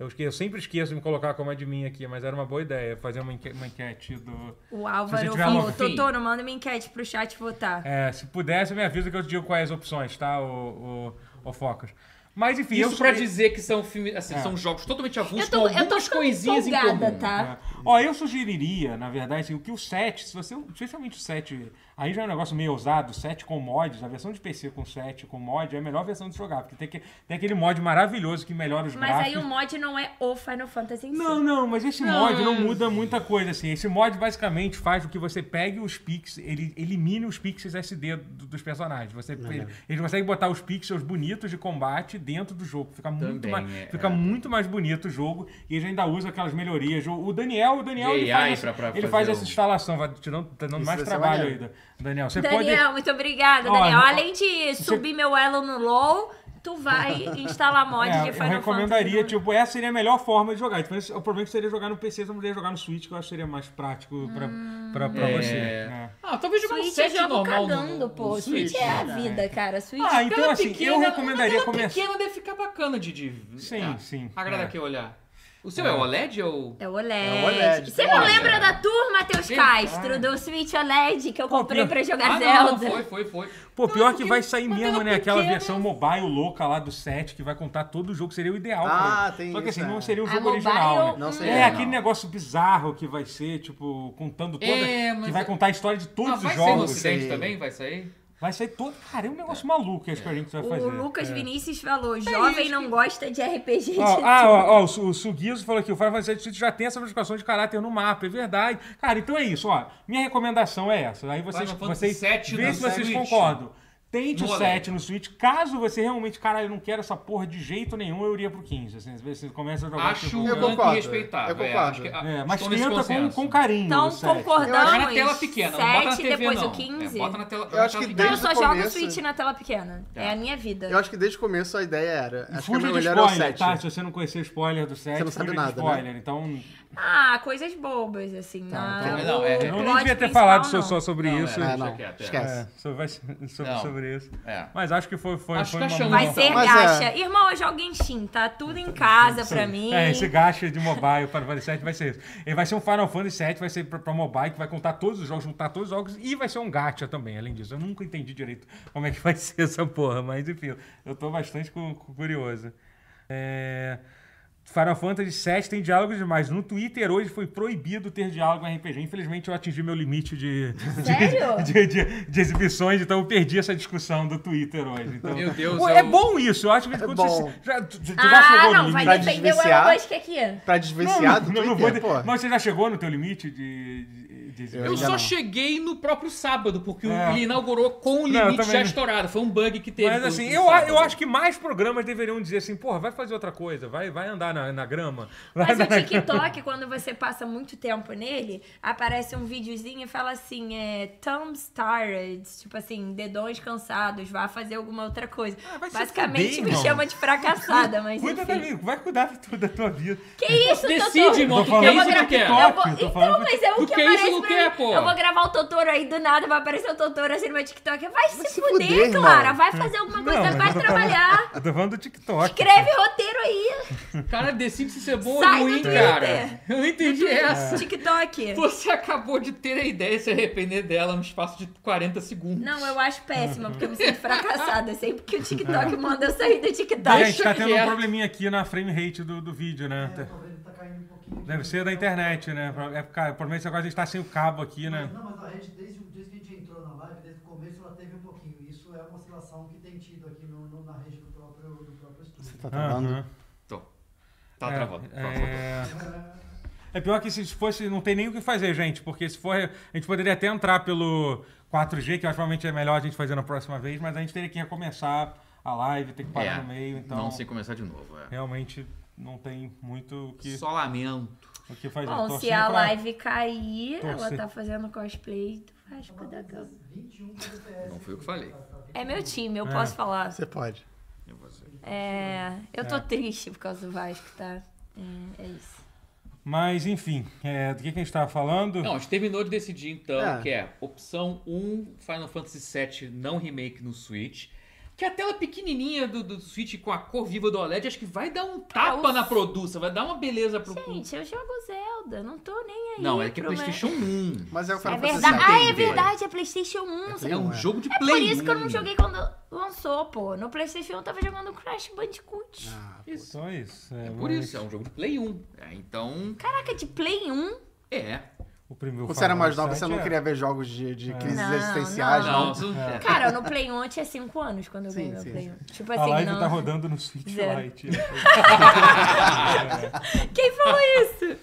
Speaker 2: eu esque- eu sempre esqueço de me colocar como admin aqui, mas era uma boa ideia fazer uma enque- uma enquete do.
Speaker 3: O
Speaker 2: Se você
Speaker 3: Álvaro
Speaker 2: tiver
Speaker 3: falou:
Speaker 2: uma-
Speaker 3: Totoro, manda uma enquete pro chat votar.
Speaker 2: É, se pudesse, me avisa que eu te digo quais as opções, tá, o, o, Focas? Mas enfim, eu
Speaker 4: Isso pra
Speaker 2: sou-
Speaker 4: dizer que são filmes, assim,
Speaker 2: É.
Speaker 4: são jogos totalmente avulsos
Speaker 3: Eu tô,
Speaker 4: com
Speaker 3: eu tô
Speaker 4: algumas
Speaker 3: ficando
Speaker 4: coisinhas em
Speaker 3: empolgada,
Speaker 4: comum.
Speaker 3: tá?
Speaker 2: É. Ó, eu sugeriria, na verdade, assim, o que o 7, se você, especialmente o 7, aí já é um negócio meio ousado, 7 com mods, a versão de PC com 7 com mod é a melhor versão de jogar, porque tem, que, tem aquele mod maravilhoso que melhora os
Speaker 3: Mas
Speaker 2: gráficos.
Speaker 3: aí o mod não é o Final Fantasy em si.
Speaker 2: Não, não, mas esse mod não muda muita coisa, assim. Esse mod basicamente faz com que você pegue os pixels, ele elimine os pixels SD do- dos personagens. Você, ele, ele consegue botar os pixels bonitos de combate dentro do jogo. Fica, muito
Speaker 4: Também,
Speaker 2: mais,
Speaker 4: é,
Speaker 2: fica
Speaker 4: é.
Speaker 2: muito mais bonito o jogo e ele ainda usa aquelas melhorias. O o Daniel, o Daniel,
Speaker 4: De
Speaker 2: ele
Speaker 4: AI
Speaker 2: faz,
Speaker 4: pra- pra
Speaker 2: ele
Speaker 4: fazer
Speaker 2: faz
Speaker 4: o-
Speaker 2: essa instalação, vai te dando, tá dando
Speaker 1: Isso
Speaker 2: mais
Speaker 1: vai ser
Speaker 2: trabalho
Speaker 1: maneiro.
Speaker 2: ainda. Daniel, você
Speaker 3: Daniel,
Speaker 2: pode...
Speaker 3: muito obrigada,
Speaker 2: Ó,
Speaker 3: Daniel.
Speaker 2: eu-
Speaker 3: Além de subir meu elo no LoL, tu vai instalar mod
Speaker 2: É,
Speaker 3: de
Speaker 2: eu
Speaker 3: Final
Speaker 2: recomendaria,
Speaker 3: Fantasy. no-
Speaker 2: tipo, essa seria a melhor forma de jogar. Tipo, esse- o problema é que seria jogar no PC, você não poderia jogar no Switch, que eu acho que seria mais prático pra,
Speaker 1: Hum.
Speaker 2: pra, pra
Speaker 4: É.
Speaker 2: você. né?
Speaker 4: Ah, talvez jogar um
Speaker 3: Switch eu
Speaker 4: set
Speaker 3: jogo
Speaker 4: normal no-
Speaker 3: cagando,
Speaker 4: no
Speaker 3: pô. Switch,
Speaker 4: Switch.
Speaker 3: é a vida, cara. Switch. é
Speaker 2: Ah, então
Speaker 4: Tela
Speaker 2: assim,
Speaker 4: pequena,
Speaker 2: eu recomendaria
Speaker 4: uma tela
Speaker 2: começar.
Speaker 4: pequena deve ficar bacana de... de
Speaker 2: Sim,
Speaker 4: ah,
Speaker 2: sim,
Speaker 4: Agrada
Speaker 2: é.
Speaker 4: quem olhar. O seu é, OLED ou...
Speaker 3: É o OLED.
Speaker 1: É o OLED,
Speaker 3: Você não
Speaker 1: olha.
Speaker 3: lembra da turma, Matheus
Speaker 4: Sim,
Speaker 3: Castro, do Switch OLED que eu comprei
Speaker 2: pior-
Speaker 3: pra jogar
Speaker 4: Ah, não,
Speaker 3: É Zelda?
Speaker 4: foi, foi, foi.
Speaker 2: Pô,
Speaker 4: Não,
Speaker 2: pior Então, que
Speaker 4: porque
Speaker 2: vai sair
Speaker 4: uma
Speaker 2: mesmo,
Speaker 4: tela
Speaker 2: né? Aquela
Speaker 4: pequena-
Speaker 2: versão mobile louca lá do set que vai contar todo o jogo, seria o ideal.
Speaker 1: Ah,
Speaker 2: cara.
Speaker 1: tem
Speaker 2: Só que
Speaker 1: isso,
Speaker 2: assim,
Speaker 1: é.
Speaker 2: não seria o
Speaker 3: A
Speaker 2: jogo
Speaker 3: mobile
Speaker 2: original, né?
Speaker 1: Não seria,
Speaker 2: É,
Speaker 1: não.
Speaker 2: aquele negócio bizarro que vai ser, tipo, contando toda.
Speaker 4: É, mas
Speaker 2: que vai
Speaker 4: eu-
Speaker 2: contar a história de
Speaker 4: Ah,
Speaker 2: todos
Speaker 4: vai
Speaker 2: os
Speaker 4: sair no
Speaker 2: jogos.
Speaker 4: Ocidente
Speaker 1: sei.
Speaker 4: também? Vai sair?
Speaker 2: Vai sair todo. Cara, é um negócio maluco que acho que a gente vai fazer.
Speaker 3: O Lucas
Speaker 2: É.
Speaker 3: Vinícius falou: jovem não gosta de RPG de
Speaker 2: Ó, ah,
Speaker 3: então.
Speaker 2: ó, ó, o Su- o Sugizo falou aqui, o Final Fantasy VII já tem essa modificação de caráter no mapa, é verdade. Cara, então é isso, ó. Minha recomendação é essa. Aí vocês,
Speaker 4: Final Fantasy
Speaker 2: vocês
Speaker 4: VII
Speaker 2: vê
Speaker 4: no
Speaker 2: se vocês
Speaker 4: Switch.
Speaker 2: concordam. Tente
Speaker 4: No
Speaker 2: o
Speaker 4: OLED.
Speaker 2: 7 no Switch. Caso você realmente, cara, eu não quero essa porra de jeito nenhum, eu iria pro 15. Assim, às vezes você começa a jogar
Speaker 4: Acho
Speaker 2: tipo,
Speaker 1: Eu
Speaker 4: um
Speaker 1: concordo,
Speaker 4: ranking respeitável.
Speaker 1: eu
Speaker 4: é,
Speaker 1: concordo.
Speaker 4: acho que-
Speaker 2: é,
Speaker 4: ah,
Speaker 2: mas
Speaker 4: estou nesse
Speaker 2: tenta com,
Speaker 4: consenso.
Speaker 2: com carinho.
Speaker 3: Então
Speaker 2: o 7.
Speaker 3: concordamos.
Speaker 4: Joga é na tela pequena, não bota na
Speaker 3: 7,
Speaker 4: TV,
Speaker 3: depois
Speaker 4: não.
Speaker 3: o 15.
Speaker 4: É, bota na tela,
Speaker 1: Eu acho
Speaker 4: na tela
Speaker 1: que
Speaker 3: Não,
Speaker 4: pequena.
Speaker 3: eu
Speaker 1: desde
Speaker 3: só
Speaker 1: o
Speaker 3: jogo
Speaker 1: começo-
Speaker 3: Switch na tela pequena.
Speaker 4: Tá.
Speaker 3: É a minha vida.
Speaker 1: Eu acho que desde o começo a ideia era. Acho que
Speaker 2: Fuja
Speaker 1: o
Speaker 2: de
Speaker 1: melhor era o
Speaker 2: spoiler,
Speaker 1: 7.
Speaker 2: tá? Se você não conhecer spoiler do 7,
Speaker 1: Você não
Speaker 2: fuja
Speaker 1: sabe
Speaker 2: de
Speaker 1: nada, né?
Speaker 2: spoiler. Então,
Speaker 3: Ah, coisas bobas, assim.
Speaker 2: Tá,
Speaker 3: ah,
Speaker 4: então- Não, é-
Speaker 3: o
Speaker 4: é-
Speaker 2: eu
Speaker 4: não
Speaker 2: não
Speaker 3: plot
Speaker 2: devia ter
Speaker 3: principal,
Speaker 2: falado só-
Speaker 3: não.
Speaker 2: só sobre
Speaker 4: Não,
Speaker 2: isso.
Speaker 4: é,
Speaker 1: Ah, não.
Speaker 4: Deixa quieto, é.
Speaker 2: É,
Speaker 1: Esquece.
Speaker 2: sobre, vai ser- sobre,
Speaker 4: Não.
Speaker 2: sobre isso.
Speaker 4: É.
Speaker 2: Mas acho que foi, foi,
Speaker 4: Acho
Speaker 2: foi
Speaker 4: que
Speaker 2: uma
Speaker 4: achamos,
Speaker 2: boa-
Speaker 3: Vai ser
Speaker 1: Mas é-
Speaker 3: gacha. Irmão, eu jogo Genshin, tá tudo em casa pra mim.
Speaker 2: É, esse gacha de mobile para Final Fantasy VII vai ser isso. Ele vai ser um Final Fantasy VII, vai ser pra, pra mobile, que vai contar todos os jogos, juntar todos os jogos, e vai ser um gacha também, além disso. Eu nunca entendi direito como é que vai *laughs* ser essa porra, mas enfim, eu tô bastante cu- cu- curioso. É, Final Fantasy VII tem diálogos demais. No Twitter hoje foi proibido ter diálogo em RPG. Infelizmente eu atingi meu limite de,
Speaker 3: Sério?
Speaker 2: de, de- de exibições, então eu perdi essa discussão do Twitter hoje. Então...
Speaker 4: Meu Deus,
Speaker 2: Pô,
Speaker 4: eu-
Speaker 2: É bom isso, eu acho que quando
Speaker 1: bom.
Speaker 2: você se- já, tu- tu já
Speaker 3: Ah,
Speaker 2: chegou no
Speaker 3: não,
Speaker 1: pra
Speaker 2: limite.
Speaker 3: vai defender o
Speaker 1: desviciar.
Speaker 3: Elon Musk é aqui.
Speaker 1: Pra desvenciar do
Speaker 2: Não, não vou
Speaker 1: Twitter,
Speaker 2: de-
Speaker 1: pô.
Speaker 2: Mas você já chegou no teu limite de, de, de exibição?
Speaker 1: Eu
Speaker 4: Eu
Speaker 1: ainda
Speaker 4: só
Speaker 1: não.
Speaker 4: cheguei no próprio sábado, porque o-
Speaker 2: É.
Speaker 4: ele inaugurou com o
Speaker 2: Não, eu
Speaker 4: limite
Speaker 2: também
Speaker 4: já
Speaker 2: não.
Speaker 4: estourado. Foi um bug que teve.
Speaker 2: Mas
Speaker 4: no-
Speaker 2: assim,
Speaker 4: no
Speaker 2: eu, a- eu
Speaker 1: né?
Speaker 4: sábado.
Speaker 2: acho que mais programas deveriam dizer assim, porra, vai fazer outra coisa, vai, vai andar na, na grama. vai
Speaker 3: Mas o
Speaker 2: andar na
Speaker 3: TikTok, quando você passa muito tempo nele, aparece um videozinho e fala assim, é, thumbs tired, tipo assim, dedões cansados, vá fazer alguma outra coisa.
Speaker 2: Ah, vai se
Speaker 3: Basicamente
Speaker 2: fuder,
Speaker 3: me
Speaker 2: irmão.
Speaker 3: chama de fracassada, mas
Speaker 2: Cuida da
Speaker 3: enfim.
Speaker 2: minha, vai cuidar de tu- da tua vida.
Speaker 3: Que isso,
Speaker 4: Decide,
Speaker 3: Totoro?
Speaker 4: irmão, o que
Speaker 2: Eu
Speaker 4: que
Speaker 2: vou
Speaker 4: é isso que
Speaker 2: gravar
Speaker 4: tu quer?
Speaker 2: TikTok.
Speaker 3: Eu vou...
Speaker 2: Tô
Speaker 3: Então,
Speaker 2: falando
Speaker 3: mas é o
Speaker 4: do
Speaker 3: que
Speaker 4: que isso,
Speaker 3: aparece
Speaker 4: do
Speaker 3: pra
Speaker 4: que
Speaker 3: mim.
Speaker 4: é, pô?
Speaker 3: Eu vou gravar o Totoro aí do nada, vai aparecer o Totoro assim no meu TikTok. Vai se,
Speaker 1: se
Speaker 3: fuder,
Speaker 1: fuder, irmão.
Speaker 3: Clara. Vai fazer alguma coisa,
Speaker 2: mas
Speaker 3: vai
Speaker 2: eu tô
Speaker 3: trabalhar.
Speaker 2: falando- Eu tô falando do TikTok.
Speaker 3: Escreve roteiro aí.
Speaker 4: Cara, decide se isso é bom ou
Speaker 3: Sai do
Speaker 4: ruim,
Speaker 3: Twitter.
Speaker 4: cara. Eu não entendi essa.
Speaker 2: É.
Speaker 3: TikTok.
Speaker 4: Você acabou de ter a ideia e se arrepender dela no espaço de 40 segundos.
Speaker 3: Não, eu acho péssima, porque eu me sinto fracassada. Sempre que o TikTok manda eu sair do
Speaker 2: A
Speaker 3: TikTok.
Speaker 2: gente tá tendo um
Speaker 4: quieto.
Speaker 2: probleminha aqui na frame rate do, do vídeo, né?
Speaker 5: Eu tô vendo que tá caindo um pouquinho.
Speaker 2: Deve ser da internet, né? É, cara, por meio que agora a gente tá sem o cabo aqui, né?
Speaker 5: Mas, não, mas a gente, desde, o- desde que a gente entrou na live, desde o começo ela teve um pouquinho. Isso é uma oscilação que tem tido aqui no, no- na rede do próprio, do próprio estúdio.
Speaker 1: Tá travando.
Speaker 2: Aham.
Speaker 4: Tô. Tá
Speaker 2: É,
Speaker 4: travando.
Speaker 2: É... é pior que se fosse, não tem nem o que fazer, gente, porque se for, a gente poderia até entrar pelo 4G, que eu acho que provavelmente é melhor a gente fazer na próxima vez, mas a gente teria que recomeçar a live, ter que parar
Speaker 4: É,
Speaker 2: no meio, então
Speaker 4: Não sei começar de novo. é.
Speaker 2: realmente não tem muito o que,
Speaker 4: Só lamento.
Speaker 2: o que fazer.
Speaker 3: Bom, se
Speaker 2: Torcer
Speaker 3: a
Speaker 2: pra-
Speaker 3: live cair, ela
Speaker 2: Torcer.
Speaker 3: tá fazendo cosplay do Vasco da Gama.
Speaker 5: 21 FPS.
Speaker 4: Não fui eu que falei.
Speaker 3: É meu time, eu posso falar.
Speaker 1: Você pode.
Speaker 4: Eu vou dizer.
Speaker 3: É, eu tô triste por causa do Vasco, tá? É, é isso.
Speaker 2: Mas, enfim, é, do que, que a gente tava falando?
Speaker 4: Não, a gente terminou de decidir então
Speaker 1: É.
Speaker 4: que é opção 1, Final Fantasy VII não remake no Switch. Que é a tela pequenininha do, do Switch com a cor viva do OLED, acho que vai dar um tapa
Speaker 3: É, o-
Speaker 4: na produção, vai dar uma beleza pro...
Speaker 3: Gente, eu jogo Zelda, não tô nem aí.
Speaker 4: não, é que é
Speaker 3: pro
Speaker 4: PlayStation 1.
Speaker 1: Mas é o
Speaker 3: É
Speaker 1: Final Fantasy
Speaker 3: verdade. Ah, é
Speaker 1: VII.
Speaker 3: verdade, é PlayStation 1.
Speaker 1: Play
Speaker 4: É
Speaker 1: um,
Speaker 4: um
Speaker 1: é.
Speaker 4: jogo de
Speaker 3: É
Speaker 4: Play
Speaker 3: por isso que eu não
Speaker 4: 1.
Speaker 3: joguei quando lançou, pô. No PlayStation 1 eu tava jogando Crash Bandicoot.
Speaker 1: Ah,
Speaker 4: Isso.
Speaker 2: Só Então isso.
Speaker 4: É por
Speaker 2: mas
Speaker 4: isso, é um jogo de Play 1. É, então,
Speaker 3: Caraca, de Play 1?
Speaker 4: é.
Speaker 2: O primeiro
Speaker 1: Quando você era
Speaker 2: Final
Speaker 1: mais nova,
Speaker 2: Fantasy
Speaker 1: você não
Speaker 2: é-
Speaker 1: queria ver jogos de, de crises
Speaker 3: Não,
Speaker 1: existenciais, Ah, não?
Speaker 4: Não, isso- é.
Speaker 3: Cara, no Play 1 eu tinha 5 anos quando eu
Speaker 1: Sim,
Speaker 3: ganhei meu
Speaker 1: sim.
Speaker 3: Play 1. Tipo
Speaker 2: A
Speaker 3: assim,
Speaker 2: live
Speaker 3: não.
Speaker 2: tá rodando no Switch
Speaker 3: Zero.
Speaker 2: Lite.
Speaker 3: Quem falou isso?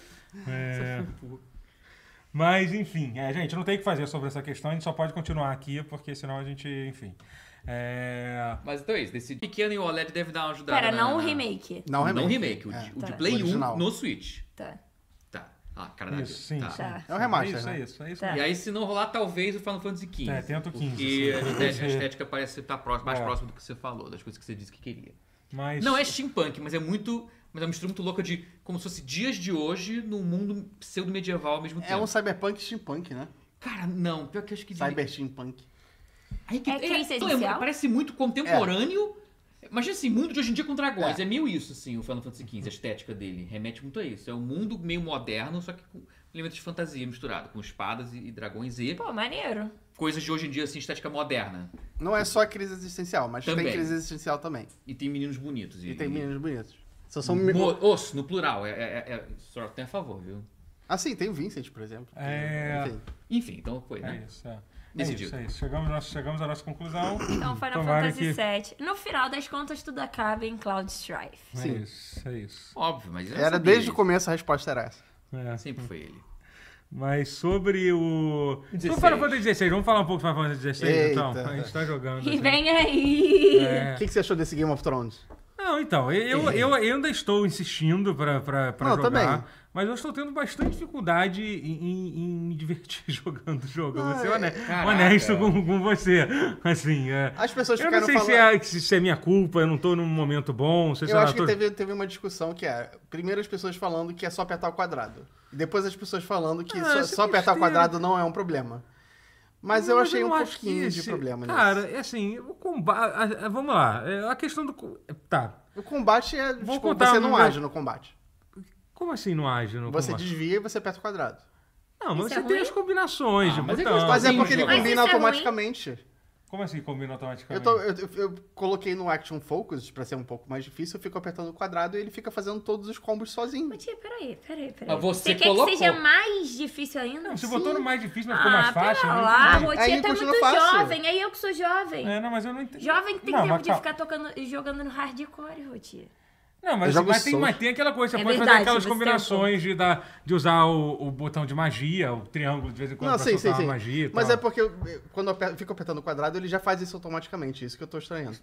Speaker 2: É. Mas, enfim, é, gente, não tem o que fazer sobre essa questão, a gente só pode continuar aqui, porque senão a gente, enfim. É...
Speaker 4: Mas então é isso, decidi. Pequeno e o OLED deve dar uma ajudada.
Speaker 3: Pera,
Speaker 4: na-
Speaker 3: não o
Speaker 4: na-
Speaker 3: remake.
Speaker 1: Não, remake. É.
Speaker 4: Não remake, o, de, o
Speaker 3: Tá.
Speaker 4: de Play 1
Speaker 1: Original.
Speaker 4: no Switch.
Speaker 3: Tá,
Speaker 4: Tá. Ah, cara da
Speaker 2: Isso,
Speaker 4: vida.
Speaker 2: sim,
Speaker 4: Tá.
Speaker 2: sim.
Speaker 3: tá.
Speaker 1: É um remaster,
Speaker 2: é isso,
Speaker 1: né?
Speaker 2: é isso, é isso.
Speaker 3: Tá.
Speaker 4: E aí, se não rolar, talvez o Final Fantasy XV.
Speaker 2: É, tenta o 15,
Speaker 4: Porque
Speaker 2: *laughs* assim,
Speaker 4: a
Speaker 2: pra
Speaker 4: estética- a
Speaker 2: você-
Speaker 4: estética parece estar próxima, mais
Speaker 2: É.
Speaker 4: próxima do que você falou, das coisas que você disse que queria.
Speaker 2: Mas,
Speaker 4: Não é steampunk, mas é muito. Mas é uma mistura muito louca de como se fosse dias de hoje num mundo pseudo-medieval ao mesmo tempo.
Speaker 1: É um cyberpunk steampunk, né?
Speaker 4: Cara, não, pior que eu acho que.
Speaker 1: Cyber steampunk.
Speaker 4: Aí que,
Speaker 3: É crise
Speaker 4: então,
Speaker 3: essencial?
Speaker 4: parece muito contemporâneo.
Speaker 1: É.
Speaker 4: Imagina assim, mundo de hoje em dia com dragões. É, meio isso, assim, o Final Fantasy XV, a estética dele. Remete muito a isso. É um mundo meio moderno, só que com elementos de fantasia misturado, com espadas e, e dragões e
Speaker 3: Pô, maneiro.
Speaker 4: coisas de hoje em dia, assim, estética moderna.
Speaker 1: Não é só crise existencial, mas
Speaker 4: Também.
Speaker 1: tem crise existencial também.
Speaker 4: E tem meninos bonitos.
Speaker 1: E tem meninos bonitos. Só são...
Speaker 4: bonitos.
Speaker 1: mi-
Speaker 4: Os, no plural. É, é, é, só até a favor, viu?
Speaker 1: Ah, sim, tem o Vincent, por exemplo. que-
Speaker 2: É.
Speaker 1: Enfim.
Speaker 4: Enfim, então foi,
Speaker 2: é
Speaker 4: né?
Speaker 2: isso, é. É
Speaker 4: Decidido.
Speaker 2: isso, é isso. Chegamos, nós chegamos à nossa conclusão.
Speaker 3: Então, Final
Speaker 2: Tomara
Speaker 3: Fantasy
Speaker 2: que-
Speaker 3: VII. No final das contas, tudo acaba em Cloud Strife.
Speaker 2: É
Speaker 1: Sim.
Speaker 2: isso, é isso.
Speaker 4: Óbvio, mas... eu
Speaker 1: Era
Speaker 4: sabia
Speaker 1: desde o
Speaker 4: isso.
Speaker 1: começo a resposta era essa.
Speaker 2: É.
Speaker 4: Sempre foi ele.
Speaker 2: Mas sobre o. Vamos
Speaker 4: 16.
Speaker 2: falar Final Fantasy XVI, vamos falar um pouco do Final Fantasy XVI, então.
Speaker 1: Eita.
Speaker 2: A gente tá jogando.
Speaker 3: E
Speaker 2: assim.
Speaker 3: vem aí!
Speaker 2: É.
Speaker 1: O que, que você achou desse Game of Thrones?
Speaker 2: Não, então, eu, eu, eu ainda estou insistindo pra, pra, pra
Speaker 1: É. Não,
Speaker 2: jogar,
Speaker 1: também.
Speaker 2: mas eu estou tendo bastante dificuldade em, em- em me divertir *laughs* jogando o jogo. Eu Vou
Speaker 1: Ah, é.
Speaker 2: ser hone-
Speaker 4: caraca.
Speaker 2: honesto com, com você. Assim, é,
Speaker 1: As pessoas
Speaker 2: eu não
Speaker 1: ficaram
Speaker 2: sei
Speaker 1: falando...
Speaker 2: se, é, se isso é minha culpa, eu não tô num momento bom, sei é
Speaker 1: Eu
Speaker 2: lá,
Speaker 1: acho que
Speaker 2: tô-
Speaker 1: teve, teve uma discussão que é, primeiro as pessoas falando que é só apertar o quadrado. E depois as pessoas falando que
Speaker 2: Ah,
Speaker 1: só,
Speaker 2: isso é
Speaker 1: só apertar o
Speaker 2: besteira.
Speaker 1: quadrado não é um problema. Mas eu achei
Speaker 2: não
Speaker 1: um
Speaker 2: acho que
Speaker 1: pouquinho de
Speaker 2: esse-
Speaker 1: problema nisso.
Speaker 2: Cara, é assim, o combate... Vamos lá, é, a questão do... co- Tá,
Speaker 1: O combate é.
Speaker 2: Vou
Speaker 1: tipo,
Speaker 2: contar
Speaker 1: você
Speaker 2: um
Speaker 1: não
Speaker 2: negócio.
Speaker 1: age no combate.
Speaker 2: como assim não age no
Speaker 1: você
Speaker 2: combate?
Speaker 1: desvia e você aperta o quadrado.
Speaker 2: Não, mas
Speaker 3: Isso
Speaker 2: você
Speaker 3: é
Speaker 2: tem
Speaker 3: ruim?
Speaker 2: as combinações
Speaker 4: Ah,
Speaker 2: de
Speaker 4: mas é
Speaker 2: botão. assim,
Speaker 4: gostoso.
Speaker 1: Mas é
Speaker 4: sim,
Speaker 1: porque ele
Speaker 4: joga.
Speaker 3: Mas
Speaker 1: combina
Speaker 3: isso é ruim?
Speaker 1: automaticamente.
Speaker 2: Como assim combina automaticamente?
Speaker 1: Eu, tô- eu- eu- eu coloquei no Action Focus pra ser um pouco mais difícil, eu fico apertando o quadrado e ele fica fazendo todos os combos sozinho.
Speaker 3: Mas, tia, peraí, peraí, peraí.
Speaker 4: Mas Ah, você
Speaker 3: quer
Speaker 4: colocou.
Speaker 3: que seja mais difícil ainda?
Speaker 2: Não, você botou no mais difícil, mas ficou mais
Speaker 3: Ah,
Speaker 2: fácil. né?
Speaker 3: pera
Speaker 2: eu não
Speaker 3: lá,
Speaker 2: entendi.
Speaker 3: o
Speaker 1: Aí
Speaker 3: tia tá
Speaker 1: continua
Speaker 3: muito
Speaker 1: fácil.
Speaker 3: jovem. É eu que sou jovem.
Speaker 2: É, não, mas eu não entendi.
Speaker 3: Jovem que tem
Speaker 2: Não,
Speaker 3: tempo
Speaker 2: mas
Speaker 3: de
Speaker 2: calma.
Speaker 3: ficar tocando, jogando no hardcore, Rotia.
Speaker 2: Não,
Speaker 1: Eu
Speaker 2: mas,
Speaker 1: jogo
Speaker 2: mas, tem,
Speaker 1: Souls.
Speaker 2: mas tem aquela coisa, você
Speaker 3: É
Speaker 2: pode fazer
Speaker 3: verdade,
Speaker 2: aquelas
Speaker 3: você tem um
Speaker 2: combinações de, dar, de usar o, o botão de magia, o triângulo de vez em quando
Speaker 1: Não,
Speaker 2: pra
Speaker 1: sim, sim,
Speaker 2: soltar
Speaker 1: sim.
Speaker 2: uma magia e
Speaker 1: Mas
Speaker 2: tal.
Speaker 1: é porque eu- eu- quando eu aper- fico apertando o quadrado, ele já faz isso automaticamente. Isso que eu tô estranhando.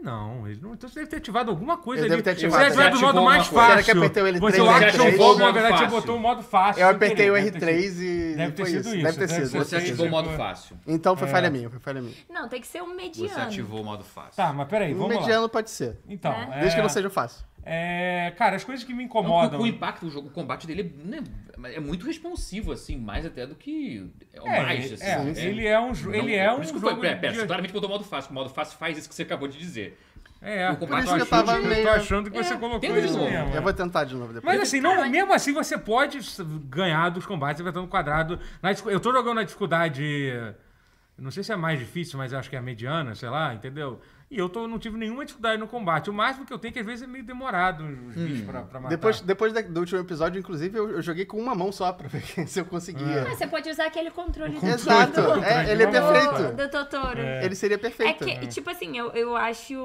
Speaker 2: Não, ele não. Então você deve ter ativado alguma coisa
Speaker 1: Ele
Speaker 2: ali.
Speaker 1: deve ter
Speaker 2: Você
Speaker 1: ativado,
Speaker 2: ativou
Speaker 4: ele
Speaker 2: do modo
Speaker 4: ativou
Speaker 2: mais
Speaker 4: alguma coisa.
Speaker 2: fácil.
Speaker 1: Será que aperteu L3,
Speaker 2: Você lá
Speaker 1: L3?
Speaker 2: achou o fogo,
Speaker 4: Ele
Speaker 2: na
Speaker 4: ativou
Speaker 2: verdade
Speaker 4: o
Speaker 2: você
Speaker 4: modo
Speaker 2: botou o modo fácil.
Speaker 1: Eu
Speaker 2: sem
Speaker 1: apertei o
Speaker 2: querer, deve ter sido-
Speaker 1: R3 e
Speaker 2: Deve ter
Speaker 1: foi
Speaker 2: sido
Speaker 1: isso.
Speaker 2: isso,
Speaker 1: Deve ter
Speaker 2: deve ter
Speaker 1: sido.
Speaker 2: sido.
Speaker 4: Você
Speaker 1: deve ter
Speaker 4: ativou
Speaker 1: sido.
Speaker 4: o modo fácil.
Speaker 1: Então foi
Speaker 2: É.
Speaker 1: falha minha, foi falha minha.
Speaker 3: Não, tem que ser um mediano.
Speaker 4: Você ativou o modo fácil.
Speaker 2: Tá, mas peraí,
Speaker 1: Um
Speaker 2: vamos lá.
Speaker 1: mediano pode ser.
Speaker 2: Então,
Speaker 3: Né?
Speaker 2: é,
Speaker 1: Desde que não seja fácil.
Speaker 2: é, cara, as coisas que me
Speaker 4: Não, porque
Speaker 2: incomodam.
Speaker 4: um o impacto, o jogo, o combate dele né, é muito responsivo, assim, mais até do que. É, o
Speaker 2: É,
Speaker 4: mais, assim.
Speaker 2: é,
Speaker 4: né?
Speaker 2: ele é um, jo-
Speaker 4: Não-
Speaker 2: ele é um
Speaker 4: por isso que eu
Speaker 2: jogo.
Speaker 4: falei, pera, pera,
Speaker 2: de-
Speaker 4: você claramente botou o modo fácil. O modo fácil faz isso que você acabou de dizer.
Speaker 2: É,
Speaker 4: o combate
Speaker 2: eu tô
Speaker 4: que eu
Speaker 2: achando-
Speaker 1: tava meio-
Speaker 2: tô achando que
Speaker 3: É.
Speaker 2: você colocou
Speaker 4: tenta de
Speaker 2: isso
Speaker 4: novo.
Speaker 2: mesmo.
Speaker 1: Eu vou tentar de novo depois.
Speaker 2: É, Mas assim, não, mesmo assim você pode s- ganhar dos combates apertando o quadrado. Na dificu- eu tô jogando na dificuldade. Não sei se é mais difícil, mas acho que é a mediana, sei lá, entendeu? E eu tô, não tive nenhuma dificuldade no combate. O máximo que eu tenho é que às vezes é meio demorado os bichos pra, pra é matar.
Speaker 1: Depois, depois da- do último episódio, inclusive, eu, eu joguei com uma mão só pra ver *laughs* se eu conseguia.
Speaker 2: É.
Speaker 3: Ah, você pode usar aquele controle do
Speaker 1: Exato,
Speaker 3: do-
Speaker 1: é, ele é
Speaker 2: Controle de uma mão,
Speaker 1: perfeito.
Speaker 3: do Totoro.
Speaker 1: Ele seria
Speaker 3: É
Speaker 1: perfeito.
Speaker 3: que, tipo assim, eu, eu acho,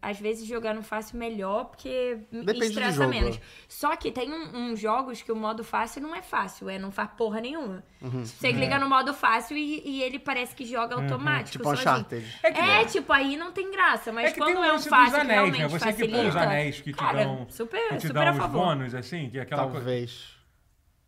Speaker 3: às vezes, jogar no fácil melhor, porque
Speaker 1: Depende do
Speaker 3: estressa
Speaker 1: jogo.
Speaker 3: menos. Só que tem uns um, uns jogos que o modo fácil não é fácil, é não faz porra nenhuma.
Speaker 1: Uhum.
Speaker 2: É.
Speaker 3: Você clica no modo fácil e, e ele parece que joga automático.
Speaker 1: Tipo
Speaker 3: sozinho.
Speaker 1: Uncharted.
Speaker 2: Uhum. É que-
Speaker 3: é, tipo, aí não tem graça, mas
Speaker 2: É que tem
Speaker 3: quando
Speaker 2: o
Speaker 3: é um
Speaker 2: lance dos
Speaker 3: fácil que
Speaker 2: anéis,
Speaker 3: realmente
Speaker 2: né? Você que
Speaker 3: facilita.
Speaker 2: põe os anéis que te
Speaker 3: cara,
Speaker 2: dão-
Speaker 3: super,
Speaker 2: que te
Speaker 3: super a
Speaker 2: dão os
Speaker 3: favor.
Speaker 2: bônus, assim, que é aquela coisa.
Speaker 1: Talvez.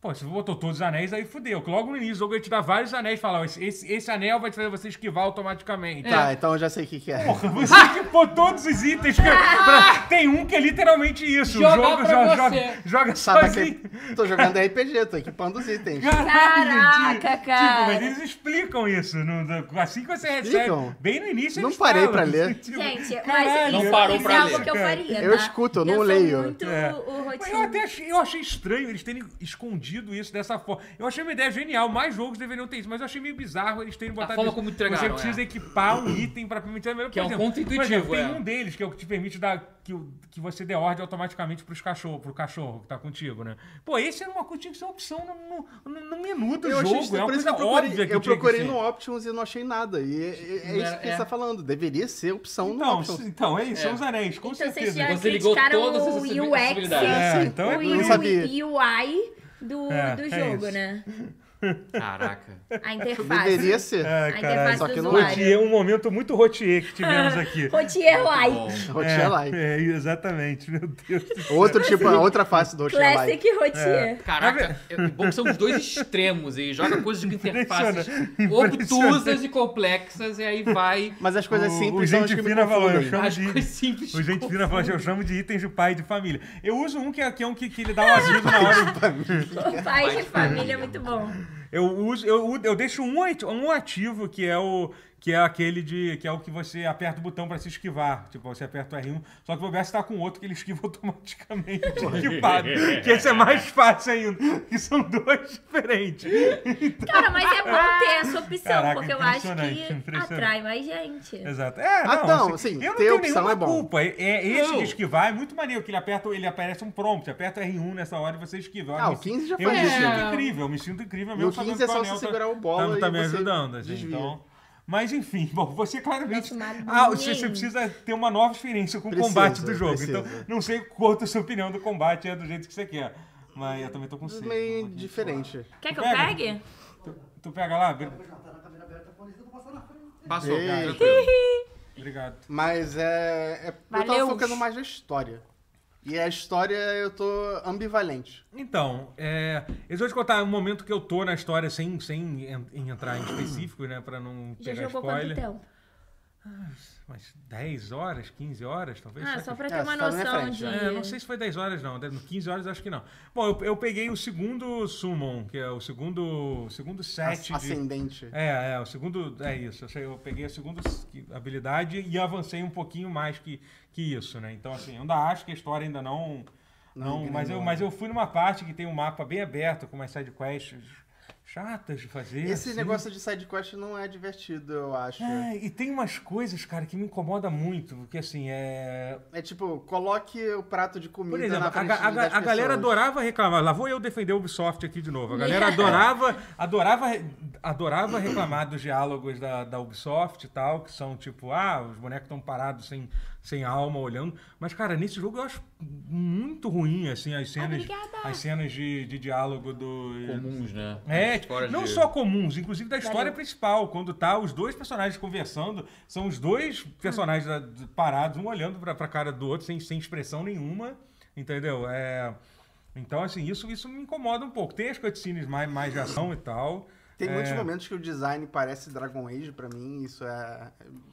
Speaker 2: Pô, se você botou todos os anéis, aí fudeu. Que Logo no início do jogo ele te dá vários anéis e fala: ó, esse, esse- esse anel vai te fazer você esquivar automaticamente.
Speaker 1: Tá, então eu já sei o que, que é.
Speaker 2: Você que pôr todos os itens. que-
Speaker 3: *laughs*
Speaker 2: pra- tem um que é literalmente isso.
Speaker 4: Jogar
Speaker 2: o jogo
Speaker 4: pra
Speaker 2: joga,
Speaker 4: você.
Speaker 2: joga, joga
Speaker 1: Sabe
Speaker 2: sozinho.
Speaker 1: que tô jogando RPG, tô equipando os
Speaker 2: *laughs*
Speaker 1: itens.
Speaker 2: Caralho,
Speaker 3: Caraca,
Speaker 2: tipo,
Speaker 3: cara.
Speaker 2: mas eles explicam isso. no- no- assim que você
Speaker 1: Explicam?
Speaker 2: recebe. Bem no início
Speaker 1: Não
Speaker 2: eles
Speaker 1: parei
Speaker 2: falam,
Speaker 1: pra ler.
Speaker 2: tipo,
Speaker 3: Gente, mas
Speaker 2: caralho.
Speaker 4: Não parou
Speaker 3: isso
Speaker 4: pra
Speaker 3: é algo
Speaker 4: ler.
Speaker 3: que eu faria,
Speaker 1: Eu
Speaker 3: tá?
Speaker 1: escuto, eu não
Speaker 3: sou
Speaker 1: leio.
Speaker 3: muito
Speaker 2: É.
Speaker 3: o, o
Speaker 2: Mas
Speaker 3: rotinho.
Speaker 2: eu até achei, eu achei estranho eles terem escondido isso dessa forma. Eu achei uma ideia genial, mais jogos deveriam ter isso, mas eu achei meio bizarro eles terem botado
Speaker 4: forma
Speaker 2: isso.
Speaker 4: como entregaram,
Speaker 2: Você precisa
Speaker 4: é.
Speaker 2: equipar um item pra permitir a melhor
Speaker 4: Que é um
Speaker 2: por
Speaker 4: ponto
Speaker 2: por
Speaker 4: intuitivo,
Speaker 2: exemplo,
Speaker 4: é.
Speaker 2: Tem um deles que é o que te permite dar que, o- que você dê ordem automaticamente pros cachorros, pro cachorro que tá contigo, né? Pô, esse era uma coisa que tinha que ser uma opção no, no- no menu do
Speaker 1: Eu
Speaker 2: jogo,
Speaker 1: achei estranho,
Speaker 2: é uma
Speaker 1: por isso
Speaker 2: coisa
Speaker 1: que eu procurei,
Speaker 2: óbvia que
Speaker 1: eu
Speaker 2: tinha
Speaker 1: procurei
Speaker 2: que ser.
Speaker 1: no Options e não achei nada. E é, é- é isso que
Speaker 4: É.
Speaker 1: você tá falando. Deveria ser opção
Speaker 2: Então,
Speaker 1: no Options.
Speaker 2: se- então, é isso, são os anéis, com
Speaker 3: Então vocês
Speaker 2: certeza.
Speaker 3: já
Speaker 4: Você ligou
Speaker 3: criticaram
Speaker 4: todas essas
Speaker 3: o UX,
Speaker 4: possibilidades.
Speaker 2: É, então é
Speaker 3: o
Speaker 2: por isso.
Speaker 1: Não sabia.
Speaker 3: UI do,
Speaker 2: É,
Speaker 3: do
Speaker 2: é
Speaker 3: jogo,
Speaker 2: isso.
Speaker 3: né?
Speaker 4: Caraca.
Speaker 3: A interface.
Speaker 1: Deveria ser.
Speaker 2: Ah,
Speaker 3: A
Speaker 2: caralho.
Speaker 3: interface
Speaker 1: só que
Speaker 3: do
Speaker 1: não-
Speaker 3: usuário.
Speaker 2: Rotier, um momento muito rotier que
Speaker 3: *laughs*
Speaker 2: tivemos aqui.
Speaker 3: Rotier
Speaker 4: Bom,
Speaker 3: UI.
Speaker 1: Rotier like.
Speaker 2: É, exatamente, meu Deus. do céu.
Speaker 1: *laughs* Outro tipo, outra face do Rotier like.
Speaker 3: Classic Rotier.
Speaker 4: Caraca, é o bom que são os dois extremos e joga coisas com interfaces obtusas
Speaker 2: Impressiona.
Speaker 4: e complexas e aí vai.
Speaker 1: Mas as coisas
Speaker 2: O-
Speaker 1: simples
Speaker 2: o
Speaker 1: são as
Speaker 2: gente
Speaker 1: que me
Speaker 2: fina falou, eu
Speaker 1: confundem.
Speaker 2: chamo
Speaker 4: As
Speaker 2: de-
Speaker 4: coisas simples.
Speaker 2: O gente fina fala assim, eu chamo de itens de pai e de família. Eu uso um que é, que é um que, que ele dá um asilo na hora.
Speaker 3: O pai de família é muito bom.
Speaker 2: Eu uso, eu, u- eu deixo um, ati- um ativo que é o que é aquele de que é o que você aperta o botão pra se esquivar. Tipo, você aperta o R1, só que o OBS tá com outro que ele esquiva *laughs* automaticamente equipado. que esse é mais fácil ainda, que são dois diferentes.
Speaker 3: Cara, mas é bom
Speaker 1: Ah.
Speaker 3: ter essa opção,
Speaker 2: Caraca,
Speaker 3: porque eu acho
Speaker 2: impressionante,
Speaker 3: que
Speaker 2: impressionante.
Speaker 3: atrai mais gente.
Speaker 2: Exato. É,
Speaker 1: Ah,
Speaker 2: não,
Speaker 1: não,
Speaker 2: assim,
Speaker 1: sim,
Speaker 2: eu não
Speaker 1: ter
Speaker 2: tenho
Speaker 1: opção
Speaker 2: nenhuma
Speaker 1: é bom.
Speaker 2: culpa. É, é esse
Speaker 4: Não.
Speaker 2: de esquivar é muito maneiro, que ele aperta, ele aparece um prompt, aperta R1 nessa hora e você esquiva. Olha,
Speaker 1: Ah,
Speaker 2: me
Speaker 1: o 15
Speaker 2: sinto-
Speaker 1: já
Speaker 2: Eu
Speaker 1: faz
Speaker 2: me
Speaker 1: isso.
Speaker 2: sinto
Speaker 4: É.
Speaker 2: incrível, eu me sinto incrível
Speaker 1: E
Speaker 2: mesmo
Speaker 1: o 15
Speaker 2: sabendo
Speaker 1: é
Speaker 2: que
Speaker 1: só
Speaker 2: o
Speaker 1: você
Speaker 2: anel tá-
Speaker 1: segurar o bola
Speaker 2: tá,
Speaker 1: e
Speaker 2: tá me
Speaker 1: você
Speaker 2: ajudando, assim,
Speaker 1: desvia.
Speaker 2: então... Mas enfim, *laughs* bom, você claramente.
Speaker 3: Nossa, mas
Speaker 2: Ah,
Speaker 3: ninguém-
Speaker 2: você, você precisa ter uma nova experiência com
Speaker 1: Precisa,
Speaker 2: o combate do jogo.
Speaker 1: precisa.
Speaker 2: Então, não sei quanto a sua opinião do combate é do jeito que você quer. Mas eu também tô com sede.
Speaker 1: Meio
Speaker 2: vou aqui.
Speaker 1: diferente.
Speaker 3: Quer que eu
Speaker 2: Pega.
Speaker 3: pegue?
Speaker 2: Tu, então. tu pega lá? Bri-
Speaker 5: Tá na câmera aberta, com isso eu vou passar na frente.
Speaker 4: Passou,
Speaker 1: Ei.
Speaker 4: tranquilo.
Speaker 2: Obrigado.
Speaker 1: Mas é. é- eu tava
Speaker 3: Valeu.
Speaker 1: focando mais na história. E a história eu tô ambivalente.
Speaker 2: Então, é, eu vou te contar um momento que eu tô na história sem, sem en- em entrar em específico, né? Pra não
Speaker 3: Já
Speaker 2: pegar
Speaker 3: jogou quanto
Speaker 2: spoiler.
Speaker 3: tempo?
Speaker 2: Mas 10 horas, 15 horas, talvez?
Speaker 3: Ah,
Speaker 2: será
Speaker 3: só
Speaker 2: que-
Speaker 3: pra
Speaker 1: É,
Speaker 3: ter uma
Speaker 1: você tá na minha
Speaker 3: noção
Speaker 1: frente,
Speaker 3: de...
Speaker 2: É, não sei se foi 10 horas, não. Deve- 15 horas acho que não. Bom, eu, eu peguei o segundo Summon, que é o segundo, segundo set
Speaker 1: As-
Speaker 2: de...
Speaker 1: Ascendente.
Speaker 2: É, é, o segundo. É isso. Eu, sei, eu peguei a segunda s- que- habilidade e avancei um pouquinho mais que, que isso, né? Então, assim, eu ainda acho que a história ainda não. Não,
Speaker 1: Não engrenou,
Speaker 2: mas, eu, mas eu fui numa parte que tem um mapa bem aberto, com umas sidequests chatas de fazer.
Speaker 1: Esse
Speaker 2: assim.
Speaker 1: negócio de sidequest não é divertido, eu acho. É.
Speaker 2: É, e tem umas coisas, cara, que me incomoda muito. Porque assim, é.
Speaker 1: tipo, coloque o prato de comida
Speaker 2: Por exemplo,
Speaker 1: na
Speaker 2: a,
Speaker 1: frente
Speaker 2: ga- a ga-
Speaker 1: das
Speaker 2: a galera
Speaker 1: pessoas.
Speaker 2: adorava reclamar. Lá vou eu defender o Ubisoft aqui de novo.
Speaker 1: *laughs*
Speaker 2: A galera adorava, adorava, re- adorava reclamar dos diálogos da, da Ubisoft e tal, que são tipo, ah, os bonecos estão parados sem, sem alma olhando. Mas, cara, nesse jogo eu acho muito ruim, assim, as cenas,
Speaker 3: Obrigada.
Speaker 2: as cenas de, de diálogo do.
Speaker 4: Comuns, né?
Speaker 2: É,
Speaker 4: Histórias
Speaker 2: não
Speaker 4: de-
Speaker 2: só comuns, inclusive da história
Speaker 3: Valeu.
Speaker 2: principal, quando tá os dois personagens conversando, são os dois personagens da- de- parados, um olhando pra, pra cara do outro sem, sem expressão nenhuma, entendeu? É, então, assim, isso, isso me incomoda um pouco. Tem as cutscenes mais, mais de ação e tal.
Speaker 1: Tem
Speaker 2: é,
Speaker 1: muitos momentos que o design parece Dragon Age pra mim, isso é,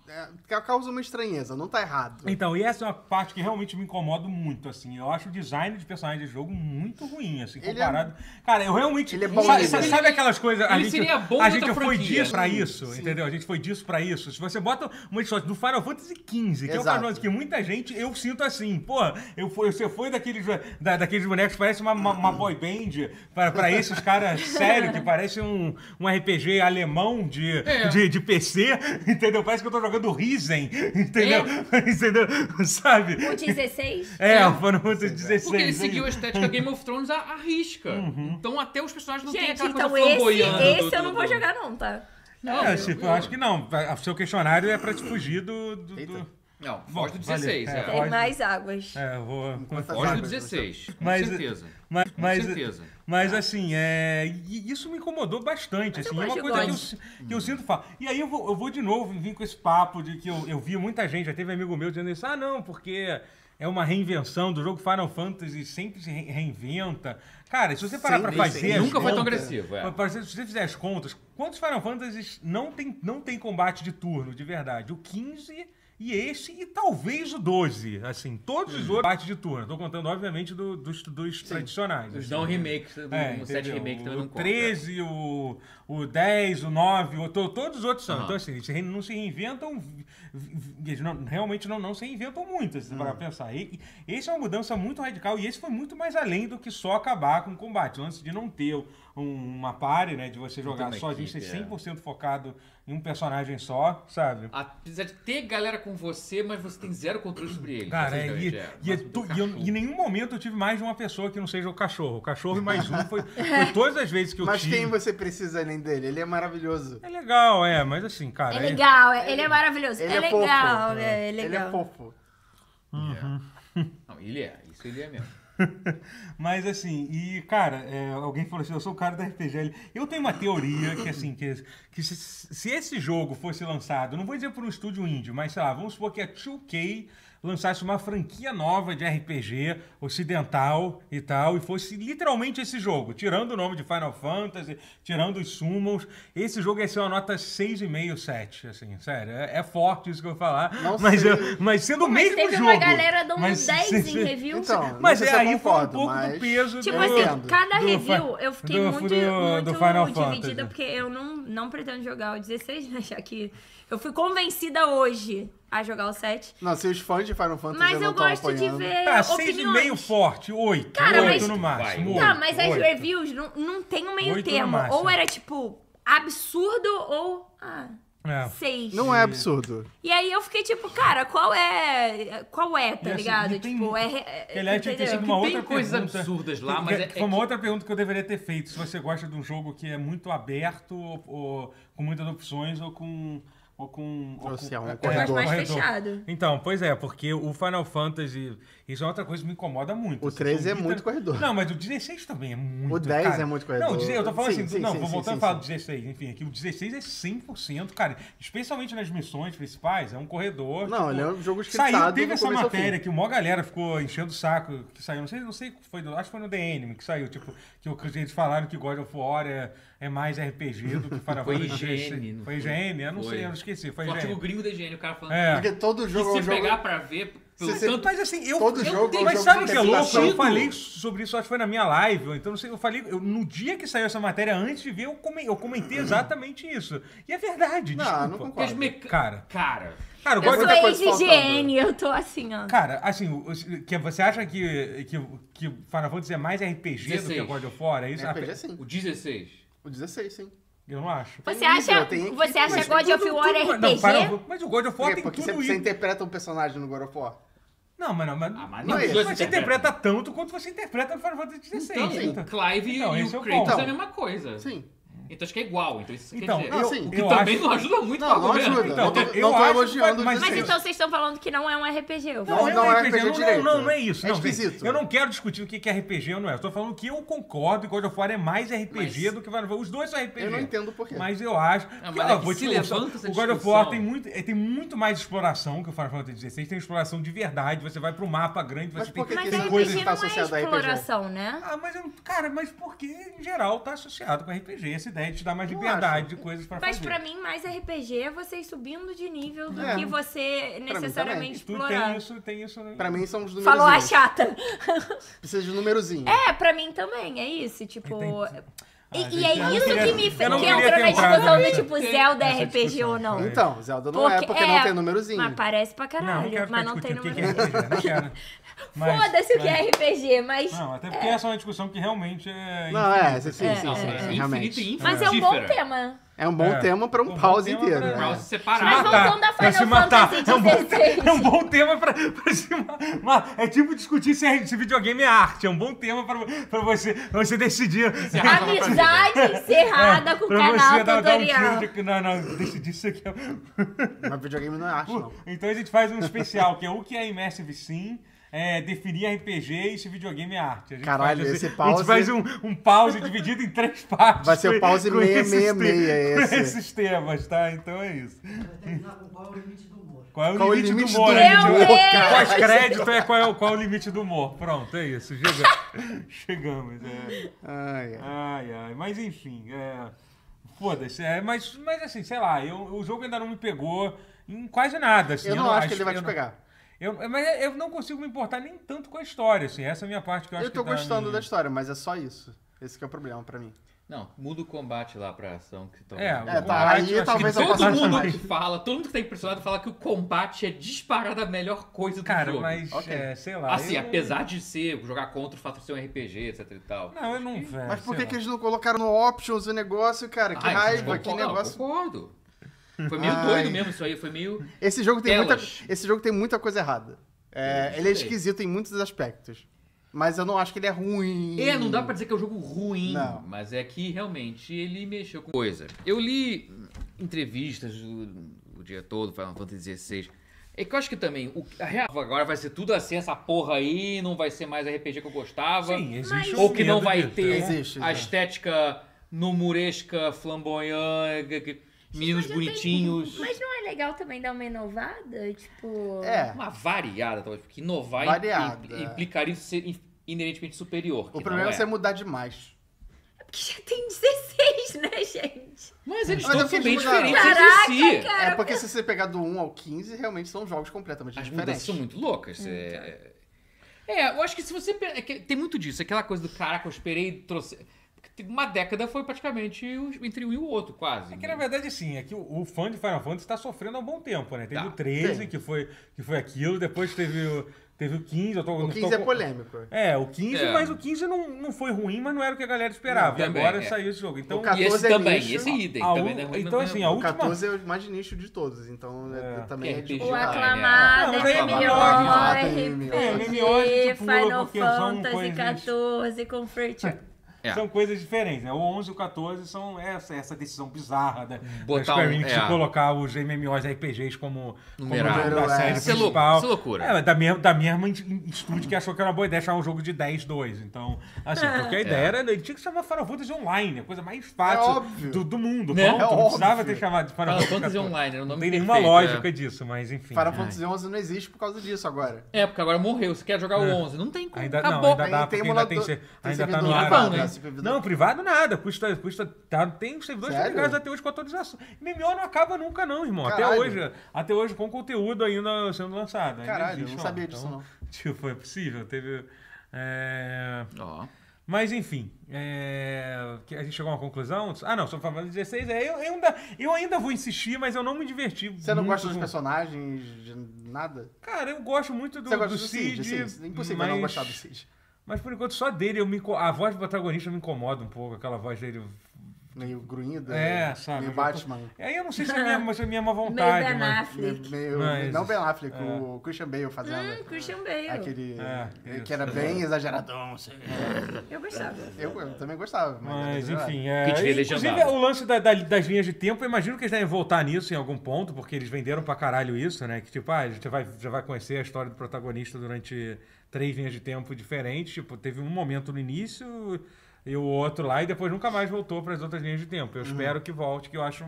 Speaker 1: é- causa uma estranheza, não tá errado.
Speaker 2: Então, e essa é uma parte que realmente me incomoda muito, assim. Eu acho o design de personagem de jogo muito ruim, assim,
Speaker 1: Ele é-
Speaker 2: comparado... Cara, eu realmente...
Speaker 1: Ele é
Speaker 2: Sa-
Speaker 1: bom
Speaker 2: sa-
Speaker 1: nível.
Speaker 2: sabe, aquelas coisas... A
Speaker 4: Ele
Speaker 2: gente,
Speaker 4: seria bom
Speaker 2: a
Speaker 4: em
Speaker 2: gente
Speaker 4: outra
Speaker 2: foi
Speaker 4: franquia.
Speaker 2: disso pra
Speaker 1: Sim,
Speaker 2: isso,
Speaker 1: sim.
Speaker 2: entendeu? A gente foi disso pra isso. Se você bota uma história do Final Fantasy XV, que é o
Speaker 1: Exato.
Speaker 2: Final Fantasy que muita gente, eu sinto assim, pô, eu fui, você foi daqueles, da- daqueles bonecos que parece uma, uma, uma boy band, pra, pra esses
Speaker 4: *laughs*
Speaker 2: caras sério, que parece um, um RPG alemão de,
Speaker 4: É.
Speaker 2: de, de PC, *laughs* entendeu? Parece que eu tô jogando Risen, *laughs*
Speaker 4: É.
Speaker 2: entendeu? *laughs* entendeu? Sabe?
Speaker 3: O 16?
Speaker 2: É, o Final Fantasy XVI.
Speaker 4: Porque ele seguiu a
Speaker 2: hein? Uhum.
Speaker 4: estética Game of Thrones à, à risca. Então até os personagens não têm
Speaker 3: Gente,
Speaker 4: aquela
Speaker 3: então
Speaker 4: coisa
Speaker 3: esse,
Speaker 4: flamboyante. do-
Speaker 3: esse
Speaker 4: do-
Speaker 3: eu não vou
Speaker 4: do-
Speaker 3: jogar não, tá?
Speaker 4: Não,
Speaker 2: É,
Speaker 4: eu-
Speaker 2: tipo,
Speaker 4: eu-
Speaker 2: eu acho que não. O seu questionário é pra te fugir do. do,
Speaker 1: Eita.
Speaker 2: do...
Speaker 4: Não,
Speaker 2: Bom,
Speaker 4: voz do 16,
Speaker 2: valeu.
Speaker 4: é.
Speaker 2: É.
Speaker 3: Tem
Speaker 2: Pode.
Speaker 3: mais águas.
Speaker 2: É, eu vou.
Speaker 1: Enquanto as
Speaker 4: Voz do
Speaker 1: águas,
Speaker 4: 16, com
Speaker 2: Mas-
Speaker 4: certeza.
Speaker 2: Mas, mas,
Speaker 4: certeza.
Speaker 2: mas assim, é, e isso me incomodou bastante. Assim, é
Speaker 3: eu
Speaker 2: uma
Speaker 3: gosto, eu
Speaker 2: coisa que eu,
Speaker 3: gosto.
Speaker 2: si- que eu sinto falta. E aí eu vou, eu vou de novo vir com esse papo de que eu, eu vi muita gente, já teve amigo meu dizendo isso, ah, não, porque é uma reinvenção do jogo Final Fantasy, sempre se re- reinventa. Cara, se você parar
Speaker 1: Sempre,
Speaker 2: pra fazer.
Speaker 1: sempre.
Speaker 2: as
Speaker 4: Nunca foi tão
Speaker 2: contas-
Speaker 4: agressivo, é.
Speaker 2: Mas, por exemplo, se você fizer as contas, quantos Final Fantasies não tem, não tem combate de turno, de verdade? O 15 e esse e talvez o 12. Assim, todos
Speaker 4: Hum.
Speaker 2: os outros combates de turno. Tô contando, obviamente, do- dos, dos tradicionais.
Speaker 4: Os
Speaker 2: assim.
Speaker 4: não remakes, do-
Speaker 2: É,
Speaker 4: o 7
Speaker 2: entendeu?
Speaker 4: remake também
Speaker 2: o
Speaker 4: não conta.
Speaker 2: 13, o, o 10, o 9, o, to- todos os outros são.
Speaker 4: Aham.
Speaker 2: Então, assim, eles re- não se reinventam, vi- vi- eles não- realmente não, não se reinventam muito, se
Speaker 4: Hum.
Speaker 2: para pensar. E, e esse é uma mudança muito radical e esse foi muito mais além do que só acabar com o combate. Antes de não ter um- uma party, né, de você jogar
Speaker 4: uma
Speaker 2: sozinho, ser
Speaker 4: equipe, é.
Speaker 2: 100% focado em um personagem só, sabe?
Speaker 4: Apesar de ter galera com você, mas você tem zero controle sobre ele.
Speaker 2: Cara, é,
Speaker 4: basicamente,
Speaker 2: e,
Speaker 4: é.
Speaker 2: e, é
Speaker 4: Mas
Speaker 2: tu-
Speaker 4: do
Speaker 2: e eu-
Speaker 4: cachorro.
Speaker 2: em nenhum momento eu tive mais de uma pessoa que não seja o cachorro. O cachorro e mais
Speaker 4: *laughs*
Speaker 2: um foi, foi todas as vezes que eu
Speaker 1: Mas
Speaker 2: tive.
Speaker 1: quem você precisa além dele? Ele é maravilhoso.
Speaker 2: É legal, é, mas assim, cara.
Speaker 3: É
Speaker 2: é-
Speaker 3: legal, é- ele é maravilhoso.
Speaker 1: Ele
Speaker 3: é,
Speaker 1: é fofo.
Speaker 3: legal, é, é
Speaker 1: Ele é
Speaker 3: legal.
Speaker 1: fofo.
Speaker 4: *laughs* Não, ele é. Isso ele é mesmo.
Speaker 2: Mas assim, e cara, é, alguém falou assim: eu sou o cara da RPG. Ele- Eu tenho uma teoria que assim, que, que se, se esse jogo fosse lançado, não vou dizer por um estúdio indie, mas sei lá, vamos supor que a 2K lançasse uma franquia nova de RPG ocidental e tal, e fosse literalmente esse jogo, tirando o nome de Final Fantasy, tirando os summons, esse jogo ia ser uma nota 6,5, 7, assim, sério, é, é forte isso que eu vou falar,
Speaker 1: Não
Speaker 2: mas,
Speaker 1: sei.
Speaker 2: eu- mas sendo o
Speaker 3: Mas
Speaker 2: mesmo
Speaker 3: teve
Speaker 2: jogo.
Speaker 3: uma galera dando um
Speaker 2: mas- *laughs*
Speaker 3: 10 em review.
Speaker 1: Então,
Speaker 2: Mas
Speaker 1: não
Speaker 2: é,
Speaker 1: sei se eu
Speaker 2: aí
Speaker 1: concordo,
Speaker 2: foi um pouco do
Speaker 1: mas
Speaker 2: peso
Speaker 3: um Tipo
Speaker 1: eu
Speaker 3: assim,
Speaker 1: entendo.
Speaker 3: cada
Speaker 2: Do
Speaker 3: review
Speaker 2: fi-
Speaker 3: eu fiquei
Speaker 2: do-
Speaker 3: muito,
Speaker 2: do-
Speaker 3: muito
Speaker 2: do Final Fantasy.
Speaker 3: dividida, porque eu não, não pretendo jogar o 16, né? Já que eu fui convencida hoje a jogar o 7.
Speaker 1: Não, se os fãs de Final Fantasy
Speaker 3: Mas
Speaker 1: não
Speaker 3: eu
Speaker 1: estão
Speaker 3: gosto
Speaker 1: apoiando...
Speaker 3: de ver.
Speaker 2: Tá, seis e
Speaker 3: opiniões.
Speaker 2: meio forte, oito.
Speaker 3: Cara,
Speaker 2: oito
Speaker 3: mas-
Speaker 2: no máximo.
Speaker 4: Vai,
Speaker 3: Tá,
Speaker 2: oito,
Speaker 3: mas as
Speaker 2: oito.
Speaker 3: reviews não, não tem um meio
Speaker 2: Oito no
Speaker 3: termo.
Speaker 2: máximo.
Speaker 3: Ou era tipo absurdo ou. Ah,
Speaker 2: É.
Speaker 3: seis.
Speaker 1: Não é absurdo.
Speaker 3: E aí eu fiquei tipo, cara, qual é. Qual é,
Speaker 2: E
Speaker 3: tá
Speaker 2: assim,
Speaker 3: ligado?
Speaker 2: e tem-
Speaker 3: tipo, é. é
Speaker 2: Aliás, tinha que ter
Speaker 3: entendeu?
Speaker 2: sido uma
Speaker 4: Tem
Speaker 2: outra
Speaker 4: coisas
Speaker 2: pergunta.
Speaker 4: absurdas lá, mas
Speaker 2: que-
Speaker 4: é-
Speaker 2: que Foi
Speaker 4: é
Speaker 2: uma
Speaker 4: que-
Speaker 2: outra pergunta que eu deveria ter feito. Se você gosta de um jogo que é muito aberto, ou, ou com muitas opções, ou com... Ou com...
Speaker 1: Ou
Speaker 2: ou
Speaker 1: se é um
Speaker 2: com-
Speaker 1: corredor.
Speaker 3: Eu gosto mais
Speaker 2: corredor.
Speaker 3: fechado.
Speaker 2: Então, pois é, porque o Final Fantasy... Isso é outra coisa que me incomoda muito.
Speaker 1: O
Speaker 2: Assim,
Speaker 1: 13
Speaker 2: são
Speaker 1: é
Speaker 2: liter-
Speaker 1: muito corredor.
Speaker 2: Não, mas o 16 também é muito.
Speaker 1: O 10
Speaker 2: cara.
Speaker 1: é muito corredor.
Speaker 2: Não, o 16, eu tô falando
Speaker 1: Sim,
Speaker 2: assim,
Speaker 1: sim,
Speaker 2: não,
Speaker 1: sim,
Speaker 2: vou
Speaker 1: sim,
Speaker 2: voltando
Speaker 1: sim,
Speaker 2: a falar
Speaker 1: sim.
Speaker 2: do 16, enfim, aqui o 16 é 100%, cara, especialmente nas missões principais, é um corredor.
Speaker 1: Não, ele é um jogo
Speaker 2: Saiu,
Speaker 1: scriptado
Speaker 2: teve
Speaker 1: do
Speaker 2: essa
Speaker 1: começo ao fim.
Speaker 2: matéria que uma galera ficou enchendo o saco, que saiu, não sei, não sei, foi, do- acho que foi no DN que saiu, tipo, que o- que eles falaram que God of War é, é mais RPG do que Final
Speaker 4: Foi
Speaker 2: Fantasy XVI.
Speaker 4: IGN, não
Speaker 2: Foi
Speaker 4: foi?
Speaker 2: IGN, eu não
Speaker 4: Foi.
Speaker 2: sei, eu não esqueci, foi
Speaker 4: O artigo
Speaker 2: IGN.
Speaker 4: gringo da higiene, o cara falando.
Speaker 2: É.
Speaker 1: Porque todo
Speaker 4: E
Speaker 1: jogo é um
Speaker 4: se
Speaker 1: jogo...
Speaker 4: pegar pra ver, pelo
Speaker 1: você- tá
Speaker 4: tanto.
Speaker 2: Mas assim, eu,
Speaker 1: Todo
Speaker 2: eu
Speaker 1: jogo
Speaker 2: tenho-
Speaker 1: é um
Speaker 2: mas
Speaker 1: jogo
Speaker 2: sabe o
Speaker 1: de
Speaker 2: que é louco?
Speaker 1: interpretação.
Speaker 2: Eu falei sobre isso, acho que foi na minha live, ou então não sei, eu falei, eu- no dia que saiu essa matéria, antes de ver, eu, come- eu comentei exatamente isso. E é verdade,
Speaker 1: Não,
Speaker 2: desculpa.
Speaker 1: não concordo.
Speaker 4: porque as meca-
Speaker 2: Cara,
Speaker 4: Cara.
Speaker 2: cara, eu
Speaker 3: Eu
Speaker 1: Agora
Speaker 2: gosto
Speaker 1: muita
Speaker 3: sou
Speaker 1: coisa
Speaker 3: ex-higiene, eu tô assim, ó.
Speaker 2: Cara, assim, o- o- que você acha que, que, que Final Fantasy é mais RPG do que
Speaker 4: 16.
Speaker 2: God of War? É isso?
Speaker 1: RPG, sim.
Speaker 4: O 16.
Speaker 1: O 16, sim.
Speaker 2: Eu não acho.
Speaker 3: Você
Speaker 1: Tem
Speaker 3: acha,
Speaker 1: nível, tem-
Speaker 3: você acha
Speaker 2: Mas
Speaker 3: God
Speaker 2: tudo-
Speaker 3: of War é
Speaker 2: tudo- Não,
Speaker 3: RPG?
Speaker 2: para, mas o God of War
Speaker 1: Porque,
Speaker 2: tem
Speaker 1: porque
Speaker 2: tudo
Speaker 1: você, você
Speaker 2: isso.
Speaker 1: interpreta um personagem no God of War.
Speaker 2: Não, mas não, mas,
Speaker 4: Ah, mas
Speaker 1: não,
Speaker 2: mas
Speaker 1: isso
Speaker 2: você
Speaker 4: interpreta.
Speaker 2: interpreta tanto quanto você interpreta no Final Fantasy XVI.
Speaker 4: Então,
Speaker 2: então.
Speaker 4: o Clive e-
Speaker 2: Então,
Speaker 4: e
Speaker 2: esse é
Speaker 4: o
Speaker 2: o
Speaker 4: Kratos
Speaker 1: ponto.
Speaker 4: é a mesma coisa.
Speaker 1: Sim.
Speaker 4: Então acho que é igual. Então isso
Speaker 2: Então,
Speaker 4: quer dizer.
Speaker 1: Não,
Speaker 2: eu-
Speaker 1: sim.
Speaker 4: o que
Speaker 2: eu
Speaker 4: também
Speaker 2: acho-
Speaker 4: não ajuda muito
Speaker 1: Não,
Speaker 4: pro
Speaker 1: não
Speaker 4: governo.
Speaker 1: ajuda.
Speaker 2: Então,
Speaker 1: não tô,
Speaker 2: eu- eu
Speaker 1: não tô
Speaker 2: acho que
Speaker 1: elogiando
Speaker 2: faz-
Speaker 1: o
Speaker 2: mas
Speaker 3: Mas
Speaker 1: 16.
Speaker 3: então vocês estão falando que não é um RPG. Eu
Speaker 1: Não,
Speaker 2: é
Speaker 1: não
Speaker 2: um
Speaker 1: é
Speaker 2: RPG,
Speaker 1: RPG
Speaker 2: não,
Speaker 1: direito.
Speaker 2: Não, não é isso.
Speaker 1: É
Speaker 2: não, gente.
Speaker 1: esquisito.
Speaker 2: eu não quero discutir o que que é RPG ou não é. Eu tô falando que eu concordo e God of War é mais RPG
Speaker 4: Mas-
Speaker 2: do que Final Fantasy. Os dois são RPG.
Speaker 1: Eu não entendo por quê.
Speaker 2: Mas eu acho.
Speaker 4: mas
Speaker 3: Ah,
Speaker 2: que,
Speaker 4: é
Speaker 2: ó,
Speaker 4: que
Speaker 2: vou
Speaker 4: se
Speaker 2: te confessar,
Speaker 4: levanta essa
Speaker 2: O God of War
Speaker 4: discussão.
Speaker 2: tem muito, eh, tem muito mais exploração que o Final Fantasy XVI. Tem exploração de verdade. Você vai pro mapa grande,
Speaker 1: Mas
Speaker 2: você tem
Speaker 1: por que
Speaker 3: Mas
Speaker 1: que
Speaker 2: tem
Speaker 1: RPG
Speaker 2: coisas.
Speaker 3: RPG
Speaker 1: tá
Speaker 3: não
Speaker 1: associado a
Speaker 3: é
Speaker 1: RPG?
Speaker 3: exploração, né?
Speaker 2: Ah, mas eu, cara, mas por que em geral tá associado com RPG? Essa ideia de te dar mais
Speaker 1: Não
Speaker 2: liberdade
Speaker 1: acho.
Speaker 2: de coisas pra
Speaker 3: Mas
Speaker 2: fazer.
Speaker 3: pra mim, mais RPG é vocês subindo de nível do
Speaker 1: É.
Speaker 3: que você necessariamente
Speaker 2: Tu tem
Speaker 3: explorar.
Speaker 2: isso, tem isso. né?
Speaker 1: Pra mim são os números.
Speaker 3: Falou a chata.
Speaker 1: Precisa de um numerozinho.
Speaker 3: É, pra mim também, é isso. Tipo.
Speaker 2: Entendi.
Speaker 3: E,
Speaker 2: Ah,
Speaker 3: e
Speaker 2: gente, eu
Speaker 3: é
Speaker 2: não
Speaker 3: isso
Speaker 2: queria-
Speaker 3: que me
Speaker 2: eu
Speaker 3: fez
Speaker 2: não
Speaker 3: que
Speaker 2: queria né?
Speaker 3: entrou
Speaker 2: ter
Speaker 3: na
Speaker 2: entrado
Speaker 3: discussão do
Speaker 2: nessa-
Speaker 3: tipo Zelda
Speaker 2: nessa
Speaker 3: RPG ou
Speaker 2: discussão,
Speaker 3: não.
Speaker 2: é.
Speaker 1: Então, Zelda não é porque não tem numerozinho.
Speaker 3: Mas parece pra
Speaker 2: Não, não
Speaker 3: caralho,
Speaker 2: quero ficar
Speaker 3: mas não tem
Speaker 2: discutindo o que que
Speaker 3: número.
Speaker 2: é RPG, não quero.
Speaker 3: *laughs*
Speaker 2: Mas-
Speaker 3: Foda-se o que
Speaker 2: mas-
Speaker 3: é RPG, mas.
Speaker 2: Não, até porque essa é uma discussão que realmente é.
Speaker 1: Não, é, sim,
Speaker 2: infinita.
Speaker 1: sim, sim,
Speaker 4: Não,
Speaker 1: sim,
Speaker 4: é infinito e
Speaker 1: realmente.
Speaker 4: infinitífera.
Speaker 3: Mas é um bom
Speaker 2: *laughs*
Speaker 3: tema.
Speaker 1: É um bom
Speaker 2: É.
Speaker 1: tema pra um
Speaker 2: Um bom
Speaker 1: pause
Speaker 2: tema
Speaker 1: inteiro.
Speaker 2: pra-
Speaker 1: né?
Speaker 4: né? Pra você separar.
Speaker 3: Mas
Speaker 2: matar,
Speaker 3: voltando a
Speaker 2: pra
Speaker 3: Final
Speaker 2: se matar.
Speaker 3: Fantasy
Speaker 2: É um bom, te-
Speaker 3: 16.
Speaker 2: é um bom tema pra, pra se ma- ma- É tipo discutir se, é- se videogame é arte. É um bom tema pra, pra você, pra você decidir.
Speaker 3: Amizade encerrada é com o
Speaker 2: um pra
Speaker 3: canal
Speaker 2: você dar, dar um
Speaker 3: tutorial.
Speaker 2: tiro de que não, não, decidir isso aqui. é-
Speaker 1: *laughs*
Speaker 2: *laughs*
Speaker 1: Mas videogame não é arte, não.
Speaker 2: Então a gente faz um especial que é o que é Immersive Sim. É, definir RPG e se videogame é arte. A gente
Speaker 1: Caralho,
Speaker 2: faz
Speaker 1: esse
Speaker 2: A
Speaker 1: pause-
Speaker 2: gente faz um, um pause dividido em três partes.
Speaker 1: Vai ser o
Speaker 2: com-
Speaker 1: pause
Speaker 2: com
Speaker 1: meia,
Speaker 2: esses
Speaker 1: meia,
Speaker 2: te-
Speaker 1: meia, é
Speaker 2: com
Speaker 1: esse.
Speaker 2: esses temas, tá? Então é isso.
Speaker 5: Vai terminar com qual é o limite do humor.
Speaker 2: Qual é o,
Speaker 1: Qual
Speaker 2: limite, do humor?
Speaker 3: Meu
Speaker 2: gente?
Speaker 3: Deus!
Speaker 2: O Pós-crédito é qual, é o- qual é o limite do humor. Pronto, é isso. Chegamos. *laughs* Chegamos. É.
Speaker 1: Ai, ai.
Speaker 2: Ai, ai. Mas enfim, é... foda-se. é, Mas, mas assim, sei lá, eu, o jogo ainda não me pegou em quase nada. Assim,
Speaker 1: Eu não acho que ele vai
Speaker 2: eu
Speaker 1: te
Speaker 2: não-
Speaker 1: pegar.
Speaker 2: Eu, mas eu não consigo me importar nem tanto com a história, assim. Essa é a minha parte que eu acho
Speaker 1: Eu tô
Speaker 2: que tá
Speaker 1: gostando
Speaker 2: me-
Speaker 1: da história, mas é só isso. Esse que é o problema pra mim.
Speaker 4: Não, muda o combate lá pra ação que tá.
Speaker 2: É,
Speaker 1: É,
Speaker 2: o
Speaker 1: tá,
Speaker 2: combate,
Speaker 1: aí
Speaker 2: eu acho
Speaker 1: talvez
Speaker 2: que
Speaker 1: eu possa
Speaker 4: Todo
Speaker 1: achar
Speaker 4: mundo
Speaker 2: *laughs*
Speaker 1: mais.
Speaker 4: que fala, todo mundo que tá impressionado fala que o combate é disparada a melhor coisa do
Speaker 2: Cara,
Speaker 4: jogo.
Speaker 2: mas,
Speaker 1: Ok.
Speaker 2: é, sei lá.
Speaker 4: Assim,
Speaker 2: eu-
Speaker 4: apesar de ser jogar contra o fato de ser um RPG, etc e tal.
Speaker 2: Não, eu não... é,
Speaker 1: Mas por
Speaker 2: sei
Speaker 1: que, que
Speaker 2: lá.
Speaker 1: eles não colocaram no options o negócio, cara? Que
Speaker 4: Ah,
Speaker 1: raiva,
Speaker 4: concordo,
Speaker 1: que negócio.
Speaker 4: Não, concordo. Foi meio
Speaker 1: Ai.
Speaker 4: doido mesmo isso aí, foi meio...
Speaker 1: Esse jogo tem muita,
Speaker 4: Telas.
Speaker 1: esse jogo tem muita coisa errada. É,
Speaker 4: Eu
Speaker 1: ele é
Speaker 4: sei.
Speaker 1: esquisito em muitos aspectos. Mas eu não acho que ele é ruim.
Speaker 4: É, não dá pra dizer que é um jogo ruim,
Speaker 1: Não.
Speaker 4: mas é que realmente ele mexeu com coisa. Eu li hum, entrevistas o, o dia todo, Final Fantasy XVI. É que eu acho que também, o, a real agora vai ser tudo assim, essa porra aí, não vai ser mais RPG que eu gostava.
Speaker 2: Sim, existe um
Speaker 4: ou que não
Speaker 2: medo
Speaker 4: vai
Speaker 2: disso,
Speaker 4: ter
Speaker 2: né?
Speaker 1: Existe,
Speaker 4: a
Speaker 1: né?
Speaker 4: estética numuresca, flamboyante, meninos bonitinhos.
Speaker 3: Mas não é legal também dar uma inovada? Tipo.
Speaker 1: É.
Speaker 4: Uma variada, talvez, porque inovar
Speaker 1: Variada.
Speaker 4: impl- implicaria isso ser in- inerentemente superior.
Speaker 1: O
Speaker 4: que não
Speaker 1: problema é
Speaker 4: é
Speaker 1: você mudar demais.
Speaker 3: Porque já tem 16, né, gente?
Speaker 4: Mas eles
Speaker 1: Mas
Speaker 4: todos
Speaker 1: eu
Speaker 4: são
Speaker 1: fiz
Speaker 4: bem
Speaker 1: mudar.
Speaker 4: diferentes
Speaker 3: Caraca,
Speaker 4: entre si.
Speaker 1: é porque se você pegar do 1 ao 15, realmente são jogos completamente
Speaker 4: As mudanças
Speaker 1: diferentes.
Speaker 4: são muito loucas. É... é, eu acho que se você. pe- é que Tem muito disso, aquela coisa do caraca, eu esperei e trouxe. Porque tem- Uma década foi praticamente o- entre um e o outro, quase.
Speaker 2: É que na verdade sim, é que o, o fã de Final Fantasy tá sofrendo há um bom tempo, né? Teve
Speaker 4: Tá.
Speaker 2: o 13,
Speaker 1: Sim.
Speaker 2: que foi, que foi aquilo, depois teve o, teve o 15. Eu tô,
Speaker 1: O
Speaker 2: eu tô
Speaker 1: 15 é
Speaker 2: com-
Speaker 1: polêmico.
Speaker 2: É, o 15,
Speaker 4: É.
Speaker 2: mas o 15 não, não foi ruim, mas não era o que a galera esperava. e
Speaker 4: Também,
Speaker 2: agora
Speaker 4: é.
Speaker 2: saiu esse jogo. Então,
Speaker 1: O 14
Speaker 4: E esse
Speaker 1: é
Speaker 4: também,
Speaker 1: lixo.
Speaker 4: esse idem.
Speaker 2: a
Speaker 4: também,
Speaker 2: u-
Speaker 4: né?
Speaker 2: então, assim, a
Speaker 1: O
Speaker 2: última.
Speaker 1: 14 é o mais de nicho de todos, então é-
Speaker 2: É.
Speaker 1: também é
Speaker 4: Que
Speaker 1: de
Speaker 4: RPG.
Speaker 3: O
Speaker 4: Ah,
Speaker 3: aclamado
Speaker 2: é. Não, mas aí
Speaker 3: MMO,
Speaker 1: é MMO,
Speaker 2: é
Speaker 3: RPG,
Speaker 2: MMO, a gente pula,
Speaker 3: Final
Speaker 2: porque são
Speaker 3: Fantasy
Speaker 2: coisas-
Speaker 3: 14, Comfort.
Speaker 4: É.
Speaker 2: São coisas diferentes, né? O 11 e o 14 são essa, essa decisão bizarra da, da
Speaker 4: Botar
Speaker 2: Square
Speaker 4: um-
Speaker 2: Enix
Speaker 4: é.
Speaker 2: de colocar os MMOs RPGs como, como
Speaker 4: Numerado.
Speaker 2: jogo da
Speaker 1: É.
Speaker 2: série
Speaker 1: Isso
Speaker 4: é louco,
Speaker 2: principal.
Speaker 4: isso é loucura.
Speaker 2: É, da, mesma, da mesma in- estúdio que achou que era uma boa ideia achar um jogo de 10, 2. Então,
Speaker 4: *laughs*
Speaker 2: assim,
Speaker 4: É.
Speaker 2: porque a ideia era... Ele tinha que chamar Final Fantasy Online, a coisa mais fácil
Speaker 1: óbvio.
Speaker 2: do, do mundo.
Speaker 4: Né?
Speaker 2: Pronto,
Speaker 1: É
Speaker 2: não precisava
Speaker 1: óbvio.
Speaker 2: ter chamado de Final
Speaker 4: Final
Speaker 2: Fantasy
Speaker 4: Fantasy
Speaker 2: 14.
Speaker 4: Online era o nome
Speaker 2: Não tem nenhuma
Speaker 4: perfeito,
Speaker 2: lógica
Speaker 4: é.
Speaker 2: disso, mas enfim.
Speaker 1: Final
Speaker 2: é.
Speaker 1: Fantasy 11 não existe por causa disso agora.
Speaker 4: É, porque agora morreu. Você quer jogar o 11? Não tem como.
Speaker 2: É. Ainda não,
Speaker 4: Acabou.
Speaker 2: ainda dá,
Speaker 1: Tem- tem um
Speaker 2: porque ainda tem,
Speaker 1: emulador-
Speaker 2: ser-
Speaker 1: tem
Speaker 2: ainda tá
Speaker 1: servidor
Speaker 2: no ar.
Speaker 4: privado, né?
Speaker 1: Servidor-
Speaker 2: Não, privado nada. Custa, custa, tá, tem servidores
Speaker 1: Sério?
Speaker 2: ligados até hoje com atualização. MMO não acaba nunca, não, irmão. Até
Speaker 1: Caralho.
Speaker 2: hoje, até hoje com conteúdo ainda sendo lançado. Ainda
Speaker 1: Caralho, eu
Speaker 2: existe,
Speaker 1: não
Speaker 2: ó.
Speaker 1: sabia disso,
Speaker 2: Então, *laughs*
Speaker 1: não.
Speaker 2: Tipo, é possível. Teve. é,
Speaker 4: Ó.
Speaker 2: Mas enfim, é, que a gente chegou a uma conclusão. Ah, não, só falando 16. É, eu, eu ainda, eu ainda vou insistir, mas eu não me diverti.
Speaker 1: Você não
Speaker 2: muito
Speaker 1: gosta dos
Speaker 2: com-
Speaker 1: personagens, de nada?
Speaker 2: Cara, eu gosto muito do,
Speaker 1: Você gosta
Speaker 2: do
Speaker 1: do Cid?
Speaker 2: Cid,
Speaker 1: sim. Impossível não
Speaker 2: mas-
Speaker 1: gostar do Cid.
Speaker 2: mas por enquanto só dele eu me inco- a voz do protagonista me incomoda um pouco, aquela voz dele
Speaker 1: meio gruída.
Speaker 2: É, sabe,
Speaker 1: Meio
Speaker 2: eu já tô-
Speaker 1: Batman.
Speaker 2: Aí eu não sei se é minha, se é minha má *laughs*
Speaker 3: Meio
Speaker 2: vontade,
Speaker 3: Ben
Speaker 2: mas...
Speaker 1: Meio,
Speaker 3: Affleck.
Speaker 1: meio-
Speaker 2: Mas-
Speaker 1: não Ben Affleck,
Speaker 2: é.
Speaker 1: o Christian Bale fazendo.
Speaker 3: Hum, Christian Bale.
Speaker 1: Aquele.
Speaker 2: É,
Speaker 1: que
Speaker 2: isso,
Speaker 1: era bem exageradão.
Speaker 3: Eu gostava.
Speaker 1: Eu, eu também gostava. Mas, era
Speaker 2: Mas,
Speaker 1: exagerado.
Speaker 2: enfim, é.
Speaker 4: Que te vê
Speaker 2: Inclusive,
Speaker 4: legendado.
Speaker 2: o lance da- da- das linhas de tempo, eu imagino que eles devem voltar nisso em algum ponto, porque eles venderam pra caralho isso, né? Que tipo, ah, a gente vai, já vai conhecer a história do protagonista durante três linhas de tempo diferentes. Tipo, teve um momento no início e o outro lá, e depois nunca mais voltou pras outras linhas de tempo. Eu espero que volte, que eu acho.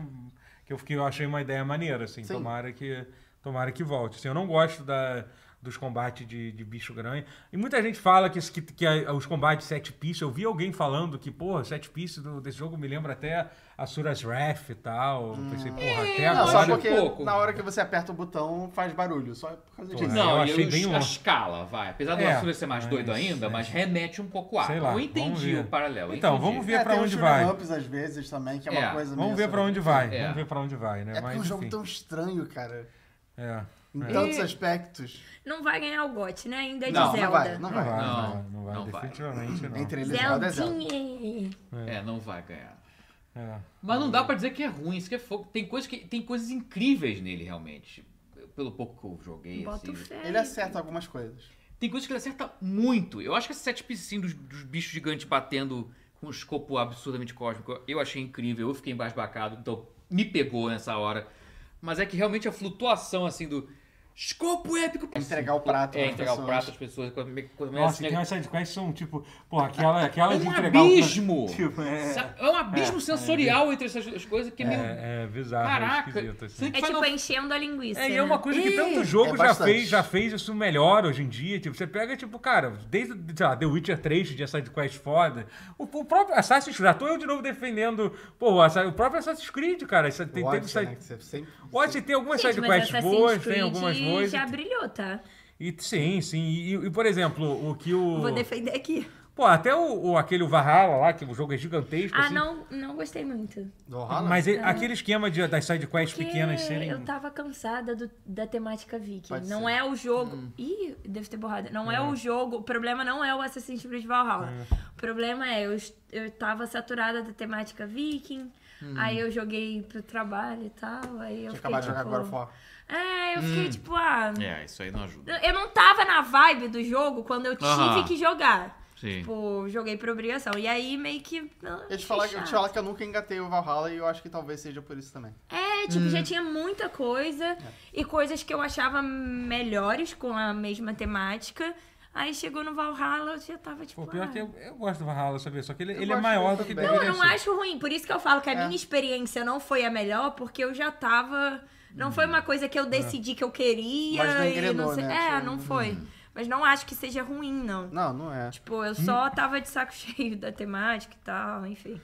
Speaker 2: Que eu, que eu achei uma ideia maneira, assim.
Speaker 1: Sim.
Speaker 2: Tomara que, tomara que volte. Assim, eu não gosto da, dos combates de, de bicho grande. E muita gente fala que, esse- que, que a- os combates set piece. Eu vi alguém falando que, porra, set piece do- desse jogo me lembra até Asuras Wrath e tal. Eu pensei, porra, até
Speaker 1: Não, só
Speaker 4: Olha
Speaker 2: agora.
Speaker 4: um
Speaker 1: porque
Speaker 4: pouco.
Speaker 1: na hora que você aperta o botão faz barulho. Só por causa disso.
Speaker 2: eu
Speaker 4: Não, e
Speaker 2: achei
Speaker 4: eu-
Speaker 2: bem
Speaker 4: a
Speaker 2: um-
Speaker 4: escala, vai. Apesar do
Speaker 2: É,
Speaker 4: Asura ser mais
Speaker 2: mas-
Speaker 4: doido ainda, mas remete um pouco a.
Speaker 2: Sei lá,
Speaker 4: eu
Speaker 2: vamos
Speaker 4: entendi
Speaker 2: ver.
Speaker 4: o paralelo. eu
Speaker 2: Então,
Speaker 4: entendi.
Speaker 2: vamos ver
Speaker 1: É,
Speaker 2: pra
Speaker 1: tem uns
Speaker 2: onde
Speaker 1: shoot'em
Speaker 2: vai.
Speaker 1: ups às vezes também, que é, uma
Speaker 4: É,
Speaker 1: coisa meio
Speaker 2: Vamos ver pra
Speaker 1: sobre-
Speaker 2: onde vai.
Speaker 4: É.
Speaker 2: Vamos ver pra onde vai, né?
Speaker 1: né? É porque é
Speaker 2: Mas,
Speaker 1: um jogo
Speaker 2: enfim,
Speaker 1: tão estranho, cara.
Speaker 2: é.
Speaker 1: Em
Speaker 2: É.
Speaker 1: tantos
Speaker 3: E-
Speaker 1: aspectos.
Speaker 3: Não vai ganhar o GOT, né? Ainda é de
Speaker 1: Não,
Speaker 3: Zelda.
Speaker 1: não vai, não
Speaker 2: Não vai,
Speaker 1: vai.
Speaker 2: não, vai,
Speaker 4: Não,
Speaker 2: não vai,
Speaker 4: não vai.
Speaker 2: definitivamente não.
Speaker 1: Entre eles, Zelda é Zelda.
Speaker 3: Zeldinha.
Speaker 4: É, não vai ganhar.
Speaker 2: É.
Speaker 4: Mas não dá pra dizer que é ruim, isso que é fogo. Tem coisas, que, tem coisas incríveis nele, realmente. Pelo pouco que eu joguei,
Speaker 3: Bota o
Speaker 4: assim.
Speaker 3: fé.
Speaker 1: Ele acerta algumas coisas.
Speaker 4: Tem coisas que ele acerta muito. Eu acho que esse set piece sim, dos, dos bichos gigantes batendo com um escopo absurdamente cósmico, eu achei incrível, eu fiquei embasbacado, então me pegou nessa hora. Mas é que realmente a flutuação, assim, do escopo épico...
Speaker 1: Entregar o prato
Speaker 4: É,
Speaker 1: pras
Speaker 4: entregar o
Speaker 1: pessoas.
Speaker 4: prato às pessoas. Começa,
Speaker 2: Nossa, e tem
Speaker 4: é
Speaker 2: umas sidequests que são tipo, pô, aquela, aquela de
Speaker 4: um
Speaker 2: entregar o-
Speaker 4: abismo!
Speaker 2: *laughs* Tipo, é.
Speaker 4: Sa- É um abismo sensorial entre essas duas coisas que é meio...
Speaker 2: É, é bizarro,
Speaker 4: Caraca!
Speaker 2: é esquisito, assim.
Speaker 4: Você
Speaker 3: É
Speaker 4: fala-
Speaker 3: tipo enchendo a linguiça.
Speaker 2: É, e
Speaker 3: né?
Speaker 2: é uma coisa que tanto jogo
Speaker 1: É
Speaker 2: já,
Speaker 1: bastante.
Speaker 2: fez, já fez isso melhor hoje em dia. Tipo, você pega, tipo, cara, desde, sei lá, The Witcher 3 de Assassin's Quest foda. O, o próprio Assassin's Creed, já tô eu de novo defendendo, pô, o Assa- o próprio Assassin's Creed, cara. Isso tem,
Speaker 1: Watch,
Speaker 2: teve side...
Speaker 1: né, que você sempre-
Speaker 2: Watch tem algumas
Speaker 3: Gente, mas
Speaker 2: sidequests
Speaker 3: Assassin's
Speaker 2: boas, tem
Speaker 3: Creed
Speaker 2: algumas boas.
Speaker 3: já brilhou, tá?
Speaker 2: E, sim, sim. E, e, por exemplo, o que o.
Speaker 3: Vou defender aqui.
Speaker 2: Pô, até o, o- aquele Valhalla lá, que o jogo é gigantesco.
Speaker 3: Ah,
Speaker 2: assim,
Speaker 3: não, não gostei muito.
Speaker 1: Do Holland?
Speaker 2: Mas e- aquele esquema de, das sidequests
Speaker 3: Porque
Speaker 2: pequenas serem.
Speaker 3: eu tava cansada do- da temática viking.
Speaker 1: Pode
Speaker 3: não
Speaker 1: ser.
Speaker 3: é o jogo...
Speaker 4: Hum.
Speaker 3: Ih, deve ter borrado. Não é. o jogo... O problema não é o Assassin's Creed Valhalla. O problema é, eu, est- eu tava saturada da temática viking.
Speaker 4: Hum.
Speaker 3: Aí eu joguei pro trabalho e tal. Aí eu
Speaker 1: Tinha
Speaker 3: fiquei,
Speaker 1: acabado de jogar
Speaker 3: tipo-
Speaker 1: agora fora.
Speaker 3: É, eu fiquei tipo, ah...
Speaker 4: É, isso aí não ajuda.
Speaker 3: Eu não tava na vibe do jogo quando eu tive
Speaker 4: Aham.
Speaker 3: que jogar.
Speaker 4: Sim.
Speaker 3: Tipo, joguei por obrigação. E aí meio que. ah,
Speaker 1: Eu te
Speaker 3: achei
Speaker 1: falar, eu te
Speaker 3: chato.
Speaker 1: falar que eu nunca engatei o Valhalla e eu acho que talvez seja por isso também.
Speaker 3: É, tipo, já tinha muita coisa e coisas que eu achava melhores com a mesma temática. Aí chegou no Valhalla, eu já tava tipo.
Speaker 2: Pô, pior
Speaker 3: ah.
Speaker 2: que eu, eu gosto do Valhalla, sabia? Só que ele,
Speaker 1: Eu
Speaker 2: ele é
Speaker 1: gosto
Speaker 2: maior
Speaker 1: dele
Speaker 2: do que
Speaker 1: também.
Speaker 3: Não,
Speaker 2: deveria
Speaker 3: eu não
Speaker 2: ser.
Speaker 3: acho ruim. Por isso que eu falo que a
Speaker 1: É.
Speaker 3: minha experiência não foi a melhor, porque eu já tava. Não foi uma coisa que eu decidi que eu queria.
Speaker 1: Mas não
Speaker 3: e
Speaker 1: engrenou,
Speaker 3: não sei.
Speaker 1: né?
Speaker 3: É,
Speaker 1: Tipo,
Speaker 3: não foi. Mas não acho que seja ruim, não.
Speaker 1: Não, não é.
Speaker 3: Tipo, eu só tava de saco *laughs* cheio da temática e tal, enfim.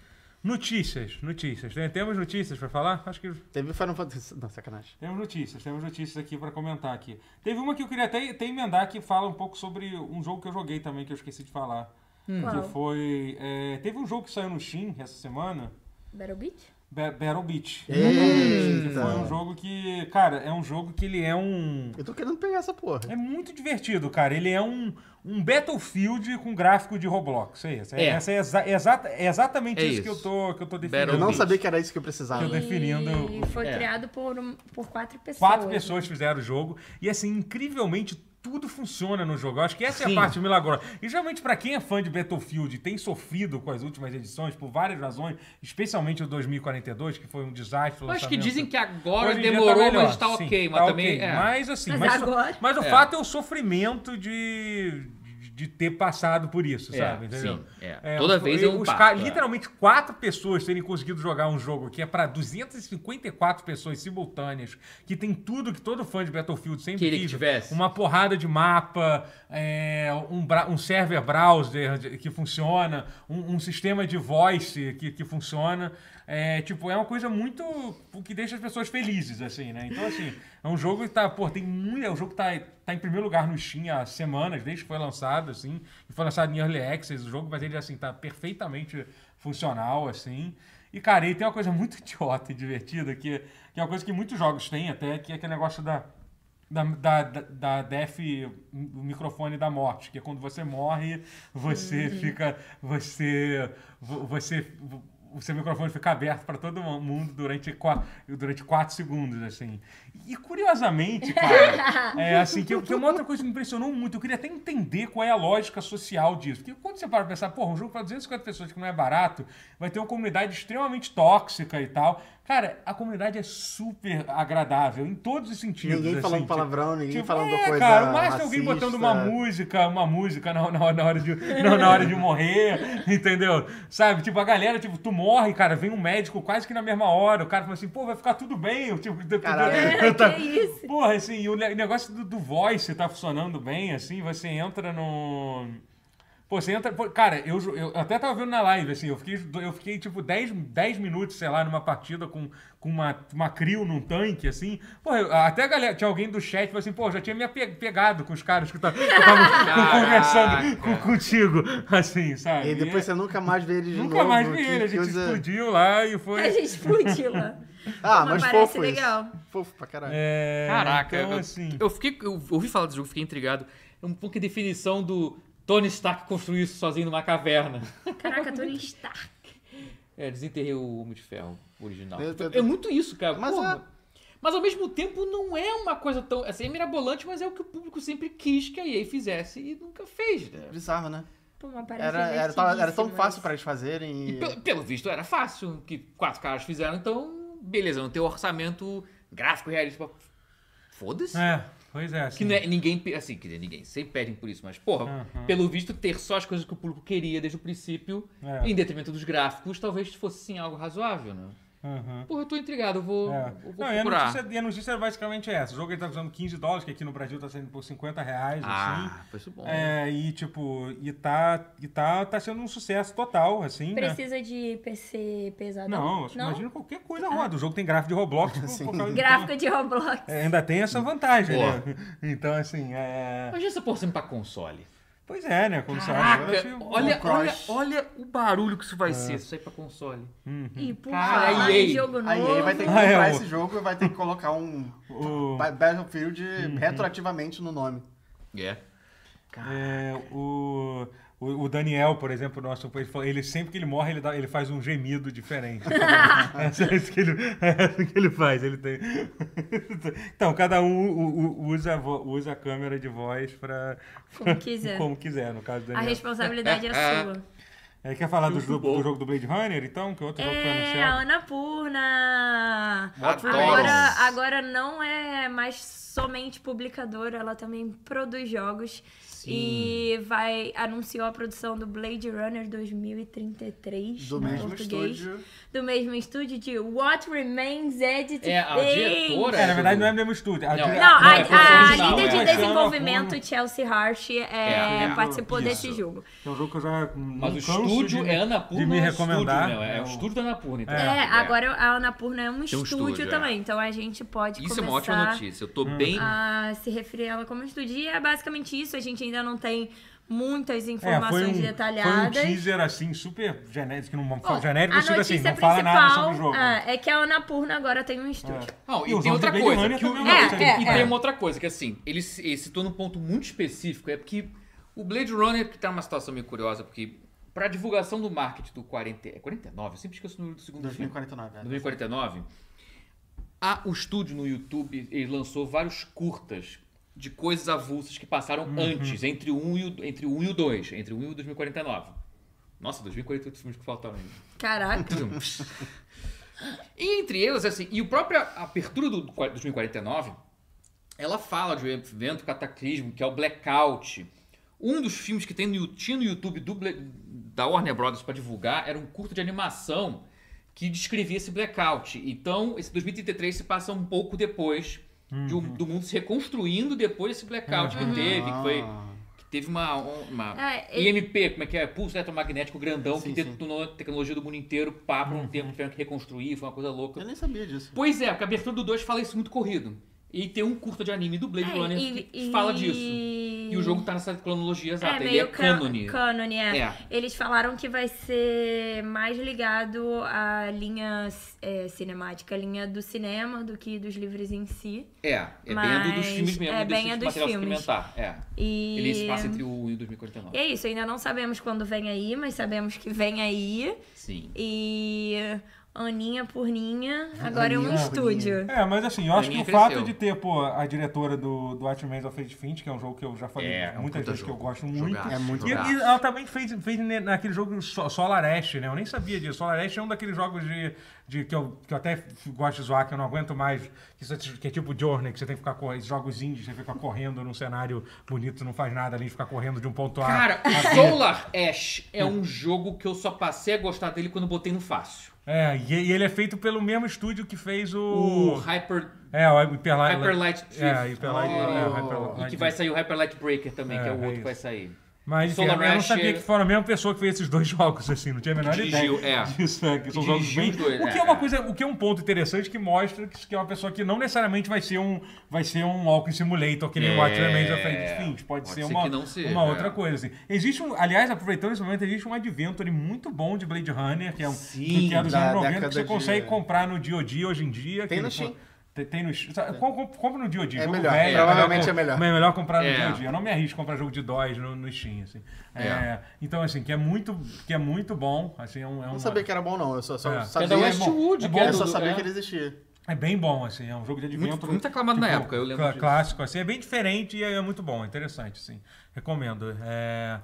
Speaker 2: Notícias, notícias. Tem- Temos notícias pra falar? Acho que
Speaker 1: Teve Final Fantasy. Não, sacanagem.
Speaker 2: Temos notícias, temos notícias aqui pra comentar aqui. Teve uma que eu queria até, até emendar que fala um pouco sobre um jogo que eu joguei também, que eu esqueci de falar.
Speaker 3: Qual?
Speaker 2: Que foi. é, teve um jogo que saiu no Steam essa semana,
Speaker 3: Battle Beach?
Speaker 2: Ba- Battle Beach.
Speaker 1: Eita!
Speaker 2: Que foi um jogo que. Cara, é um jogo que ele é um.
Speaker 1: Eu tô querendo pegar essa porra.
Speaker 2: É muito divertido, cara. Ele é um, um Battlefield com gráfico de Roblox. É isso. É,
Speaker 4: É.
Speaker 2: Essa é, exa- exata- é exatamente
Speaker 4: É
Speaker 2: isso, que eu
Speaker 4: isso.
Speaker 2: tô, que eu tô
Speaker 4: Battle
Speaker 2: defendendo.
Speaker 1: Eu não
Speaker 4: Beach.
Speaker 1: sabia que era isso que eu precisava.
Speaker 2: Eu dei- definindo
Speaker 3: E foi
Speaker 4: É.
Speaker 3: criado por, um- por quatro pessoas. né?
Speaker 2: Quatro
Speaker 4: né?
Speaker 2: pessoas fizeram o jogo e, assim, incrivelmente tudo funciona no jogo. Eu acho que essa é
Speaker 4: Sim.
Speaker 2: a parte milagrosa. E geralmente, pra quem é fã de Battlefield e tem sofrido com as últimas edições, por várias razões, especialmente o 2042, que foi um desastre. o
Speaker 4: Eu acho que
Speaker 2: lançamento.
Speaker 4: dizem que agora
Speaker 2: Hoje em dia tá
Speaker 4: demorou,
Speaker 2: melhor.
Speaker 4: mas tá
Speaker 2: Sim,
Speaker 4: ok. Mas
Speaker 2: tá
Speaker 4: também.
Speaker 2: ok.
Speaker 4: é.
Speaker 2: Mas assim,
Speaker 3: Mas
Speaker 2: mas,
Speaker 3: agora-
Speaker 2: mas o
Speaker 4: É.
Speaker 2: fato é o sofrimento de, de, de ter passado por isso,
Speaker 4: É,
Speaker 2: sabe? Entendeu?
Speaker 4: sim, é. Toda vez é um
Speaker 2: os
Speaker 4: parto,
Speaker 2: ca-
Speaker 4: é.
Speaker 2: Literalmente quatro pessoas terem conseguido jogar um jogo que é pra 254 pessoas simultâneas, que tem tudo que todo fã de Battlefield sempre
Speaker 4: Queria que
Speaker 2: quis,
Speaker 4: tivesse.
Speaker 2: Uma porrada de mapa, é, um, bra- um server browser de- que funciona, um, um sistema de voice que, que funciona. É, tipo, é uma coisa muito o que deixa as pessoas felizes, assim, né? Então, assim, é um jogo que tá, pô, tem muito. É um jogo que tá, tá em primeiro lugar no Steam há semanas, desde que foi lançado, assim. E foi lançado em Early Access o jogo, mas ele, assim, tá perfeitamente funcional, assim. E, cara, ele tem uma coisa muito *laughs* idiota e divertida, que, que é uma coisa que muitos jogos têm até, que é aquele negócio da da, da, da- da def, o microfone da morte, que é quando você morre, você fica, você, vo- você, o seu microfone fica aberto para todo mundo durante, qua- durante quatro segundos, assim. E curiosamente, cara, é assim, que, que uma outra coisa que me impressionou muito, eu queria até entender qual é a lógica social disso. Porque quando você para pra pensar, porra, um jogo para 250 pessoas que não é barato, vai ter uma comunidade extremamente tóxica e tal. Cara, a comunidade é super agradável, em todos os sentidos.
Speaker 1: Ninguém
Speaker 2: assim,
Speaker 1: falando
Speaker 2: tipo-
Speaker 1: palavrão, ninguém
Speaker 2: Tipo,
Speaker 1: falando
Speaker 2: é,
Speaker 1: coisa
Speaker 2: cara, o máximo é alguém
Speaker 1: racista.
Speaker 2: botando uma música, uma música na, na, na hora, de, na, na hora de morrer, *laughs* entendeu? Sabe, tipo, a galera, tipo, tu morre, cara, vem um médico quase que na mesma hora, o cara fala assim, pô, vai ficar tudo bem, eu, tipo... eu-
Speaker 1: Caralho.
Speaker 2: eu tá- tava-
Speaker 3: É, que isso?
Speaker 2: Porra, assim, e o ne- negócio do, do voice tá funcionando bem, assim, você entra no... Pô, você entra. pô, cara, eu, ju- eu até tava vendo na live, assim, eu fiquei, eu fiquei tipo 10, 10 minutos, sei lá, numa partida com, com uma, uma crew num tanque, assim. Pô, eu- até a galera, tinha alguém do chat, falou assim, pô, eu já tinha me ape- pegado com os caras que tá- que estavam conversando com- contigo, assim, sabe?
Speaker 1: E depois você nunca mais vê eles de
Speaker 2: Nunca
Speaker 1: novo,
Speaker 2: mais vi
Speaker 1: que-
Speaker 2: ele,
Speaker 1: que
Speaker 2: a gente
Speaker 1: usa-
Speaker 2: explodiu lá e foi.
Speaker 3: A gente explodiu lá.
Speaker 1: Ah,
Speaker 3: Porra,
Speaker 1: mas
Speaker 3: parece
Speaker 1: fofo isso.
Speaker 3: legal.
Speaker 1: Fofo pra caralho.
Speaker 2: É,
Speaker 4: Caraca,
Speaker 2: então,
Speaker 4: eu,
Speaker 2: assim.
Speaker 4: eu fiquei, eu ouvi falar desse jogo, fiquei intrigado. É um pouco a definição do Tony Stark construir isso sozinho numa caverna.
Speaker 3: Caraca, Tony Stark.
Speaker 4: É, desenterrei o Homem de Ferro original.
Speaker 1: Eu- eu-
Speaker 4: É muito isso, cara.
Speaker 1: Mas é-
Speaker 4: Porra. Mas ao mesmo tempo não é uma coisa tão. Assim, é mirabolante, mas é o que o público sempre quis que a EA fizesse e nunca fez,
Speaker 2: É.
Speaker 4: né?
Speaker 1: Bizarro, né?
Speaker 3: Pô, uma parada
Speaker 1: Era, era, tão, era tão
Speaker 3: divertidíssima,
Speaker 1: fácil
Speaker 3: mas-
Speaker 1: pra eles fazerem
Speaker 4: E
Speaker 1: e...
Speaker 4: pelo, pelo visto era fácil, que quatro caras fizeram, então, beleza, não tem orçamento gráfico realista. pra- Foda-se.
Speaker 2: É, pois é. Assim.
Speaker 4: Que não é- ninguém, pe- assim, quer dizer, ninguém, sempre pedem por isso, mas porra,
Speaker 2: Aham.
Speaker 4: pelo visto ter só as coisas que o público queria desde o princípio,
Speaker 2: É.
Speaker 4: em detrimento dos gráficos, talvez fosse sim algo razoável, né?
Speaker 2: Aham.
Speaker 4: Porra, eu tô intrigado, eu vou,
Speaker 2: É.
Speaker 4: eu vou
Speaker 2: Não, e a,
Speaker 4: procurar.
Speaker 2: notícia, e a notícia é basicamente essa. O jogo ele tá usando 15 dólares, que aqui no Brasil tá saindo por 50 reais, assim.
Speaker 4: Ah, foi isso bom.
Speaker 2: É, e tipo, e tá, e tá, tá sendo um sucesso total, assim, né?
Speaker 3: Precisa de PC pesado.
Speaker 2: Não,
Speaker 3: não? É.
Speaker 2: imagina qualquer coisa roda. O jogo tem gráfico de
Speaker 4: *laughs*
Speaker 2: Roblox. por- por causa-
Speaker 3: Gráfico de Roblox.
Speaker 2: É, ainda tem essa vantagem,
Speaker 4: Boa.
Speaker 2: né? Então, assim, é...
Speaker 4: Imagina essa porra sendo pra console.
Speaker 2: Pois é, né? Quando sai um É.
Speaker 4: Caraca,
Speaker 2: negócio-
Speaker 4: olha,
Speaker 1: um
Speaker 4: olha,
Speaker 1: crush.
Speaker 4: olha o barulho que isso vai ser, se sair pra console.
Speaker 2: Uhum.
Speaker 3: E por
Speaker 4: Cara,
Speaker 3: falar em
Speaker 4: EA.
Speaker 3: jogo novo.
Speaker 1: Aí ele vai ter que
Speaker 2: Ah, é,
Speaker 1: comprar
Speaker 2: o-
Speaker 1: esse jogo e vai ter que colocar um
Speaker 2: O-
Speaker 1: Ba- Battlefield
Speaker 2: Uhum.
Speaker 1: retroativamente no nome.
Speaker 4: É.
Speaker 2: É, o, o, o Daniel, por exemplo, nosso, ele, fa- ele- sempre que ele morre, ele, dá- ele faz um gemido diferente. é isso que ele, é isso que ele faz. Ele tem... Então, cada um u- u- usa, a vo- usa a câmera de voz pra,
Speaker 3: Como quiser.
Speaker 2: como quiser, no caso do
Speaker 3: A
Speaker 2: Daniel.
Speaker 3: responsabilidade é sua.
Speaker 2: É, quer falar do,
Speaker 4: Muito
Speaker 2: do,
Speaker 4: bom.
Speaker 2: do jogo do Blade Runner, então? Que outro jogo foi
Speaker 3: É, a
Speaker 2: anunciado?
Speaker 3: Ana Purna.
Speaker 4: Adoro.
Speaker 3: Agora, agora não é mais somente publicadora, ela também produz jogos. E vai anunciou a produção do Blade Runner 2033
Speaker 1: Do
Speaker 3: em
Speaker 1: mesmo
Speaker 3: português.
Speaker 1: estúdio.
Speaker 3: Do mesmo estúdio de What Remains Edit
Speaker 4: É, a
Speaker 3: Things.
Speaker 4: diretora-
Speaker 2: É, na verdade, não é do mesmo estúdio. A
Speaker 4: Não.
Speaker 2: dire-
Speaker 4: É,
Speaker 3: Não, a,
Speaker 4: é
Speaker 2: produção
Speaker 3: a
Speaker 2: original,
Speaker 3: líder
Speaker 2: é.
Speaker 3: de
Speaker 4: Luciana
Speaker 3: desenvolvimento, Chelsea Hart, é,
Speaker 4: É, é,
Speaker 3: participou
Speaker 2: isso.
Speaker 3: desse jogo.
Speaker 2: É um jogo que eu já não
Speaker 4: Mas o
Speaker 2: canso
Speaker 4: estúdio
Speaker 2: um de,
Speaker 4: é Anapurna.
Speaker 2: de me
Speaker 4: é o
Speaker 2: recomendar.
Speaker 4: Estúdio, meu,
Speaker 2: É
Speaker 4: é, o
Speaker 2: um-
Speaker 4: estúdio da Anapurna. Então.
Speaker 3: É, agora a Anapurna é um
Speaker 4: Tem um
Speaker 3: estúdio,
Speaker 4: estúdio, é.
Speaker 3: também, então a gente pode
Speaker 4: Isso é
Speaker 3: começar Ah.
Speaker 4: uma ótima notícia. Eu tô
Speaker 2: Hum.
Speaker 4: bem.
Speaker 3: a se referir a ela como estúdio. E é basicamente isso, a gente ainda não tem muitas
Speaker 2: É, foi
Speaker 3: informações
Speaker 2: um,
Speaker 3: detalhadas.
Speaker 2: Foi um teaser assim, super genérico, que não
Speaker 3: Bom,
Speaker 2: fala genérico,
Speaker 3: a
Speaker 2: no sentido assim,
Speaker 3: notícia
Speaker 2: não fala nada sobre o
Speaker 3: principal,
Speaker 2: jogo.
Speaker 3: ah, é que a Anapurna agora tem um estúdio.
Speaker 4: Não,
Speaker 2: E
Speaker 4: e,
Speaker 2: os jogos
Speaker 4: tem
Speaker 2: do
Speaker 4: outra
Speaker 2: Blade
Speaker 4: coisa.
Speaker 2: Runner
Speaker 4: Que o-
Speaker 2: também
Speaker 4: não,
Speaker 3: é,
Speaker 4: tem-
Speaker 3: é,
Speaker 4: e
Speaker 3: é.
Speaker 4: tem uma outra coisa, que assim, ele, se- ele citou num ponto muito específico, é porque o Blade Runner, que tá numa situação meio curiosa, porque pra divulgação do marketing do 40, é 49, eu sempre esqueço o número do segundo filme.
Speaker 1: 2049. é.
Speaker 4: 2049, a, o um estúdio no YouTube ele lançou vários curtas de coisas avulsas que passaram
Speaker 2: Uhum.
Speaker 4: antes, entre o 1 e o, entre o 1 e o 2, entre o 1 e o 2049. Nossa, 2048 filmes que faltaram ainda.
Speaker 2: É.
Speaker 3: Caraca.
Speaker 4: E entre eles, assim, e a própria abertura do 2049, ela fala de um evento cataclismo, que é o Blackout. Um dos filmes que tem no, Yu- tinha no YouTube do Bla- da Warner Brothers para divulgar era um curto de animação que descrevia esse blackout. Então, esse 2033 se passa um pouco depois de um- do mundo se reconstruindo depois desse blackout que teve, que foi
Speaker 1: Ah.
Speaker 4: que teve uma, uma
Speaker 3: É, ele-
Speaker 4: IMP, como é que é? Pulso eletromagnético grandão
Speaker 1: Sim,
Speaker 4: que
Speaker 1: sim.
Speaker 4: detonou a tecnologia do mundo inteiro, pá, por um tempo tiveram que reconstruir, foi uma coisa louca.
Speaker 1: Eu nem sabia disso.
Speaker 4: Pois é, porque a abertura do 2 fala isso muito corrido. E tem um curta de anime do Blade
Speaker 3: É,
Speaker 4: Runner que fala disso.
Speaker 3: E
Speaker 4: E o jogo tá nessa cronologia exata.
Speaker 3: É
Speaker 4: Ele é
Speaker 3: meio can-
Speaker 4: cânone.
Speaker 3: cânone, é.
Speaker 4: É.
Speaker 3: Eles falaram que vai ser mais ligado à linha é, cinemática, à linha do cinema, do que dos livros em si.
Speaker 4: É, é bem a do dos
Speaker 3: Mas
Speaker 4: filmes mesmo,
Speaker 3: é
Speaker 4: desse
Speaker 3: bem a dos
Speaker 4: material
Speaker 3: filmes.
Speaker 4: suplementar. É.
Speaker 3: E...
Speaker 4: Ele se passa entre o 1 e o 2049.
Speaker 3: E é isso, ainda não sabemos quando vem aí, mas sabemos que vem aí.
Speaker 4: Sim.
Speaker 3: E Aninha por Ninha, agora é um
Speaker 1: Aninha por
Speaker 3: estúdio.
Speaker 2: É, mas assim, eu acho que
Speaker 4: Aninha
Speaker 2: o fato
Speaker 4: cresceu.
Speaker 2: de ter, pô, a diretora do, do Watchmen of Fate Finch, que é um jogo que eu já falei
Speaker 4: É, é um
Speaker 2: muitas
Speaker 4: puta
Speaker 2: vezes que eu
Speaker 4: jogo.
Speaker 2: gosto muito.
Speaker 4: Jogaço,
Speaker 1: É muito
Speaker 2: E,
Speaker 1: Jogaço.
Speaker 2: e ela também fez, fez ne- naquele jogo So- Solar Ash, né? Eu nem sabia disso. Solar Ash é um daqueles jogos de, de- que, eu, que eu até f- gosto de zoar, que eu não aguento mais. Que, isso é- que é tipo Journey, que você tem que ficar correndo. Esses jogos indies, você fica correndo num cenário bonito, não faz nada além de ficar correndo de um ponto A.
Speaker 4: Cara, o Solar Ash é um jogo que eu só passei a gostar dele quando botei no fácil.
Speaker 2: É, e, e ele é feito pelo mesmo estúdio que fez
Speaker 4: O
Speaker 2: o.
Speaker 4: Hyper,
Speaker 2: É, o Hyperlight.
Speaker 4: Hyper Light
Speaker 2: É,
Speaker 4: Drift.
Speaker 2: Hyperlight. é,
Speaker 1: Oh.
Speaker 2: Hyperlight
Speaker 4: E que vai sair o Hyper Light Breaker também,
Speaker 2: É,
Speaker 4: que é
Speaker 2: é
Speaker 4: o outro
Speaker 2: isso.
Speaker 4: que vai sair.
Speaker 2: Mas enfim, eu
Speaker 4: Solar
Speaker 2: não
Speaker 4: Ash
Speaker 2: sabia
Speaker 4: é-
Speaker 2: que foram a mesma pessoa que fez esses dois *laughs* jogos, assim, não tinha a menor
Speaker 4: Que
Speaker 2: ideia.
Speaker 4: dirigiu, é.
Speaker 2: *laughs* Disso, é, que são
Speaker 4: Que
Speaker 2: jogos
Speaker 4: dirigiu
Speaker 2: bem.
Speaker 4: os dois,
Speaker 2: O que
Speaker 4: é,
Speaker 2: é uma
Speaker 4: é.
Speaker 2: coisa, o que é um ponto interessante que mostra que que é uma pessoa que não necessariamente vai ser um vai ser um Walking Simulator, que nem
Speaker 4: É.
Speaker 2: o Watchmen Maze of Fate Fins. Pode,
Speaker 4: Pode
Speaker 2: ser,
Speaker 4: ser
Speaker 2: uma,
Speaker 4: que não seja,
Speaker 2: uma outra
Speaker 4: é.
Speaker 2: coisa, assim. Existe um, aliás, aproveitando esse momento, existe um adventure muito bom de Blade Runner, que é um
Speaker 4: Sim,
Speaker 2: que, que é dos
Speaker 1: da
Speaker 2: anos 90, que
Speaker 1: década
Speaker 2: você
Speaker 1: de-
Speaker 2: consegue comprar no DoD hoje em dia.
Speaker 1: Tem
Speaker 2: que
Speaker 1: no
Speaker 2: ele-
Speaker 1: Steam.
Speaker 2: Tem, tem no Steam. Sabe, com- com- Compra no DoD.
Speaker 1: É
Speaker 2: jogo
Speaker 1: melhor,
Speaker 2: velho,
Speaker 1: provavelmente
Speaker 2: com-
Speaker 1: é melhor.
Speaker 2: é melhor comprar no
Speaker 4: É.
Speaker 2: dia a dia. Eu não me arrisco a comprar jogo de DOS no, no Steam, assim. É,
Speaker 4: É.
Speaker 2: Então, assim, que é muito, que é muito bom. Assim, é, um, é,
Speaker 1: Eu
Speaker 2: uma-
Speaker 1: não sabia que era bom, não. Eu só, só
Speaker 2: É.
Speaker 1: sabia.
Speaker 4: Cada um é
Speaker 1: bom.
Speaker 4: Westwood,
Speaker 2: é
Speaker 4: que
Speaker 2: bom,
Speaker 4: é
Speaker 1: Eu
Speaker 4: do-
Speaker 1: só sabia
Speaker 4: é.
Speaker 1: que ele existia.
Speaker 2: é bem bom, assim. É um jogo de advento. tipo,
Speaker 4: Muito- muito aclamado na época, eu lembro disso.
Speaker 2: Clássico, assim. É bem diferente e é, é muito bom. É interessante, assim. Recomendo. É,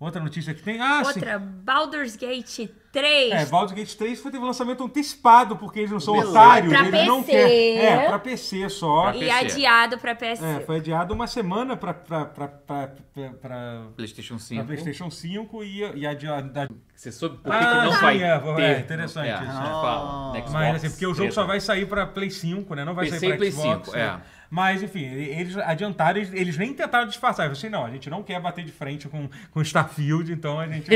Speaker 2: Outra notícia que tem... Ah, sim.
Speaker 3: Outra, Baldur's Gate 3.
Speaker 2: É, Baldur's Gate 3 foi teve um lançamento antecipado, porque eles não são
Speaker 1: Beleza.
Speaker 2: otários,
Speaker 3: Pra
Speaker 2: eles não
Speaker 3: PC.
Speaker 2: querem. É, pra PC só.
Speaker 4: Pra
Speaker 3: e
Speaker 4: PC.
Speaker 3: adiado pra PS.
Speaker 2: É, foi adiado uma semana pra, pra, pra, pra, pra, pra-
Speaker 4: PlayStation 5.
Speaker 2: pra PlayStation 5 e, e adiado,
Speaker 4: Você soube por que,
Speaker 2: Ah,
Speaker 4: que não
Speaker 2: sim,
Speaker 4: vai
Speaker 2: é,
Speaker 4: ter.
Speaker 2: é interessante
Speaker 4: É,
Speaker 2: isso.
Speaker 4: fala. né, Xbox,
Speaker 2: Mas assim, porque o jogo
Speaker 4: treta.
Speaker 2: só vai sair pra Play 5, né? Não vai
Speaker 4: PC
Speaker 2: sair pra
Speaker 4: e Play
Speaker 2: Xbox.
Speaker 4: 5,
Speaker 2: né?
Speaker 4: é.
Speaker 2: Mas enfim, ele- eles adiantaram, eles, eles nem tentaram disfarçar. Eles falaram assim, não, a gente não quer bater de frente com com Starfield, então a
Speaker 4: *laughs*
Speaker 2: gente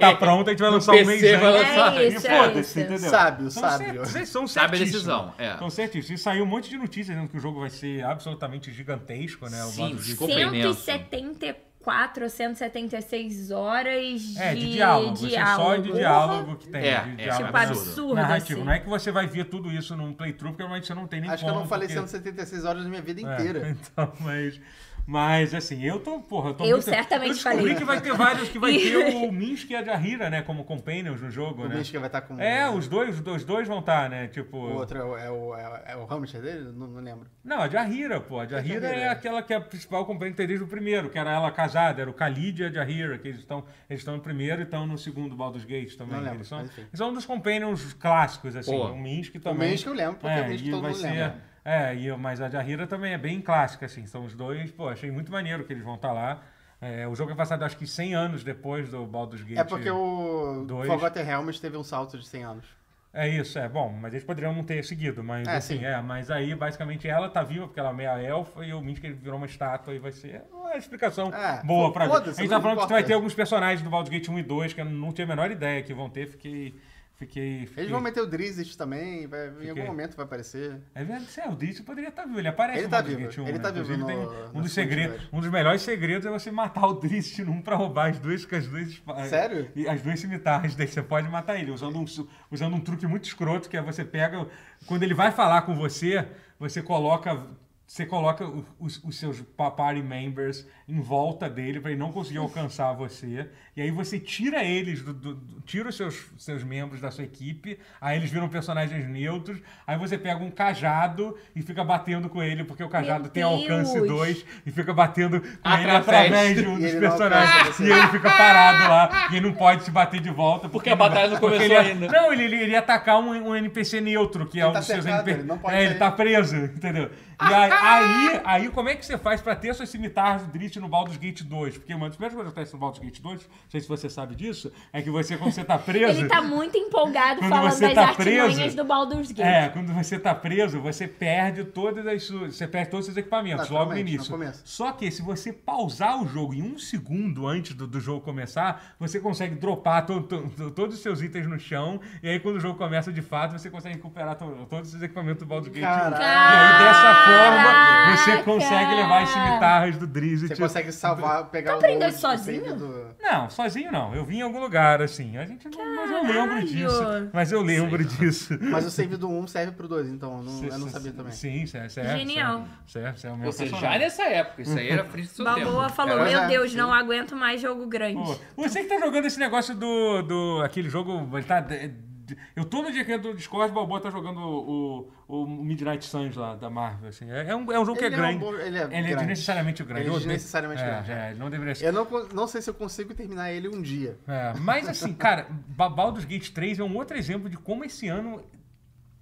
Speaker 2: tá pronto, a gente vai lançar um
Speaker 4: PC
Speaker 2: mês antes.
Speaker 4: vai lançar.
Speaker 3: É isso, é
Speaker 2: Foda-se,
Speaker 3: isso.
Speaker 2: entendeu? Então
Speaker 1: Sábio,
Speaker 2: São
Speaker 1: sábio.
Speaker 2: cer- Vocês são
Speaker 4: Sabe a
Speaker 2: certíssimos.
Speaker 4: decisão, é.
Speaker 2: São certíssimos. E saiu um monte de notícias dizendo que o jogo vai ser absolutamente gigantesco, né? O
Speaker 4: Sim,
Speaker 2: modo de-
Speaker 4: desculpa. Ficou bem imenso.
Speaker 3: 174 ou 176 horas de,
Speaker 2: É, de diálogo. Isso é só de
Speaker 3: diálogo.
Speaker 2: diálogo que tem.
Speaker 4: É,
Speaker 2: de
Speaker 4: é,
Speaker 2: diálogo,
Speaker 3: Tipo,
Speaker 4: Absurdo.
Speaker 3: absurdo,
Speaker 2: narrativo.
Speaker 3: assim.
Speaker 2: Não é que você vai ver tudo isso num playthrough, porque realmente você não tem nem
Speaker 1: Acho que eu
Speaker 2: como,
Speaker 1: não falei
Speaker 2: porque...
Speaker 1: 176 horas da minha vida
Speaker 2: É,
Speaker 1: inteira.
Speaker 2: *laughs* então, mas... Mas, assim, eu tô, porra, eu tô
Speaker 3: Eu
Speaker 2: muito...
Speaker 3: certamente
Speaker 2: eu descobri
Speaker 3: falei.
Speaker 2: que vai ter vários, que vai
Speaker 3: *laughs*
Speaker 2: ter o Minsk e a Jahira, né, como companions no jogo,
Speaker 1: O
Speaker 2: né?
Speaker 1: bicho que vai estar com.
Speaker 2: É, os dois, os dois vão estar, né, tipo...
Speaker 1: O outro é o, é o, é o- é o Hamster dele? Não, não lembro.
Speaker 2: Não, a Jahira, pô. A Jahira
Speaker 1: Jahira?
Speaker 2: é aquela que é a principal companheira desde o primeiro, que era ela casada, era o Khalid e a Jahira, que eles estão eles estão no primeiro e estão no segundo Baldur's Gate também.
Speaker 1: Não lembro,
Speaker 2: eles são,
Speaker 1: mas enfim.
Speaker 2: eles são um dos companions clássicos, assim.
Speaker 4: Pô.
Speaker 2: O Minsk
Speaker 1: O
Speaker 2: também. É,
Speaker 1: mês que eu lembro, porque o mês que
Speaker 2: e
Speaker 1: todo
Speaker 2: vai
Speaker 1: mundo lembra.
Speaker 2: É, e, eu- mas a Jahira também é bem clássica, assim. São os dois, pô, achei muito maneiro que eles vão estar lá. É, o jogo é passado, acho que 100 anos depois do Baldur's Gate.
Speaker 1: É porque o
Speaker 2: dois.
Speaker 1: Forgotten Realms teve um salto de 100 anos.
Speaker 2: É isso, é bom, mas eles poderiam não ter seguido, mas
Speaker 1: É,
Speaker 2: assim,
Speaker 1: sim.
Speaker 2: é, mas aí basicamente ela tá viva porque ela é meia elfa e o Minsk ele virou uma estátua e vai ser uma explicação
Speaker 1: É,
Speaker 2: boa
Speaker 1: fo-
Speaker 2: pra mim. A
Speaker 1: foda-se,
Speaker 2: gente
Speaker 1: não
Speaker 2: tá falando que
Speaker 1: importa.
Speaker 2: vai ter alguns personagens do Baldur's Gate 1 e 2 que eu não tinha a menor ideia que vão ter, fiquei. Fiquei.
Speaker 1: Eles
Speaker 2: fiquei-
Speaker 1: vão meter o Drizzt também, vai- em
Speaker 2: Fiquei.
Speaker 1: algum momento vai aparecer.
Speaker 2: É verdade, é, o Dizzy poderia estar vivo, ele aparece
Speaker 1: Ele
Speaker 2: no
Speaker 1: tá
Speaker 2: Baldur's
Speaker 1: vivo,
Speaker 2: Gate 1.
Speaker 1: ele
Speaker 2: né?
Speaker 1: tá vivo
Speaker 2: Inclusive,
Speaker 1: no- né?
Speaker 2: tem um
Speaker 1: no
Speaker 2: dos segredos,
Speaker 1: multiverso.
Speaker 2: um dos melhores segredos é você matar o Drizzt num pra roubar as duas, as duas espadas.
Speaker 1: Sério?
Speaker 2: E as duas cimitarras dele, você pode matar ele, usando um, su- usando um truque muito escroto, que é você pega. Quando ele vai falar com você, você coloca. Você coloca o- os, os seus pa- party members em volta dele pra ele não conseguir alcançar você. E aí você tira eles, do- do- do- tira os seus, seus membros da sua equipe, aí eles viram personagens neutros, aí você pega um cajado e fica batendo com ele, porque o cajado tem alcance
Speaker 3: Deus.
Speaker 2: 2 e fica batendo com ele
Speaker 4: Através.
Speaker 2: através de um
Speaker 1: E
Speaker 2: dos
Speaker 1: ele não
Speaker 2: personagens.
Speaker 1: alcança
Speaker 2: E
Speaker 1: você.
Speaker 2: ele fica parado lá e ele não pode se bater de volta.
Speaker 4: Porque a
Speaker 2: ele vai-
Speaker 4: batalha não
Speaker 2: porque
Speaker 4: começou
Speaker 2: ele ia-
Speaker 4: ainda.
Speaker 2: Não, é ele, ele iria atacar um, um NPC neutro, que é
Speaker 1: Ele
Speaker 2: um
Speaker 1: tá
Speaker 2: dos seus
Speaker 1: cercado,
Speaker 2: NPCs.
Speaker 1: ele não pode
Speaker 2: é, ele
Speaker 1: sair.
Speaker 2: tá preso, *laughs* entendeu? E
Speaker 4: Ah,
Speaker 2: aí, aí, aí como é que você faz pra ter suas cimitarras do Drift no Baldur's Gate 2? Porque uma das primeiras coisas que acontece no Baldur's Gate 2, não sei se você sabe disso, é que você, quando você tá preso...
Speaker 3: Ele tá muito empolgado
Speaker 2: Quando
Speaker 3: falando
Speaker 2: você
Speaker 3: das
Speaker 2: tá
Speaker 3: artimanhas
Speaker 2: preso,
Speaker 3: do Baldur's Gate.
Speaker 2: É, quando você tá preso, você perde todas as suas, você perde todos os seus equipamentos logo no
Speaker 1: Naturalmente,
Speaker 2: início.
Speaker 1: no começo.
Speaker 2: Só que se você pausar o jogo em um segundo antes do, do jogo começar, você consegue dropar to- to- to- todos os seus itens no chão e aí quando o jogo começa de fato, você consegue recuperar to- todos os equipamentos do Baldur's Gate.
Speaker 1: Caralho.
Speaker 2: E aí dessa forma
Speaker 3: Caraca!
Speaker 2: Você consegue levar as cimitarras do Drizzt.
Speaker 1: Você consegue salvar, pegar
Speaker 3: Tu
Speaker 1: o
Speaker 3: aprendeu
Speaker 1: load do save
Speaker 3: sozinho?
Speaker 1: do-
Speaker 2: Não, sozinho não. Eu vim em algum lugar, assim. A gente não. Mas eu lembro disso. Mas eu lembro disso.
Speaker 1: Mas o save do 1 serve pro 2, então eu não, eu não
Speaker 2: Sim,
Speaker 1: sabia também.
Speaker 2: Sim, certo. certo
Speaker 3: Genial.
Speaker 2: Certo, certo. é o meu
Speaker 4: Ou seja, já
Speaker 2: personagem.
Speaker 4: nessa época, isso aí era frente do seu tempo.
Speaker 3: Balboa falou,
Speaker 1: Era-
Speaker 3: meu Deus, não aguento mais jogo grande.
Speaker 2: Pô, você que tá jogando esse negócio do. do aquele jogo. ele Tá, de- de- eu todo dia que entro no Discord, o Balboa tá jogando o, o, o Midnight Suns lá da Marvel. Assim. É, é um, é um jogo que é
Speaker 1: Ele é um
Speaker 2: grande.
Speaker 1: bom- ele é
Speaker 2: ele é
Speaker 1: grande.
Speaker 2: desnecessariamente grande.
Speaker 1: Ele é
Speaker 2: Eu odeio-
Speaker 1: desnecessariamente
Speaker 2: é,
Speaker 1: grande.
Speaker 2: É, ele não deveria ser.
Speaker 1: Eu não, con- não sei se eu consigo terminar ele um dia.
Speaker 2: É, mas assim, cara, Ba- Baldur's Gate 3 é um outro exemplo de como esse ano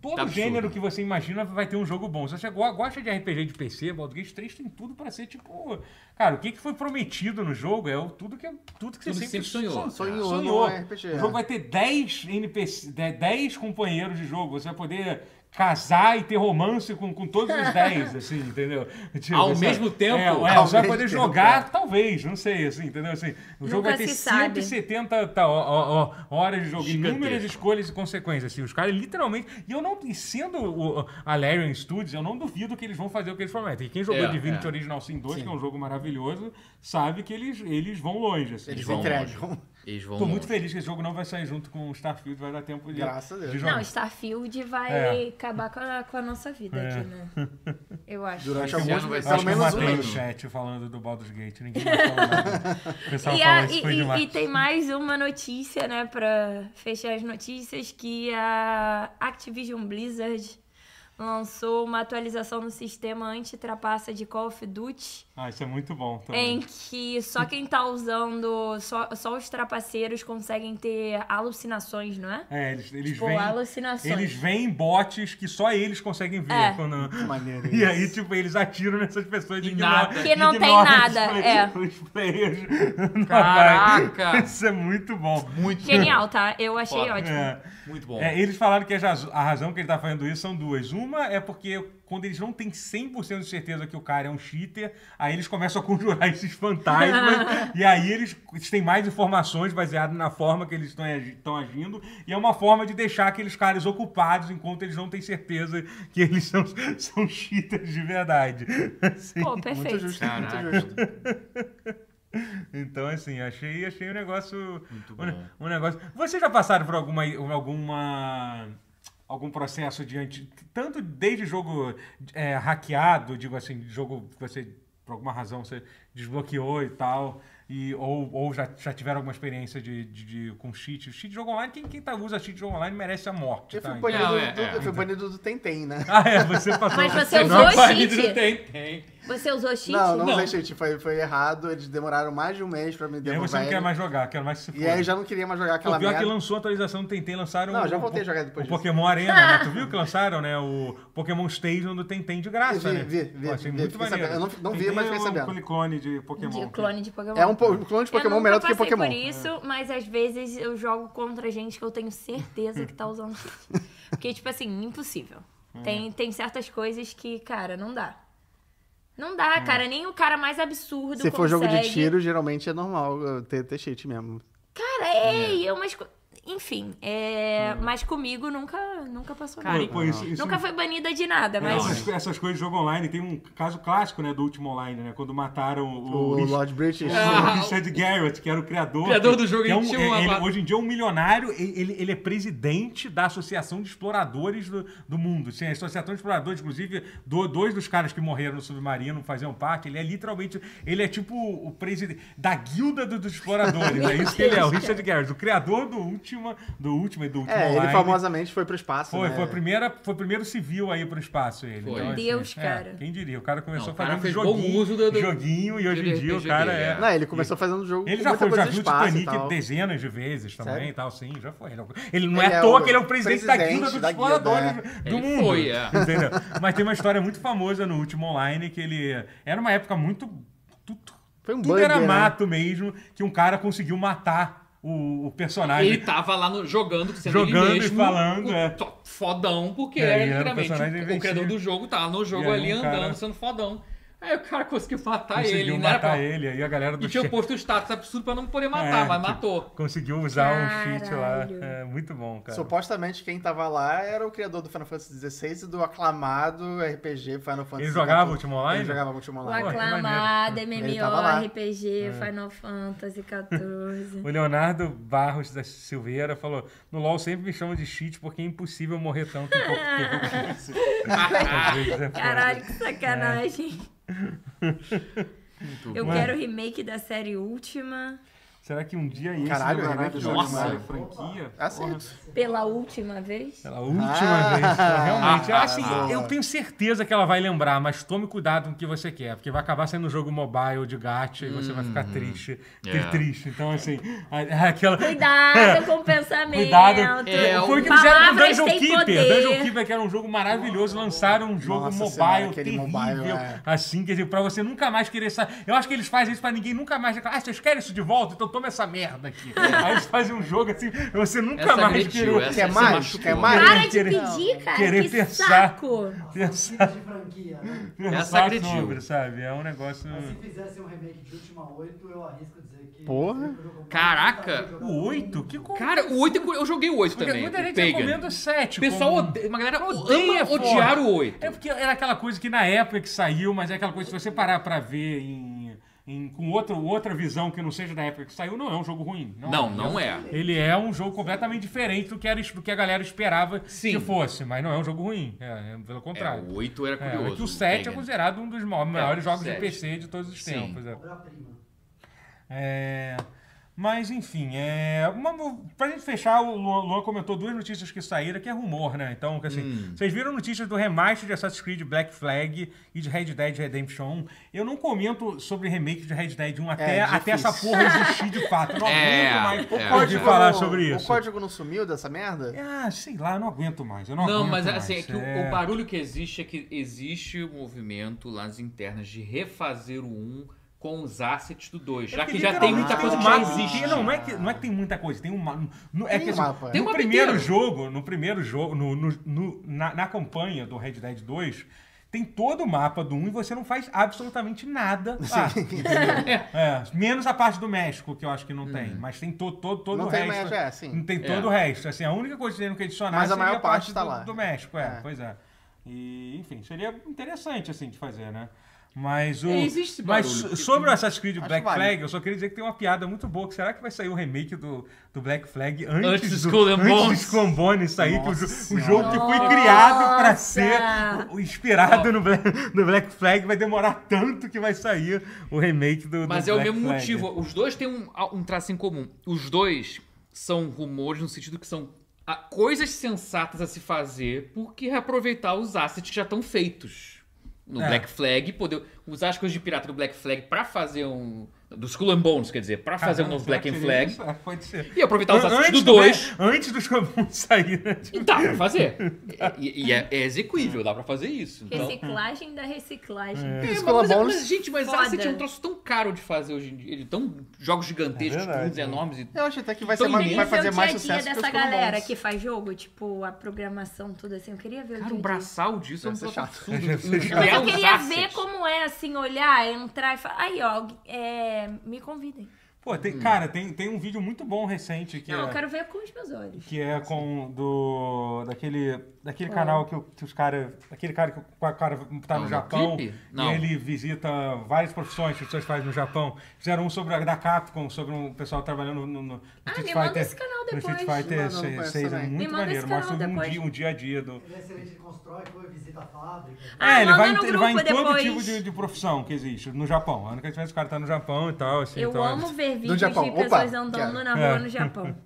Speaker 2: todo
Speaker 4: Tá absurdo.
Speaker 2: gênero que você imagina vai ter um jogo bom. Se você go- gosta de RPG de PC, Baldur's Gate 3 tem tudo pra ser tipo, cara, o que que foi prometido no jogo é o- tudo que tudo que
Speaker 4: Tudo
Speaker 2: você
Speaker 4: que
Speaker 2: sempre
Speaker 4: sempre sonhou.
Speaker 2: son-
Speaker 1: Sonhou
Speaker 2: sonhou.
Speaker 1: no RPG,
Speaker 2: o
Speaker 1: é.
Speaker 2: jogo vai ter 10 NPC, de- 10 companheiros de jogo, você vai poder casar e ter romance com, com todos
Speaker 1: *laughs*
Speaker 2: os 10, assim, entendeu? Tipo,
Speaker 4: Ao
Speaker 2: você-
Speaker 4: mesmo tempo?
Speaker 2: É, é,
Speaker 1: Ao
Speaker 2: você vai
Speaker 1: mesmo tempo,
Speaker 2: poder jogar Talvez, não sei, assim, entendeu? Assim, o jogo
Speaker 3: Nunca
Speaker 2: vai ter
Speaker 3: se sabe.
Speaker 2: 170 tá, ó, ó, ó, horas de jogo,
Speaker 4: Gigantesco.
Speaker 2: inúmeras escolhas e consequências. Assim, os caras literalmente. E eu não. E sendo o, a Larian Studios, eu não duvido que eles vão fazer o que eles prometem. E quem jogou
Speaker 4: É,
Speaker 2: Divinity
Speaker 4: é.
Speaker 2: Original Sin 2, que é um
Speaker 1: Sim.
Speaker 2: jogo maravilhoso, sabe que eles, eles vão longe. Assim.
Speaker 1: Eles
Speaker 4: vão
Speaker 1: entregam.
Speaker 4: longe. Eles vão
Speaker 2: Tô muito
Speaker 4: longe.
Speaker 2: feliz que esse jogo não vai sair junto com o Starfield, vai dar tempo de,
Speaker 1: *laughs* Graças a Deus.
Speaker 2: de jogar.
Speaker 3: Não, Starfield vai
Speaker 2: É.
Speaker 3: acabar com a, com a nossa vida
Speaker 2: É. *laughs*
Speaker 3: aqui, né? Eu acho.
Speaker 1: Durante
Speaker 4: Esse ano vai
Speaker 1: alguns
Speaker 4: ser
Speaker 2: Acho
Speaker 1: pelo
Speaker 2: que eu
Speaker 1: menos um
Speaker 2: matei o
Speaker 1: ano.
Speaker 2: *laughs* chat falando do Baldur's Gate,
Speaker 3: *laughs*
Speaker 2: ninguém mais falou nada. O pessoal
Speaker 3: E,
Speaker 2: falou,
Speaker 3: a-
Speaker 2: isso
Speaker 3: e-
Speaker 2: foi
Speaker 3: e-
Speaker 2: demais.
Speaker 3: e tem mais uma notícia, né, pra fechar as notícias, que a Activision Blizzard lançou uma atualização no sistema anti-trapaça de Call of Duty,
Speaker 2: Ah, isso é muito bom também.
Speaker 3: em
Speaker 2: *laughs*
Speaker 3: que só quem tá usando, só, só os trapaceiros conseguem ter alucinações, não é?
Speaker 2: É, eles, eles
Speaker 3: Tipo,
Speaker 2: vêm.
Speaker 3: alucinações.
Speaker 2: Eles veem bots que só eles conseguem ver.
Speaker 3: É.
Speaker 2: quando-
Speaker 1: maneiro
Speaker 2: *laughs* E aí, tipo, eles atiram nessas pessoas
Speaker 4: E
Speaker 2: de ignoram,
Speaker 4: nada.
Speaker 3: Que não tem
Speaker 2: ignoram
Speaker 3: nada,
Speaker 2: os play-
Speaker 3: é.
Speaker 2: *laughs* Os
Speaker 4: *laughs*
Speaker 2: players. Não,
Speaker 4: Caraca!
Speaker 2: vai. Isso é muito bom.
Speaker 4: Muito,
Speaker 3: Genial, tá? Eu achei
Speaker 4: Foda.
Speaker 3: ótimo.
Speaker 2: É.
Speaker 4: muito bom.
Speaker 2: É, eles falaram que a jaz- a razão que ele tá fazendo isso são duas. Uma é porque quando eles não têm 100% de certeza que o cara é um cheater, aí eles começam a conjurar *laughs* esses
Speaker 3: *laughs*
Speaker 2: fantasmas e aí eles, eles têm mais informações baseadas na forma que eles estão agi- estão agindo e é uma forma de deixar aqueles caras ocupados enquanto eles não têm certeza que eles são, *laughs* são cheaters de verdade. Assim,
Speaker 3: Pô,
Speaker 1: Muito
Speaker 3: perfeito.
Speaker 1: justo, muito
Speaker 4: Caraca.
Speaker 1: justo.
Speaker 2: Então, assim, achei, achei o negócio...
Speaker 4: Muito
Speaker 2: Um,
Speaker 4: bom.
Speaker 2: ne- um negócio. Vocês já passaram por alguma. alguma algum processo diante. Tanto desde jogo é, hackeado, digo assim, jogo que você, por alguma razão, você desbloqueou e tal. E, ou ou já, já tiveram alguma experiência de, de, de- com cheat. Cheat de jogo online, quem, quem tá, usa cheat de jogo online merece a morte.
Speaker 1: Eu
Speaker 2: Tá?
Speaker 1: fui um
Speaker 2: Então-
Speaker 1: banido
Speaker 4: Não,
Speaker 1: do-
Speaker 4: é, é.
Speaker 1: eu fui banido do Tentem, né?
Speaker 2: *laughs* Ah, é, você passou.
Speaker 3: Mas você usou
Speaker 4: Não,
Speaker 3: cheat?
Speaker 4: não tem, tem.
Speaker 3: Você usou cheat?
Speaker 1: Não, não,
Speaker 4: Não.
Speaker 1: usei cheat, foi, foi errado, eles demoraram mais de um mês pra me
Speaker 2: E aí você não
Speaker 1: devolver.
Speaker 2: quer mais jogar, quer mais que se
Speaker 1: E aí
Speaker 2: foda.
Speaker 1: eu já não queria mais jogar
Speaker 2: Pô,
Speaker 1: aquela
Speaker 2: pior
Speaker 1: merda.
Speaker 2: que lançou a atualização do Tentem, lançaram
Speaker 1: Não,
Speaker 2: o,
Speaker 1: já voltei a
Speaker 2: o-
Speaker 1: jogar depois
Speaker 2: o
Speaker 1: disso.
Speaker 2: Pokémon Arena, né? Tu viu que lançaram, né? O Pokémon Station do Tentem de graça,
Speaker 1: Vi,
Speaker 2: né?
Speaker 1: vi, vi,
Speaker 2: achei
Speaker 1: vi,
Speaker 2: muito
Speaker 1: fiquei
Speaker 2: maneiro.
Speaker 1: sabendo. Eu não- não vi,
Speaker 2: Tentem
Speaker 1: mas fiquei
Speaker 2: é um
Speaker 1: sabendo.
Speaker 2: clone de Pokémon. né? É.
Speaker 3: De clone de Pokémon.
Speaker 1: É um po- um clone de Pokémon
Speaker 3: eu
Speaker 1: melhor do que
Speaker 3: passei
Speaker 1: Pokémon.
Speaker 3: por isso, mas às vezes eu jogo contra gente que eu tenho certeza que tá
Speaker 1: *laughs*
Speaker 3: usando. Porque, tipo assim, impossível.
Speaker 2: Hum.
Speaker 3: Tem, tem certas coisas que, cara, não dá. Não dá,
Speaker 2: Hum.
Speaker 3: cara. Nem o cara mais absurdo
Speaker 1: Se for
Speaker 3: consegue.
Speaker 1: jogo de tiro, geralmente é normal eu ter, ter cheat mesmo.
Speaker 3: Cara, é, e eu mas Enfim, é, mas comigo nunca, nunca passou
Speaker 2: Pô,
Speaker 3: nada.
Speaker 2: pô, Hum. isso, É isso
Speaker 3: Nunca foi banida de nada,
Speaker 2: Não,
Speaker 3: mas...
Speaker 2: essas, essas coisas de jogo online, tem um caso clássico, né, do último online, né? Quando mataram o,
Speaker 1: O
Speaker 2: Rich-
Speaker 1: Lord British.
Speaker 2: o Richard Garrett, que era o criador.
Speaker 4: Ah. Criador
Speaker 2: que-
Speaker 4: do jogo,
Speaker 2: que é um-
Speaker 4: ele tinha uma-
Speaker 2: ele- Hoje em dia é um milionário, e- ele, ele é presidente da Associação de Exploradores do, do Mundo. Sim, a Associação de Exploradores, inclusive, do- dois dos caras que morreram no submarino faziam parte. Ele é literalmente. Ele é tipo o presidente da guilda do- dos exploradores. é isso que ele é, o Richard Garrett, o criador do última, do último e do último
Speaker 1: É, ele
Speaker 2: online.
Speaker 1: famosamente foi pro espaço.
Speaker 2: Foi,
Speaker 1: né?
Speaker 2: foi, a primeira, foi o primeiro civil aí pro espaço ele.
Speaker 4: Foi.
Speaker 2: assim,
Speaker 3: Deus,
Speaker 2: é,
Speaker 3: cara.
Speaker 2: quem diria? O cara começou
Speaker 4: Não, o cara
Speaker 2: fazendo
Speaker 4: fez bom
Speaker 2: joguinho,
Speaker 4: uso do- do-
Speaker 2: joguinho e hoje em
Speaker 4: do
Speaker 2: dia o
Speaker 4: RPG,
Speaker 2: cara
Speaker 4: é.
Speaker 2: é.
Speaker 1: Não, ele começou fazendo jogo
Speaker 2: Ele
Speaker 1: com
Speaker 2: já
Speaker 1: muita
Speaker 2: foi, já
Speaker 1: coisa de
Speaker 2: viu o
Speaker 1: espaço e
Speaker 2: Titanic
Speaker 1: tal.
Speaker 2: dezenas de vezes também
Speaker 1: Sério?
Speaker 2: e tal, sim, já foi. Ele, é o- ele não é
Speaker 1: Ele
Speaker 2: à
Speaker 1: é
Speaker 2: toa
Speaker 1: o
Speaker 2: que ele é o presidente, da
Speaker 1: presidente
Speaker 2: guilda dos
Speaker 1: da guilda,
Speaker 2: exploradores do
Speaker 4: Ele
Speaker 2: mundo.
Speaker 4: foi, é. *laughs*
Speaker 2: Entendeu? Mas tem uma história muito famosa no último online que ele. Era uma época muito. Tudo,
Speaker 1: Foi um
Speaker 2: tudo
Speaker 1: bug,
Speaker 2: era
Speaker 1: né?
Speaker 2: mato mesmo, que um cara conseguiu matar o, o personagem.
Speaker 4: Ele tá tava lá no- jogando, sendo
Speaker 2: Jogando e
Speaker 4: ele mesmo,
Speaker 2: falando,
Speaker 4: o
Speaker 2: é.
Speaker 4: to- Fodão, porque
Speaker 2: É, e
Speaker 4: era
Speaker 2: era o
Speaker 4: literalmente
Speaker 2: personagem
Speaker 4: o- o,
Speaker 2: invencível.
Speaker 4: criador do jogo, tá lá no
Speaker 2: E
Speaker 4: jogo
Speaker 2: aí
Speaker 4: ali
Speaker 2: um
Speaker 4: andando,
Speaker 2: cara-
Speaker 4: sendo fodão. Aí o cara conseguiu matar ele.
Speaker 2: Conseguiu
Speaker 4: não era
Speaker 2: matar
Speaker 4: pra-
Speaker 2: ele. Aí a galera do
Speaker 4: né, E tinha
Speaker 2: chat
Speaker 4: posto um status absurdo pra não poder matar,
Speaker 2: É,
Speaker 4: mas
Speaker 2: que- *laughs*
Speaker 4: matou.
Speaker 2: conseguiu usar um cheat
Speaker 3: Caralho.
Speaker 2: lá. É muito bom, cara.
Speaker 1: Supostamente quem tava lá era o criador do Final Fantasy XVI e do aclamado RPG Final Fantasy
Speaker 2: Ele jogava
Speaker 1: XIV.
Speaker 2: Ultima Online?
Speaker 1: Ele jogava Ultima
Speaker 3: O
Speaker 1: Online.
Speaker 2: Ué, que É.
Speaker 3: aclamado,
Speaker 1: Ele tava lá.
Speaker 3: MMORPG, Final Fantasy XIV.
Speaker 2: *laughs* O Leonardo Barros da Silveira falou: No LoL sempre me chamam de cheat porque é impossível morrer tanto em pouco tempo.
Speaker 4: Ah,
Speaker 2: Às vezes é foda.
Speaker 3: Caralho, que sacanagem.
Speaker 4: Muito
Speaker 3: Eu
Speaker 4: bom.
Speaker 3: quero o remake da série Última.
Speaker 2: Será que um dia esse
Speaker 1: Caralho, é
Speaker 2: lembrará
Speaker 1: remake
Speaker 2: do
Speaker 1: de
Speaker 2: Jogos
Speaker 4: Nossa.
Speaker 2: Mario franquia?
Speaker 1: Ah,
Speaker 2: Porra.
Speaker 1: Aceito.
Speaker 3: Pela última vez.
Speaker 2: Pela última
Speaker 1: Ah.
Speaker 2: vez, realmente.
Speaker 4: Ah,
Speaker 2: assim,
Speaker 1: boa.
Speaker 2: eu tenho certeza que ela vai lembrar, mas tome cuidado com o que você quer, porque vai acabar sendo um jogo mobile de gacha e você vai ficar triste. tri-
Speaker 4: Yeah.
Speaker 2: Triste. Então, assim, a- *laughs* aquela.
Speaker 3: Cuidado com o pensamento.
Speaker 2: Cuidado.
Speaker 4: É,
Speaker 2: Foi o
Speaker 1: um
Speaker 2: que fizeram com
Speaker 3: Palavras
Speaker 2: Dungeon
Speaker 3: têm
Speaker 2: Keeper.
Speaker 3: poder.
Speaker 2: Dungeon Keeper, que era um jogo maravilhoso, lançaram um jogo
Speaker 1: Nossa
Speaker 2: mobile
Speaker 1: senhora, aquele
Speaker 2: terrível.
Speaker 1: mobile, é.
Speaker 2: Assim, quer dizer, pra você nunca mais querer essa. Eu acho que eles fazem isso pra ninguém nunca mais. reclamar. Ah, vocês querem isso de volta? Então toma essa merda aqui. Aí eles fazem um jogo assim, você nunca
Speaker 4: Essa
Speaker 2: mais
Speaker 4: agrediu,
Speaker 2: querer- *laughs*
Speaker 4: essa,
Speaker 1: Quer
Speaker 4: essa
Speaker 1: mais?
Speaker 4: machucou.
Speaker 1: Quer mais?
Speaker 3: Para de
Speaker 2: Querer-
Speaker 3: pedir, cara.
Speaker 2: querer
Speaker 3: que
Speaker 2: pensar.
Speaker 3: saco.
Speaker 2: pensar,
Speaker 5: Filhos de franquia, né?
Speaker 4: Essa
Speaker 2: pensar
Speaker 4: agrediu.
Speaker 2: sobre, sabe? É um negócio.
Speaker 5: Mas se fizesse um remake de Última 8, eu arrisco dizer que...
Speaker 1: Porra.
Speaker 4: Caraca.
Speaker 2: O 8? Que co-
Speaker 4: Cara, o 8 é cu- eu joguei o 8
Speaker 2: Porque
Speaker 4: também.
Speaker 2: muita
Speaker 4: o
Speaker 2: gente
Speaker 4: Pagan.
Speaker 2: recomenda o 7.
Speaker 4: O pessoal
Speaker 2: como-
Speaker 4: odeia. Uma galera
Speaker 2: um Odeia,
Speaker 4: ama
Speaker 2: porra.
Speaker 4: odiar o 8.
Speaker 2: É porque era aquela coisa que na época que saiu, mas é aquela coisa que se você parar pra ver em, em- com outro, outra visão que não seja da época que saiu, não é um jogo ruim.
Speaker 4: Não, não é.
Speaker 2: Ele é um jogo completamente diferente do que, era, do que a galera esperava
Speaker 4: Sim.
Speaker 2: que fosse, mas não é um jogo ruim. É, é pelo
Speaker 4: É,
Speaker 2: contrário.
Speaker 4: o 8 era
Speaker 2: É,
Speaker 4: curioso.
Speaker 2: que o 7 é
Speaker 4: Pagan.
Speaker 2: considerado um dos ma- maiores
Speaker 4: É, o
Speaker 2: jogos de
Speaker 4: 7.
Speaker 2: PC de todos os
Speaker 4: Sim.
Speaker 2: tempos. é.
Speaker 5: Obra-prima.
Speaker 2: É, Mas, enfim, é... uma... pra gente fechar, o Luan, Luan comentou duas notícias que saíram, que é rumor, né? Então, que assim,
Speaker 4: Hum.
Speaker 2: vocês viram notícias do remaster de Assassin's Creed Black Flag e de Red Dead Redemption 1. Eu não comento sobre remake de Red Dead 1 até,
Speaker 1: difícil.
Speaker 2: até essa porra existir de fato. Eu não
Speaker 4: *laughs* É,
Speaker 2: aguento mais
Speaker 4: é.
Speaker 2: ouvir falar sobre
Speaker 1: O
Speaker 2: isso.
Speaker 1: código não sumiu dessa
Speaker 3: É.
Speaker 1: merda?
Speaker 2: Ah, sei lá, eu não aguento mais. Eu não,
Speaker 4: Não,
Speaker 2: aguento
Speaker 4: mas
Speaker 2: mais.
Speaker 4: assim, é que o-
Speaker 2: É.
Speaker 4: o barulho que existe é que existe o movimento lá nas internas de refazer o 1 com os assets do 2.
Speaker 1: É
Speaker 4: Já que já tem muita coisa que já
Speaker 2: literalmente tem um mapa
Speaker 4: existe.
Speaker 2: inteiro. Não, não é que, não é que tem muita coisa, tem um mapa. É
Speaker 1: Tem
Speaker 2: que,
Speaker 1: um
Speaker 2: assim,
Speaker 1: mapa.
Speaker 2: no
Speaker 1: Tem
Speaker 4: um mapa
Speaker 2: primeiro
Speaker 4: inteiro.
Speaker 2: jogo, no primeiro jogo, no, no- no- na, na campanha do Red Dead 2, tem todo o mapa do 1 e você não faz absolutamente nada lá.
Speaker 1: *laughs*
Speaker 2: entendeu? É, menos a parte do México, que eu acho que não tem. Mas tem to, to, todo
Speaker 1: Hum. Não
Speaker 2: o
Speaker 1: tem
Speaker 2: resto.
Speaker 1: México, é, sim.
Speaker 2: Não tem todo o resto. Assim, a única coisa que tem que adicionar
Speaker 1: Mas a
Speaker 2: seria
Speaker 1: maior parte tá
Speaker 2: do,
Speaker 1: lá.
Speaker 2: do México, é,
Speaker 1: É.
Speaker 2: pois é. E, enfim, seria interessante assim de fazer, né? Mas o.
Speaker 4: É, existe esse
Speaker 2: mas
Speaker 4: barulho,
Speaker 2: so-
Speaker 4: porque-
Speaker 2: sobre o Assassin's Creed
Speaker 1: Acho
Speaker 2: Black
Speaker 1: válido.
Speaker 2: Flag, eu só queria dizer que tem uma piada muito boa. Que será que vai sair o remake do, do Black Flag antes,
Speaker 4: Antes do
Speaker 2: do,
Speaker 4: Skull and
Speaker 2: antes do
Speaker 4: Bones?
Speaker 2: Skull and Bones sair? Que o, jo-
Speaker 1: Nossa
Speaker 2: o
Speaker 1: Senhora.
Speaker 2: jogo que foi criado pra
Speaker 3: Nossa!
Speaker 2: ser o- inspirado no Black, no Black Flag vai demorar tanto que vai sair o remake do, do
Speaker 4: Mas é o
Speaker 2: Black
Speaker 4: mesmo
Speaker 2: Flag.
Speaker 4: motivo. Os dois têm um, um traço em comum. Os dois são rumores no sentido que são ah, coisas sensatas a se fazer porque reaproveitar os assets que já estão feitos. No
Speaker 2: É.
Speaker 4: Black Flag, poder usar as coisas de pirata do Black Flag pra fazer um. Do Skull and Bones, quer dizer, pra fazer um
Speaker 2: Caramba,
Speaker 4: novo Black and
Speaker 2: será que seria
Speaker 4: Flag.
Speaker 2: isso? É, Pode ser.
Speaker 4: E aproveitar os assets
Speaker 2: Antes
Speaker 4: do 2.
Speaker 2: Black- Antes do Skull and Bones sair, né?
Speaker 4: E dá pra fazer. E, e é, é execuível, dá pra fazer isso.
Speaker 2: É.
Speaker 4: Então,
Speaker 3: Reciclagem da reciclagem.
Speaker 4: É, mas-
Speaker 1: Escola
Speaker 4: mas, é-
Speaker 1: Bônus.
Speaker 4: mas, gente, mas
Speaker 3: Foda.
Speaker 4: asset é um troço tão caro de fazer hoje em dia. Ele tão jogos gigantescos,
Speaker 2: É verdade,
Speaker 4: fundos
Speaker 2: né?
Speaker 4: enormes e
Speaker 1: Eu acho até que vai,
Speaker 4: Então,
Speaker 1: ser mais,
Speaker 4: ninguém
Speaker 1: vai
Speaker 3: Esse é o
Speaker 1: fazer mais
Speaker 3: dia a dia
Speaker 1: sucesso que
Speaker 3: dessa
Speaker 1: os Columbus.
Speaker 3: galera que faz jogo, tipo, a programação, tudo assim. Eu queria ver o
Speaker 4: Cara,
Speaker 3: dia
Speaker 4: o
Speaker 3: a dia.
Speaker 4: braçal disso é um
Speaker 1: Deve ser
Speaker 4: troço
Speaker 1: chato.
Speaker 4: absurdo. é um
Speaker 2: Deve ser chato.
Speaker 3: Mas
Speaker 4: Criar
Speaker 3: eu
Speaker 4: os
Speaker 3: queria
Speaker 4: assets.
Speaker 3: ver como é, assim, olhar, entrar e falar. Aí, ó, é, me convidem.
Speaker 2: Pô,
Speaker 4: Hum.
Speaker 2: tem, cara, tem, tem um vídeo muito bom recente que
Speaker 3: Não, eu
Speaker 2: é,
Speaker 3: quero ver com os meus olhos.
Speaker 2: que é com do daquele daquele
Speaker 3: Ah.
Speaker 2: canal que, o- que os caras, aquele cara que o cara tá
Speaker 4: Ah,
Speaker 2: no
Speaker 4: o
Speaker 2: Japão
Speaker 4: Clipe?
Speaker 2: e
Speaker 4: Não.
Speaker 2: ele visita várias profissões que as pessoas fazem no Japão. Fizeram um sobre a da Capcom, sobre um pessoal trabalhando no, no, no
Speaker 3: Ah,
Speaker 2: Street
Speaker 3: me
Speaker 2: Fighter.
Speaker 3: manda esse canal
Speaker 2: no
Speaker 3: depois. um
Speaker 2: Street Fighter
Speaker 1: Manda, eu não conheço
Speaker 2: 6 é
Speaker 1: também.
Speaker 2: muito
Speaker 3: manda esse
Speaker 2: maneiro,
Speaker 3: canal
Speaker 2: mostra um
Speaker 3: depois.
Speaker 2: dia, um dia a dia do
Speaker 5: Ele é excelente, ele constrói, foi, visita a fábrica.
Speaker 3: Ah,
Speaker 2: é, ele
Speaker 3: manda
Speaker 2: vai, em-
Speaker 3: no
Speaker 2: ele vai em
Speaker 3: grupo
Speaker 2: todo
Speaker 3: depois.
Speaker 2: tipo de, de profissão que existe no Japão. A única diferença é que o cara tá no Japão e tal. Assim,
Speaker 3: Eu
Speaker 2: então, é-
Speaker 3: amo ver vídeos de
Speaker 1: Japão. Opa,
Speaker 3: pessoas andando
Speaker 1: quero.
Speaker 3: na rua no Japão.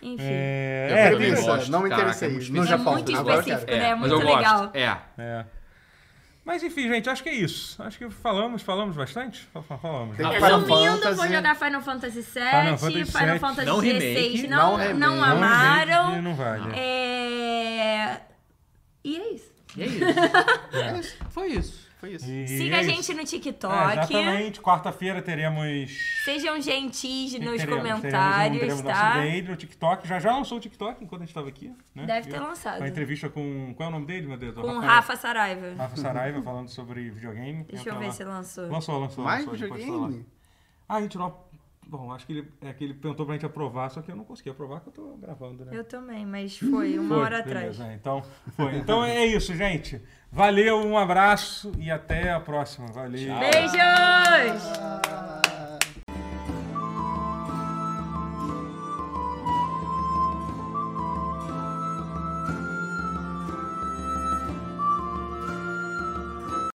Speaker 3: Enfim. É,
Speaker 2: É,
Speaker 4: Eu
Speaker 2: é,
Speaker 4: também
Speaker 2: tem-
Speaker 1: isso,
Speaker 4: gosto,
Speaker 1: não me
Speaker 4: caraca,
Speaker 1: interessei.
Speaker 4: é muito
Speaker 1: No
Speaker 4: difícil.
Speaker 1: Japão,
Speaker 3: muito
Speaker 1: agora eu
Speaker 3: específico,
Speaker 1: quero.
Speaker 4: É,
Speaker 3: né? É
Speaker 4: mas
Speaker 3: muito
Speaker 4: eu
Speaker 3: legal.
Speaker 4: gosto. É.
Speaker 2: É. Mas enfim, gente, acho que é isso. Acho que falamos, falamos bastante. Fa- fa- Falamos.
Speaker 1: Tem
Speaker 2: né?
Speaker 1: que parar
Speaker 4: Final
Speaker 3: Resumindo, vou
Speaker 1: Fantasy.
Speaker 3: tá jogar Final Fantasy VII,
Speaker 2: Final
Speaker 3: Final
Speaker 2: Fantasy
Speaker 3: Fantasy,
Speaker 2: VII.
Speaker 4: Não
Speaker 3: XVI,
Speaker 4: remake,
Speaker 1: não
Speaker 3: não, não,
Speaker 1: remake.
Speaker 2: Não,
Speaker 3: amaram.
Speaker 2: gente, Não né? vale.
Speaker 3: É... E é isso.
Speaker 4: E é isso. Foi isso.
Speaker 1: Foi isso.
Speaker 2: E
Speaker 3: Siga a
Speaker 2: é isso.
Speaker 3: gente no
Speaker 2: É,
Speaker 3: TikTok.
Speaker 2: exatamente. Quarta-feira teremos.
Speaker 3: Sejam gentis nos
Speaker 2: teremos-
Speaker 3: comentários,
Speaker 2: teremos um, teremos
Speaker 3: tá?
Speaker 2: nosso dele no TikTok. Já já lançou o TikTok enquanto a gente estava aqui. Né?
Speaker 3: Deve ter
Speaker 2: Eu-
Speaker 3: lançado.
Speaker 2: Uma entrevista com. Qual é o nome dele, meu Deus? O
Speaker 3: Com o
Speaker 2: Rafael-
Speaker 3: Rafa Saraiva.
Speaker 2: Rafa Saraiva falando sobre videogame.
Speaker 3: Deixa
Speaker 2: Entra
Speaker 3: eu ver
Speaker 2: lá.
Speaker 3: se lançou.
Speaker 2: Lançou, lançou.
Speaker 1: Mais
Speaker 2: lançou, ele postou lá.
Speaker 1: videogame?
Speaker 2: Ah, a gente não. Bom, acho que ele, é que ele perguntou pra gente aprovar, só que eu não consegui aprovar que eu tô gravando, né?
Speaker 3: Eu também, mas foi uma
Speaker 2: Foi,
Speaker 3: hora atrás.
Speaker 2: beleza, é, Então, foi. Então é isso, gente. Valeu, um abraço e até a próxima. Valeu.
Speaker 3: Beijos!